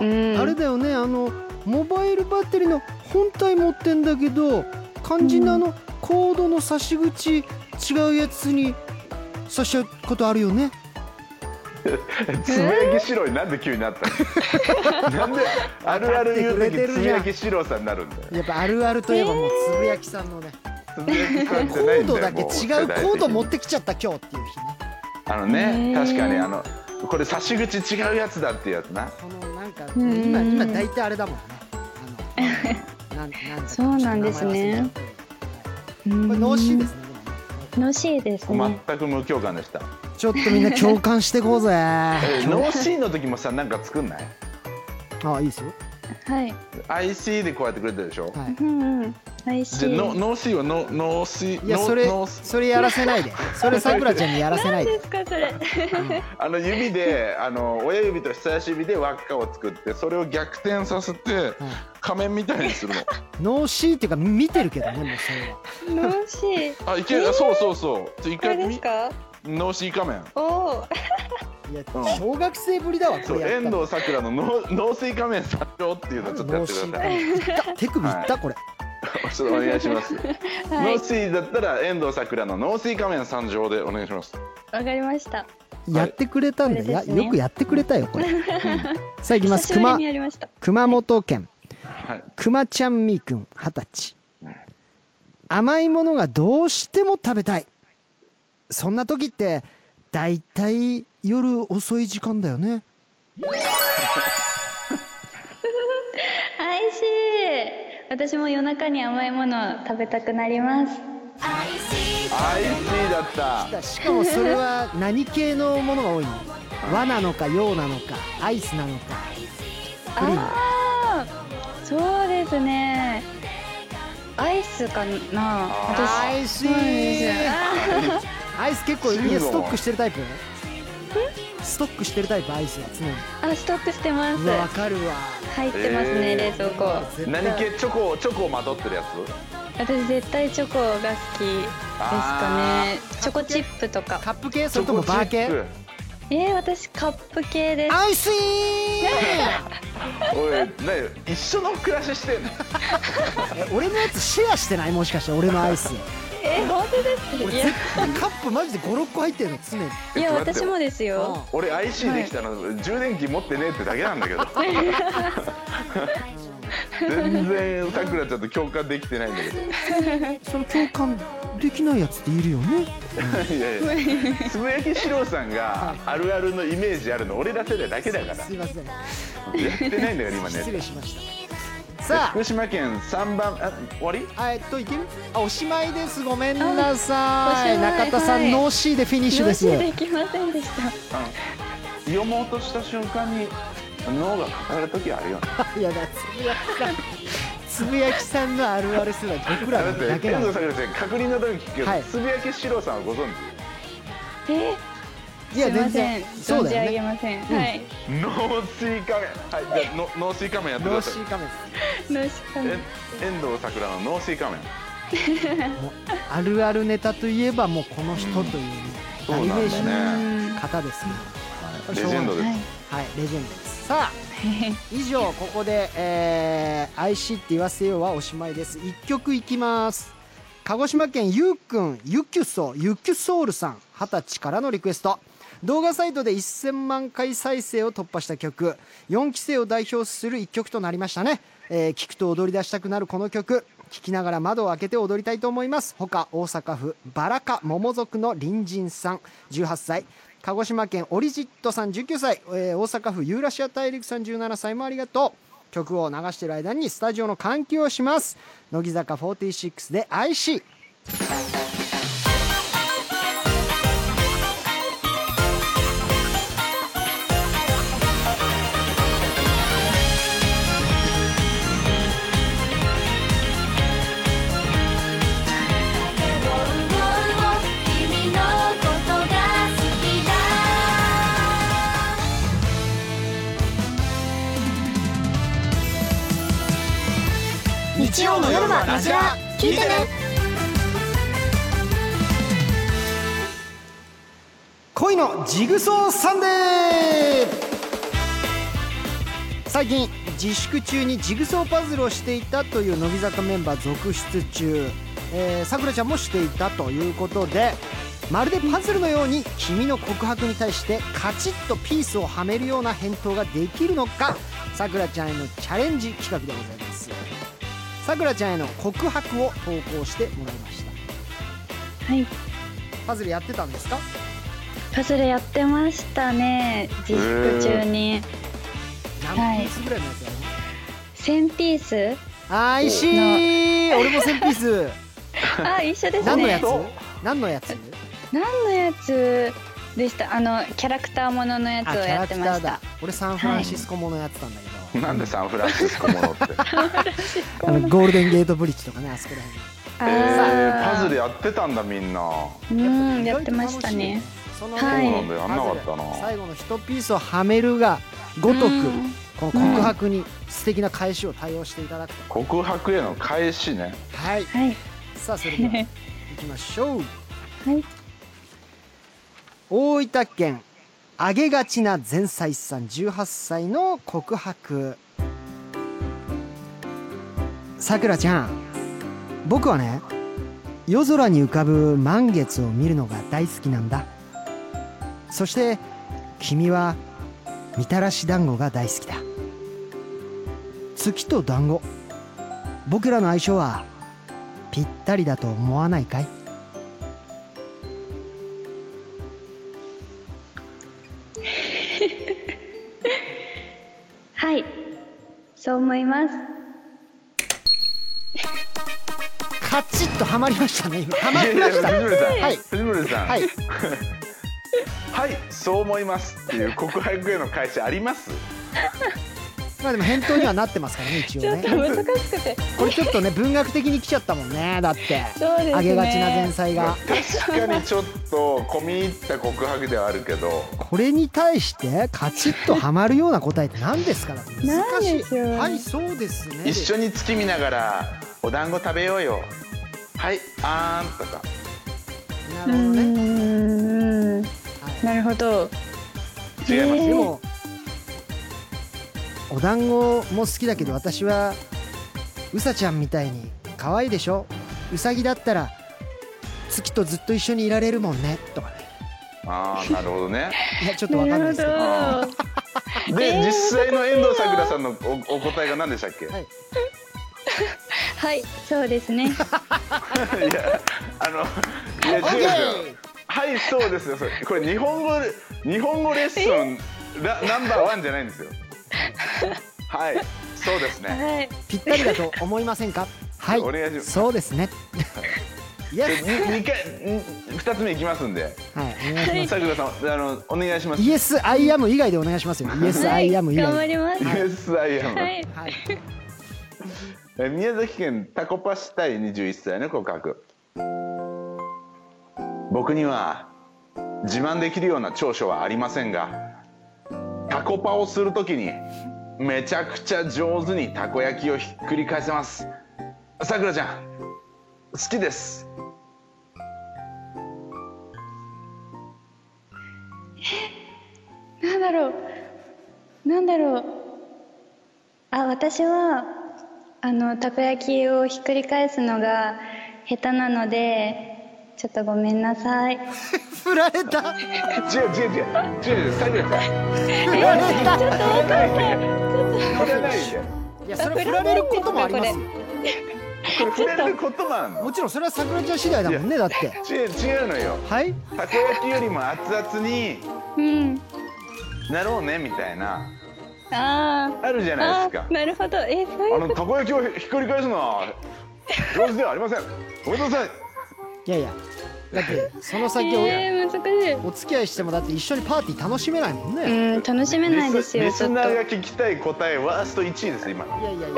んんあれだよねあのモバイルバッテリーの本体持ってんだけど肝心なあの、コードの差し口違うやつに差しちゃうことあるよね爪焼き白いなんで急になっ [LAUGHS] たのなんであるある言う分かってくれて時るじつぶゃんやき白さになるんだよやっぱあるあるといえばもうつぶやきさんのね、つぶやきさんじコゃないーんだドよだけ違もううコ世代的にード持ってきちゃった今日っていう日ねあのねね確かにあのこれ差し口違うやつだっていうやつなこのなんかん今今大体あれだもんねあのなんなんだっけそうなんですねちょっと名前忘れちゃったここれ脳死ですすねでもねのしいですね全く無共感でしたちょっとみんな共感してこうぜあえーノーシーンの時もさなんか作んないいいですよ、はい IC でこうやってくれてるでしょはいうんうん美味しじゃあいノノーシーはノノーシーいやノーそれノーシーそれやらせない [LAUGHS] でそれさくらちゃんにやらせないでですかそれあの [LAUGHS] 指であの親指と人差し指で輪っかを作ってそれを逆転させて仮面みたいに [LAUGHS] するの脳死っていうか見てるけどねもうそれはのしいあいける、そうそうそうちょ一これ回でみすかノーシー仮面おおいやうん小学生ぶりだわこそうれやった遠の藤さくらのノーノーシー仮面参上っていうのをちょっとや脳ってくだ死さい手首いったこれちょっとお願い [LAUGHS] します。ノーシーだったら遠藤さくらのノーシー仮面参上でお願いします。わかりましたやってくれたんだ、これでやすねよくやってくれたよこれ [LAUGHS] さあいきま久すしぶり熊にやりました。熊本県はい熊ちゃんみーくん二十歳甘いものがどうしても食べたいそんな時ってだいたい夜遅い時間だよね愛しい。私も夜中に甘いものを食べたくなります。 IC だったしかもそれは何系のものが多いの和なのか洋なのかアイスなのかクリームああ、そうですね。アイスかな。アイスアイス結構家ストックしてるタイプストックしてるタイプアイスは常に私、あ、ストックしてますう。わわかるわ入ってますね、えー冷蔵庫。絶対何系チョコチョコをまとってるやつ私絶対チョコが好きあですかね。チョコチップとか。カップ系それともバーチ系ョコえー、私カップ系です。アイスイチップおい何一緒の暮ら [LAUGHS] ししてんのン俺のやつシェアしてないもしかして俺のアイスえー、本当です。いやカップマジで56個入ってるの常にいや [LAUGHS] ちょっと待って私もですよ。俺 IC できたの、充電器持ってねえってだけなんだけ [LAUGHS] ど全然さくらちゃんと共感できてないんだけ [LAUGHS] その共感できないやつっているよねどいやいやつぶやきしろうさんがあるあるのイメージあるの俺ら世代だけだからすいませんやってないんだから今失礼ねしましたさあ福島県3番あ終わりあえっといけるあおしまいですごめんなさいあおしまい中田さん、はいノーシーでフィニッシュです脳死できませんでした。読もうとした瞬間に脳がかかる時あるよねいやだつぶやきさんつぶやきさんのあるあるすら僕らだ [LAUGHS] っのだてけな遠の藤さくらちゃん確認の時聞くけど、はいつぶやきしろうさんはご存えー、いすやいま全せん。然そ存うじだ上よげねません。はい。知脳水仮面はいじゃあの脳水仮面やってくノーだシさいー仮面脳死かもえ遠藤さくらの脳水仮面あるあるネタといえばもうこの人というね、そうな代んだ名ね詞の方ですね、レジェンドです、はい。はいレジェンドです [LAUGHS] さあ以上ここで、えー、IC って言わせようはおしまいです一曲いきます鹿児島県ゆうくんゆきゅそゆきゅソウルさん二十歳からのリクエスト動画サイトで1000万回再生を突破した曲4期生を代表する一曲となりましたね、えー聞くと踊り出したくなるこの曲聴きながら窓を開けて踊りたいと思います他大阪府バラカ桃族の隣人さん18歳鹿児島県オリジットさん19歳、えー大阪府ユーラシア大陸さん17歳もありがとう曲を流している間にスタジオの換気をします乃木坂46で IC 君のことが好きだ日曜の夜はラジラ聞いてね恋のジグソーサンデー最近自粛中にジグソーパズルをしていたという乃木坂メンバー続出中えーさくらちゃんもしていたということでまるでパズルのように君の告白に対してカチッとピースをはめるような返答ができるのかさくらちゃんへのチャレンジ企画でございますさくらちゃんへの告白を投稿してもらいましたはい。パズルやってたんですかパズルやってましたね。自粛中に。何ピースぐらいのやつやる1000ピース。あー石井俺も千ピース [LAUGHS] あ、一緒です何のやねつ。何のやつ何のやつでしたあのキャラクターもののやつあをキャやラっクてタまーしだた俺サンフランシスコものやってたんだけど、なんでサンフランシ [LAUGHS] スコものってあのゴールデンゲートブリッジとかねあそこらあえーーパズルやってたんだみんなう辺ん意やっ外てとま楽しいしたねそのはいそうなんだよやんなかったな最後の一ピースをはめるがごとくうんこの告白に素敵な返しを対応していただくと、告白への返しねはいはいさあそれでは行きましょうはい大分県揚げがちな前妻さん18歳の告白さくらちゃん僕はね夜空に浮かぶ満月を見るのが大好きなんだそして君はみたらし団子が大好きだ月と団子僕らの相性はぴったりだと思わないかいはいそう思いますカチッとはまりましたね今はまいやりいやました藤森さん、はい藤森さん、はい、 [LAUGHS] はい、そう思いますっていう告白への返しあります。 [LAUGHS] まあでも返答にはなってますからね一応 [LAUGHS] ちょっとね難しくてこれちょっとね文学的に来ちゃったもんねだってそうですねあげがちな前菜が確かにちょっと込み入った告白ではあるけど、これに対してカチッとはまるような答えって何ですから難し何いでしょうはいそうですね一緒に月見ながらお団子食べようよ。はい、あーんとか。なうるほどんねうんはいなるほど違いますでよ。もお団子も好きだけど私はうさちゃんみたいに可愛いでしょうさぎだったら月とずっと一緒にいられるもんねとかねああ、なるほどね。いやちょっとわかんないですけどなるほどで、実際の遠藤さくらさんのおお答えが何でしたっけ？はいはいそうですねいや、あの、いや、違う違う。はい、そうですよ。それこれ日本語で、日本語レッスン、ラ、ナンバーワンじゃないんですよ。はい、そうですね。はいぴったりだと思いませんかはいお願いしますそうです [LAUGHS] ねイエで、スに、二回、ん二つ目いきますんで。はいお願いしますさくらさん、あの、お願いします。イエスアイアム以外でお願いしますよイエスアイアム以頑張外りますイエスアイアムは。いはいえ宮崎県タコパシ対21歳の告白僕には自慢できるような長所はありませんがタコパをするときにめちゃくちゃ上手にたこ焼きをひっくり返せますさくらちゃん好きですなんだろうなんだろうあ私はあのたこ焼きをひっくり返すのが下手なのでちょっとごめんなさ [LAUGHS] い振られた違う違う違う違う違うさくらちゃん振られたこれないでこれないでいやそれ振られることもありますよこれ触れることもあるのもちろんそれは桜ちゃん次第だもんねだって違う違うのよはいたこ焼きよりも熱々にうんなろうねみたいなあーあるじゃないあですかーなるほどえそういあうのたこ焼きをひっくり返すのは上手ではありません。ごめんなさい。いやいやだってその [LAUGHS] 先をえー、難しお付き合いしてもだって一緒にパーティー楽しめないもんいねうん楽しめないですよリちょスっとナーが聞きたい答えワースト1位です今。もいやいやいや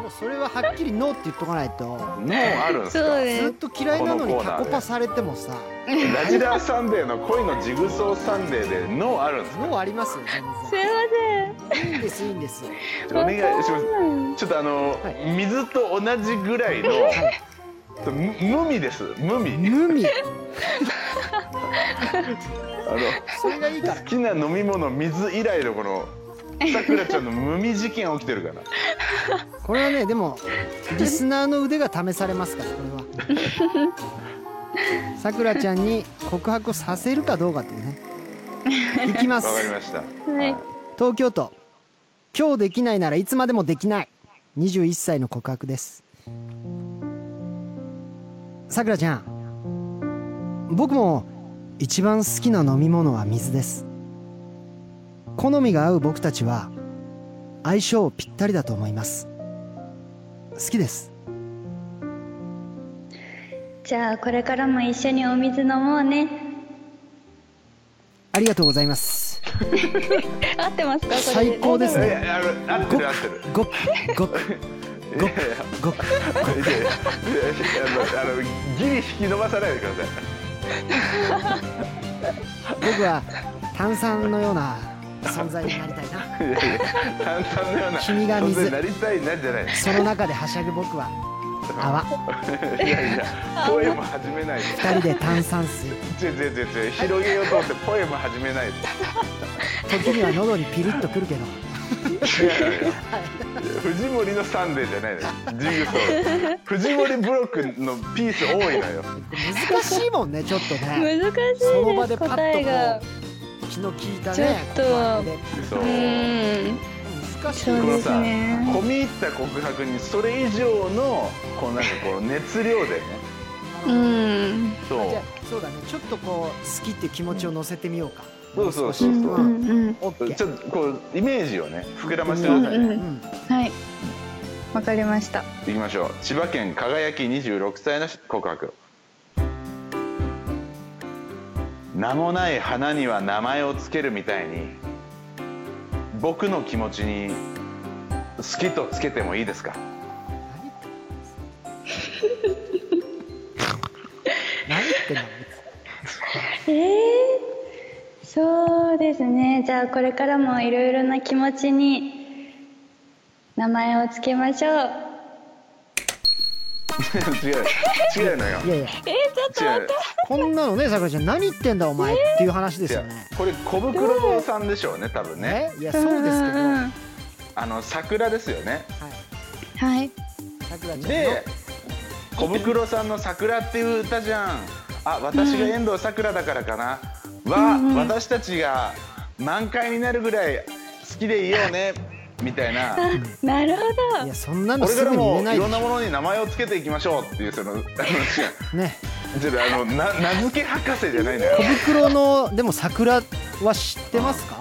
もうそれははっきりノーって言っとかないと [LAUGHS] うあるんですそうか。ずでっと嫌いなのにこのコーナータでコパされてもさラジラーサンデーの恋のジグソーサンデーでノーあるんですか。もうありますよす全す [LAUGHS] いま然いいんですいいんですお願いしますせんちょっとあの、はい水と同じぐらいの、む無味です無味。無味あのそれがいいから好きな飲み物水以来のこのさくらちゃんの無味事件起きてるから。これはねでもリスナーの腕が試されますからこれ [LAUGHS] はさくらちゃんに告白をさせるかどうかっていうねいきますわかりました。はい東京都今日できないならいつまでもできない21歳の告白ですさくらちゃん僕も一番好きな飲み物は水です好みが合う僕たちは相性ぴったりだと思います好きですじゃあこれからも一緒にお水飲もうねありがとうございます合ってますかこれ最高ですいねやあの合ってる合ってる。ごっごっごっごっいやいやいやいやあのあのギリ引き伸ばさないでください僕は炭酸のような存在になりたいないやいや炭酸のような君が水そんなになりたいなんじゃないその中ではしゃぐ僕は泡いやいやポエム始めないで二人で炭酸水違う違う違う違う広げようと思ってポエム始めないで時には喉にピリッとくるけどいやいやいや藤森のサンデーじゃないのよジグソー藤森ブロックのピース多いのよ難しいもんねちょっとね難しいその場でですパ答えッがとこ気の利いたちょっねと告白でそううーん難しいそようこでのすさね込み入った告白にそれ以上のこうなんかこう熱量でねうんそうじゃあそうだねちょっとこう好きっていう気持ちを乗せてみようかそうそううそんううそんうんオッうケちーょっとこうイメージをね膨らませてうくんださいねううんんはいわかりましたいきましょう千葉県輝き26歳の告白名もない花には名前をつけるみたいに僕の気持ちに好きとつけてもいいですか [LAUGHS] 何言ってんのえー、そうですねじゃあこれからもいろいろな気持ちに名前をつけましょう違う違 [LAUGHS] うのよいやいや違うこんなのねさくらちゃん何言ってんだお前っていう話です違ようねこれ小袋さんでしょうね多分ねねいやそうですけどんんはんあの桜ですよねはいいさくらちゃんので小袋さんの「桜」っていう歌じゃんあ私が遠藤さくらだからかな、は、私たちが満開になるぐらい好きでいようねみたいななるほいどやそんなこのれすからぐに言えもないいでろしんなものに名前を付けていきましょうっていうそのあの違 [LAUGHS] ょねうちょっとあのな名付け博士じゃないのよ小袋のでも桜は知ってますか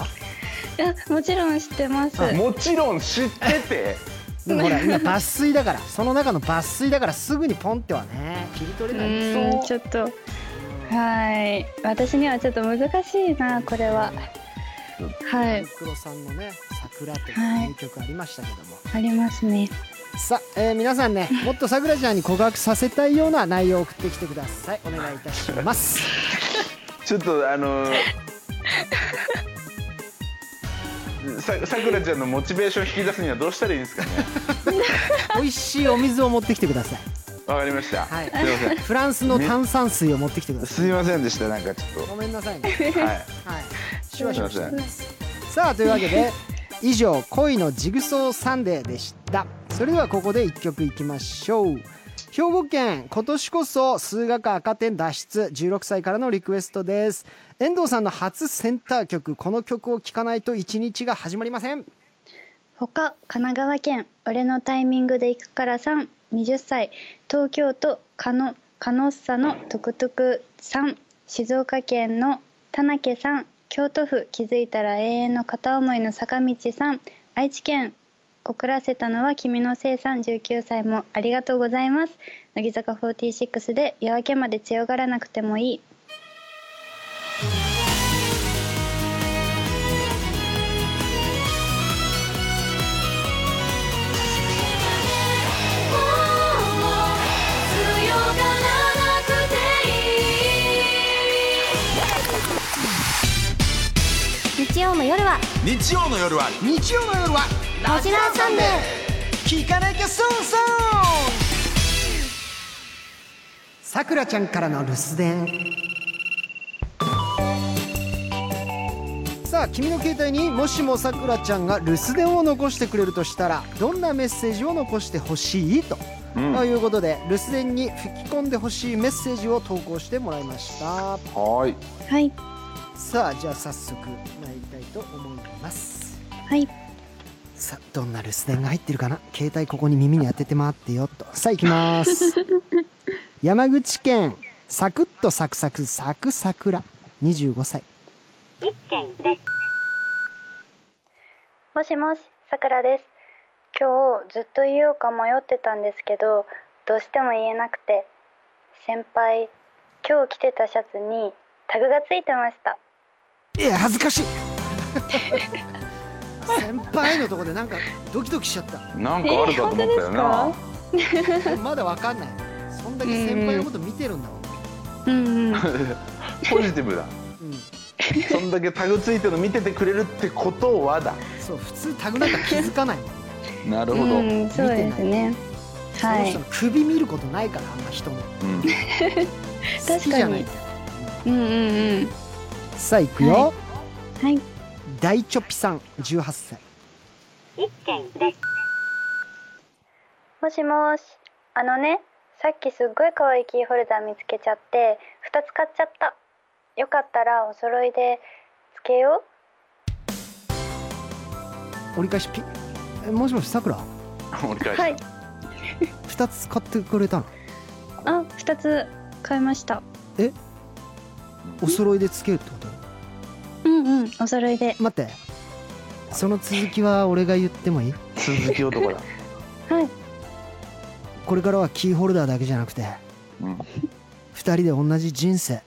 いやもちろん知ってますもちろん知っててでもほら今抜粋だからその中の抜粋だからすぐにポンってはね切り取うれないーんちょっとはい私にはちょっと難しいなこれははい小袋さんのね「桜」というはい名曲ありましたけども、ありますねさあ、えー皆さん [LAUGHS] ねもっとさくらちゃんに告白させたいような内容を送ってきてくださいお願いいたします [LAUGHS] ちょっとあのささくらちゃんのモチベーション引き出すにはどうしたらいいんですかね美味しいお水を持ってきてくださいわかりました、はいすいませんフランスの炭酸水を持ってきてくださすいませんでしたなんかちょいっごめんなさいねとはいはいシュワシュワしてすいまますさあというわけで以上「恋のジグソーサンデー」でしたそれではここで1曲いきましょう兵庫県今年こそ数学赤点脱出16歳からのリクエストです遠藤さんの初センター曲この曲を聴かないと一日が始まりません他神奈川県俺のタイミングで行くからさん20歳東京都カノカノッサのトゥクトゥクさん静岡県の田中さん京都府気づいたら永遠の片思いの坂道さん愛知県告らせたのは君のせいさん19歳もありがとうございます乃木坂46で夜明けまで強がらなくてもいい「もう強がらなくていい」日曜の夜は日曜の夜は日曜の夜は「ラジラーサンデー」聞かなきゃ損損さくらちゃんからの留守電さあ君の携帯にもしもさくらちゃんが留守電を残してくれるとしたらどんなメッセージを残してほしいと、うんということで留守電に吹き込んでほしいメッセージを投稿してもらいましたはいはいさあじゃあ早速参りたいと思いますはいさあどんな留守電が入ってるかな携帯ここに耳に当てて回ってよとさあ行きます [LAUGHS] 山口県サクッとサクサクサクサクラ25歳もしもし、さくらです。今日ずっと言おうか迷ってたんですけど、どうしても言えなくて。先輩、今日着てたシャツにタグがついてました。いや恥ずか [LAUGHS] しい先輩のとこでなんかドキドキしちゃったなんかあるかと思ったよな、まだわかんないそんだけ先輩のこと見てるんだもん、うんうん。 [LAUGHS] ポジティブだうん、そんだけタグついてるの見ててくれるってことはだそう普通タグなんか気づかないもんねなるほど、うんうん、 [LAUGHS] そうですね。はそいの人の。首見ることないからあんま人の好き確じかゃないに。うんうんうん。さあ行くよ、はいはい。大チョピさん18歳もしもし。あのね、さっきすっごい可愛いキーホルダー見つけちゃって、二つ買っちゃった。よかったらお揃いでけよ折り返しピえもしもしさくら折り返した、はい2つ買ってくれたのあ二つ買いましたお揃いでつけるってことうんうんお揃いで待ってその続きは俺が言ってもいい続き男だ、はいこれからはキーホルダーだけじゃなくてうん、 2人で同じ人生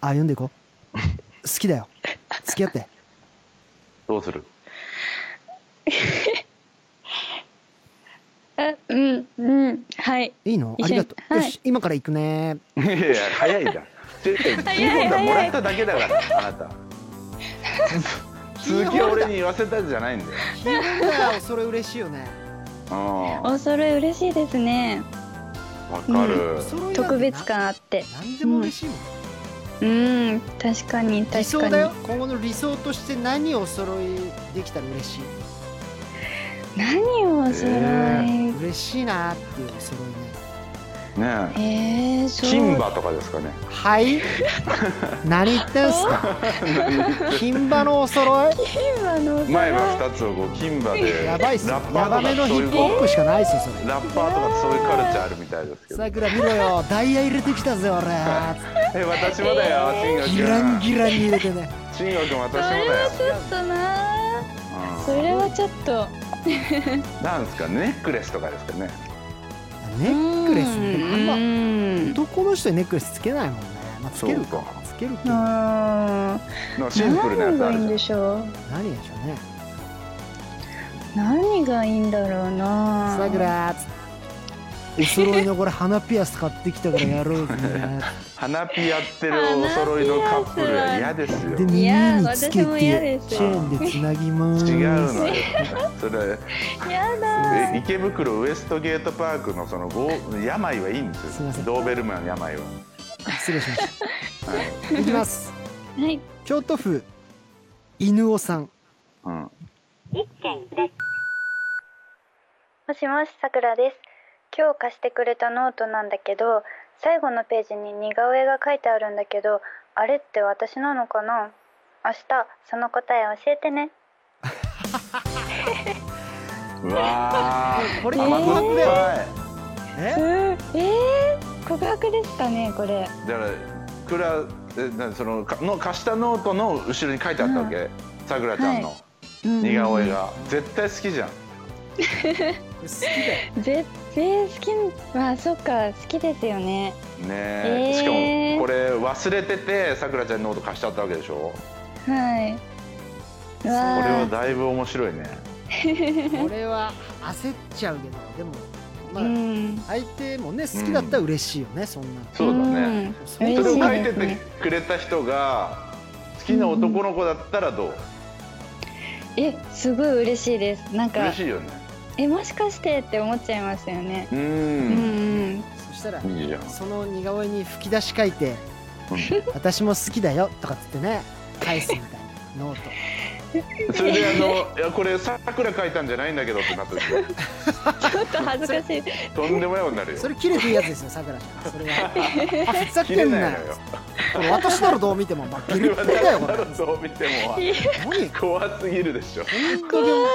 歩んでいこう好きだよ付き合ってどうするあうんうんはいいいの一あ緒りにがとう、はいよし今から行くねいやいや早いじゃ [LAUGHS] んチェックキーホルダーもらっただけだからあな [LAUGHS] た続きを俺に言わせたんじゃないんだよキーホルダーそれ嬉しいよねうんわお揃い嬉しいですねかる、特別感あって何でも嬉しいもん、うん確かに理確想だかよ今後の理想として何をお揃いできたら嬉しいに何をお揃いえ嬉しいなっていうお揃いねねええー、そう金馬とかですかねはい [LAUGHS] 何言ってんすか金馬のお揃い金馬のお揃い前は2つをこう金馬でやラッばいっすよパヤバーめとのかヒそういッうプホップしかないっすよそれラッパーとかそういうカルチャーあるみたいですけどさくら見ろよダイヤ入れてきたぜ俺え私もだよ慎吾ギラン君ギランに入れてね慎吾君私もそだれよはちょっとなそれはちょっとうんなんですかネックレスとかですかねネックレスねあんまうん男の人にネックレスつけないもんね、まあ、つけるかそうかつけるけど何あなんかシンプルなや何つあがいいるじんゃでしょうでしょうね何がいいんだろうなさくらっつってお揃いのこれ花ピアス買ってきたからやろうぜん花ピやってるお揃いのカップルは嫌ですよで違う耳いやにつけ私もて嫌ですチェーンでつなぎますのよそれやだえ池袋ウエストゲートパークのそのご病はいいんですすいませよんドーベルマン病は失礼しましたいきますはい京都府犬尾さんうんもしもしさくらです今日貸してくれたノートなんだけど最後のページに似顔絵が書いてあるんだけどあれって私なのかな明日その答え教えてねうわーこれ甘酸っ告白だよぱいええー、告白ですかねこれだからクラえなそのかの貸したノートの後ろに書いてあったわけさくらちゃんの似顔絵が絶対好きじゃんこれ好きだよ絶対好きまあそっか好きですよねねええーしかもこれ忘れててさくらちゃんにノート貸しちゃったわけでしょこはいこれれはだいぶ面白いねこれは焦っちゃうけどでもまうあん相手もね好きだったら嬉しいよねそんなのそうだねそそうんなれを嬉しい書いでてすねてくれた人が好きな男の子だったらどうえすごい嬉しいですなん嬉かしいよねえもしかしてって思っちゃいますよねううんんそしたらいいじゃんその似顔絵に吹き出し書いてうん「私も好きだよ」とかっつってね返すみたいなノートそれであの「いやこれさくら書いたんじゃないんだけど」ってなった時ちょっと恥ずかしいとんでもないことになるよそれ切れていいやつですよさくらちゃんそれはあふざ切けれんなないよのよこれ私ならどう見ても、まあ、ピリッピリだよ [LAUGHS] これ誰どう見ても何怖すぎるでしょこんだけ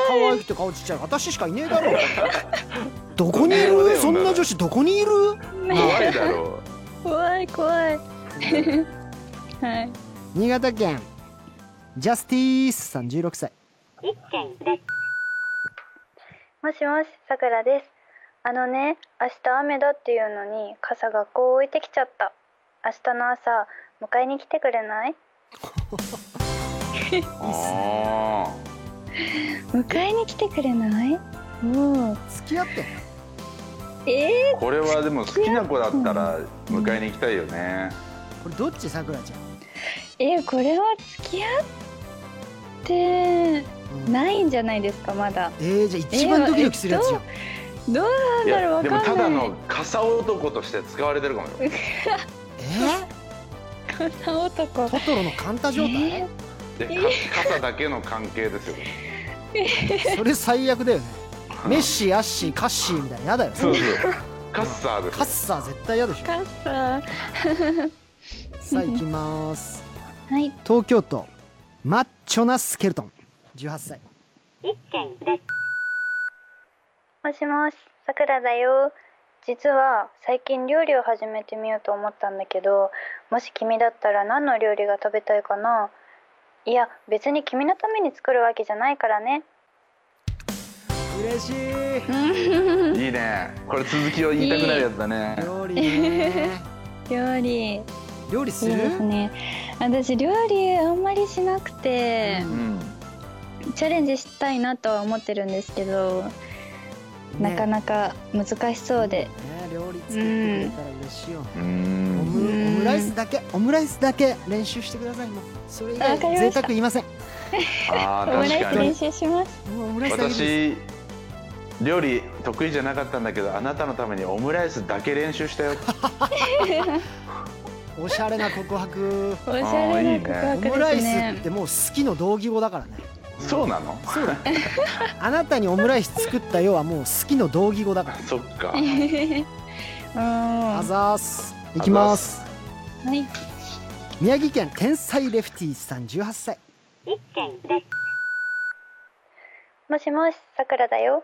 可愛くて顔ちっちゃい私しかいねえだろどこにい英語だるよそんな女子どこにいる [LAUGHS] 怖いだろ怖い怖いはい新潟県ジャスティースさん16歳もしもしさくらですあのね明日雨だっていうのに傘学校置いてきちゃった明日の朝迎えに来てくれないうあ迎えに来てくれないおお付き合ってえーこれはでも好きな子だったら迎えに行きたいよねこれどっちさくらちゃんー、えこれは付き合ってうんないんじゃないですかまだえー、じゃあ一番ドキドキするやつじゃん、どうなんいだろうわやでもかたんなだいの傘男として使われてるかもよえ傘男ー、トトロのカンタ状態、えでか傘だけの関係ですよそれ最悪だよねメッシアッシーカッシーみたいなやだよねそうそうカッサーでカッすサー絶対嫌でしょ傘さあ行きますはい東京都マッチョなスケルトン18歳もしもし、さくらだよ。実は最近料理を始めてみようと思ったんだけどもし君だったら何の料理が食べたいかないや別に君のために作るわけじゃないからね嬉しいいいねこれ続きを言いたくなるやつだね料理ね料理いい料理するですね私料理あんまりしなくてう、んチャレンジしたいなとは思ってるんですけど、なかなか難しそうでね料理作ってくれたら嬉しいよ、うオんムオムライスだけオムライスだけ練習してくださいもうそれ以外わかりました贅沢言いませんあオームライス確かに練習しますもうオムライスだけでいい私料理得意じゃなかったんだけどあなたのためにオムライスだけ練習したよですおしゃれな告白おしゃれなオ告白でムライすスっねてもう好きの同義語だからねそうなのそうだあなたにオムライス作ったよはもう好きの同義語だからそっか [LAUGHS] うんはあざーすいきますい宮城県天才レフティーさん18歳もしもし、さくらだよ。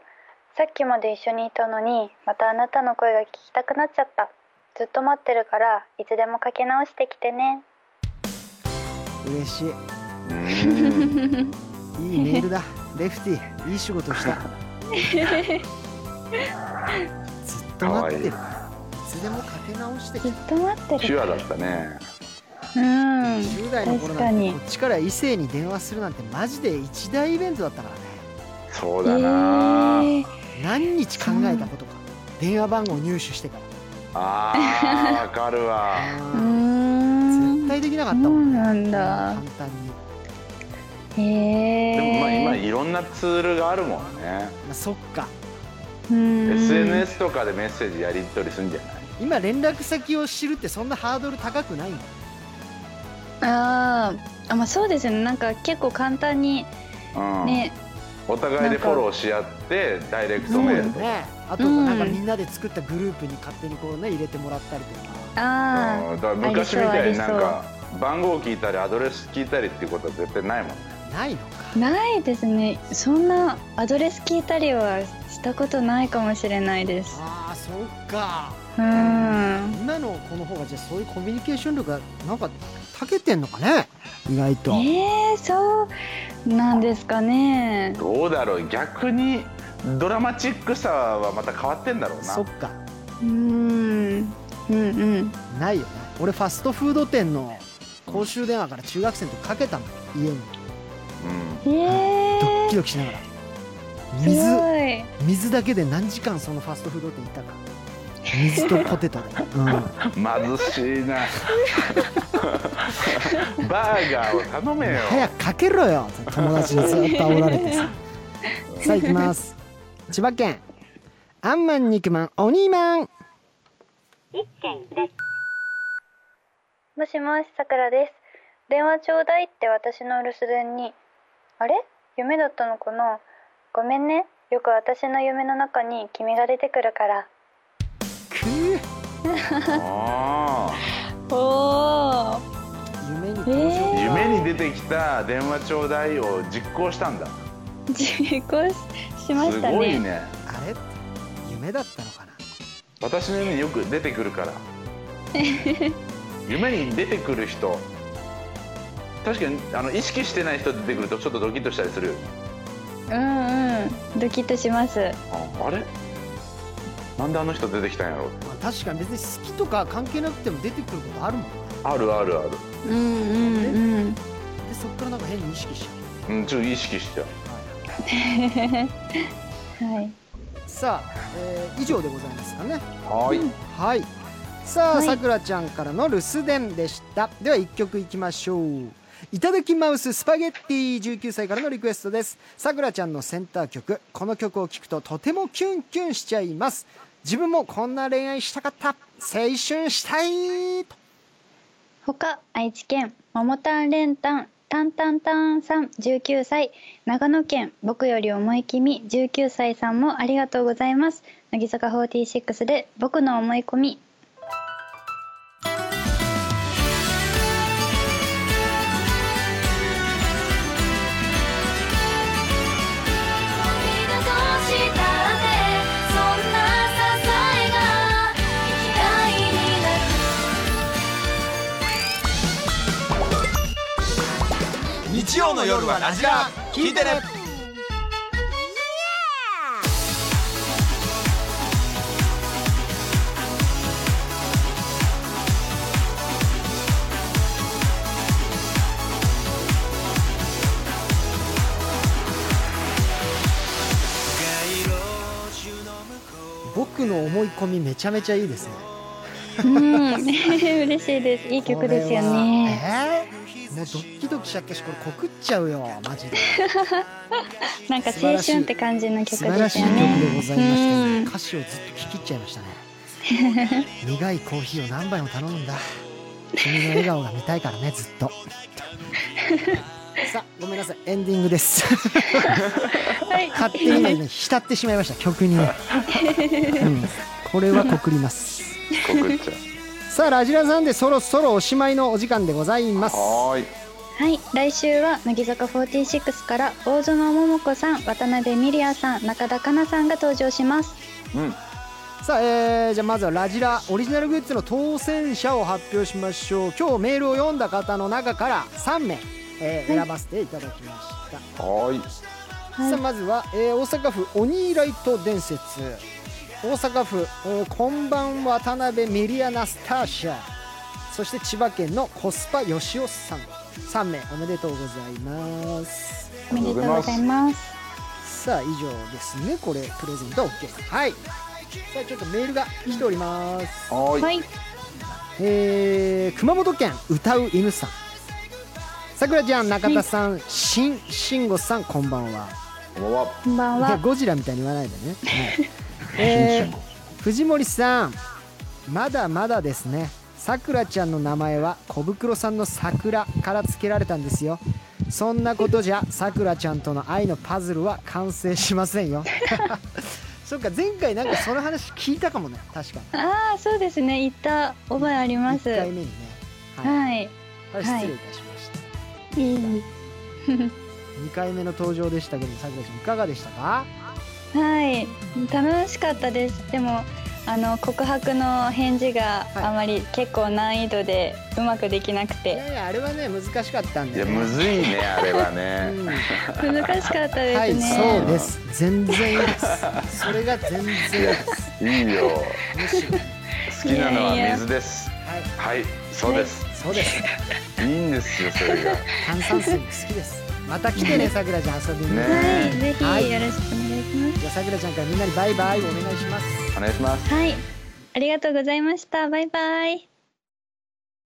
さっきまで一緒にいたのに、またあなたの声が聞きたくなっちゃった。ずっと待ってるから、いつでもかけ直してきてね。嬉しいうんいいメールだレフティーいい仕事 [LAUGHS] したずっと待ってるからいつでもかけ直してずっと待って手る。話だったねうん。 10代の頃なん確かてにこっちから異性に電話するなんてマジで一大イベントだったからねそうだな、えー何日考えたことか電話番号入手してからあーわかるわうー絶ん。対できなかったもんねそうなんだ簡単に、まへえでもまあ今ー。いろんなツールがあるもんね、あ、そっかうん。 SNS とかでメッセージやり取りするんじゃない今連絡先を知るってそんなハードル高くないんだあーあ、まあそうですよね。なんか結構簡単にうんね、お互いでフォローし合ってダイレクトメールとか、ねあとなんかみんなで作ったグループに勝手にこうね入れてもらったりとかあうんだから昔みたいになんか番号聞いたりアドレス聞いたりっていうことは絶対ないもんねないのかあ、ないですね。そんなアドレス聞いたりはしたことないかもしれないです。ああそっかうん。今のこの方がじゃあそういうコミュニケーション力がなんか長けてんのかね意外と、えー、そうなんですかね。どうだろう逆にドラマチックさはまた変わってんだろうなそっかうーん、うんうん。ないよね俺ファストフード店の公衆電話から中学生の時かけたの家にうえー、ドッキドキしながらす水ごい。水だけで何時間そのファストフード店行ったか水とポテトで、うんん、貧しいなバーガーを頼めよ早くかけろよ友達にずっと煽られてささあ行きます千葉県アンマン肉まん鬼まんもしもし、さくらです。電話ちょうだいって私の留守電に。あれ夢だったのかなごめんね。よく私の夢の中に君が出てくるから。くぅあおお。夢にえ登場ーー、夢に出てきた電話ちょうだいを実行したんだ実行ししますしたごいね。ねあれ夢だったのかな私の夢によく出てくる [LAUGHS] から夢に出てくる人確かにあの意識してない人出てくるとちょっとドキッとしたりするよねうんうん。ドキッとします。ああれなんであの人出てきたんやろうまあ確かに別に好きとか関係なくても出てくることあるもんねあるあるあるうんうんうん。でそっからなんか変に意識しちゃうんちょっと意識しちゃうう、はい。さあ、えー以上でございますかねはいはいさあはいさくらちゃんからの留守電でしたでは1曲いきましょういただきマウススパゲッティ19歳からのリクエストですさくらちゃんのセンター曲この曲を聴くととてもキュンキュンしちゃいます自分もこんな恋愛したかった青春したいと他愛知県ももたんれんたんたんたんたんさん19歳長野県僕より重い君19歳さんもありがとうございます乃木坂46で僕の思い込み「日曜の夜はラジラ聞いてね僕の思い込みめちゃめちゃいいですねうん [LAUGHS] 嬉しいですいい曲ですよねこれはえーもうドッキドキしちゃったしこれ告っちゃうよマジでなんか青春って感じの曲素晴でらすしいよ曲ねでございましたねうん歌詞をずっと聴き入っちゃいましたね苦いコーヒーを何杯も頼んだ君の笑顔が見たいからねずっとさあごめんなさいエンディングです勝手に今ね浸ってしまいました曲にね、うんこれは告ります告っちゃさあラジラさんでそろそろおしまいのお時間でございますう [LAUGHS] はーいはい来週は乃木坂46から大園桃子さん渡辺美里也さん中田香奈さんが登場しますうんさあ、えーじゃあまずはラジラオリジナルグッズの当選者を発表しましょう今日メールを読んだ方の中から3名、えー選ばせていただきました、はーいさあまずは、えー大阪府鬼ライト伝説大阪府、えーこんばんは渡辺ミリアナスターシャそして千葉県のコスパよしおさん3名おめでとうございますおめでとうございますさあ以上ですねこれプレゼントは OK はいさあちょっとメールが来ております、はーいはいえー熊本県歌う犬さんさくらちゃん中田さんしんしんごさんこんばんはこんばんはこんば [LAUGHS] んいやはゴジラみたいに言わないで [LAUGHS] ね、はいえー藤森さんまだまだですねさくらちゃんの名前は小袋さんの桜から付けられたんですよそんなことじゃさくらちゃんとの愛のパズルは完成しませんよ [LAUGHS] そっか前回なんかその話聞いたかもね確かああそうですね行った覚えありま1す回目にねはい、はいはい、失礼いたしました、2回目の登場でしたけどさくらちゃんいかがでしたかはい楽しかったですでもあの告白の返事がはいあまり結構難易度でうまくできなくいてやいやあれはね難しかったんいで、やね、むずいねあれはねうん難しかったはでいすね、そうです全然いいですそれが全然いいですいいよむしろ好きなのは水ですはいはいそうですそうですいいんですよそれがね炭酸水も好きですまた来てねさくらちゃん遊びに、はいえぜひはいよろしくお願いしますじゃあさくらちゃんからみんなにバイバイお願いしますお願いしますはいありがとうございましたバイバイ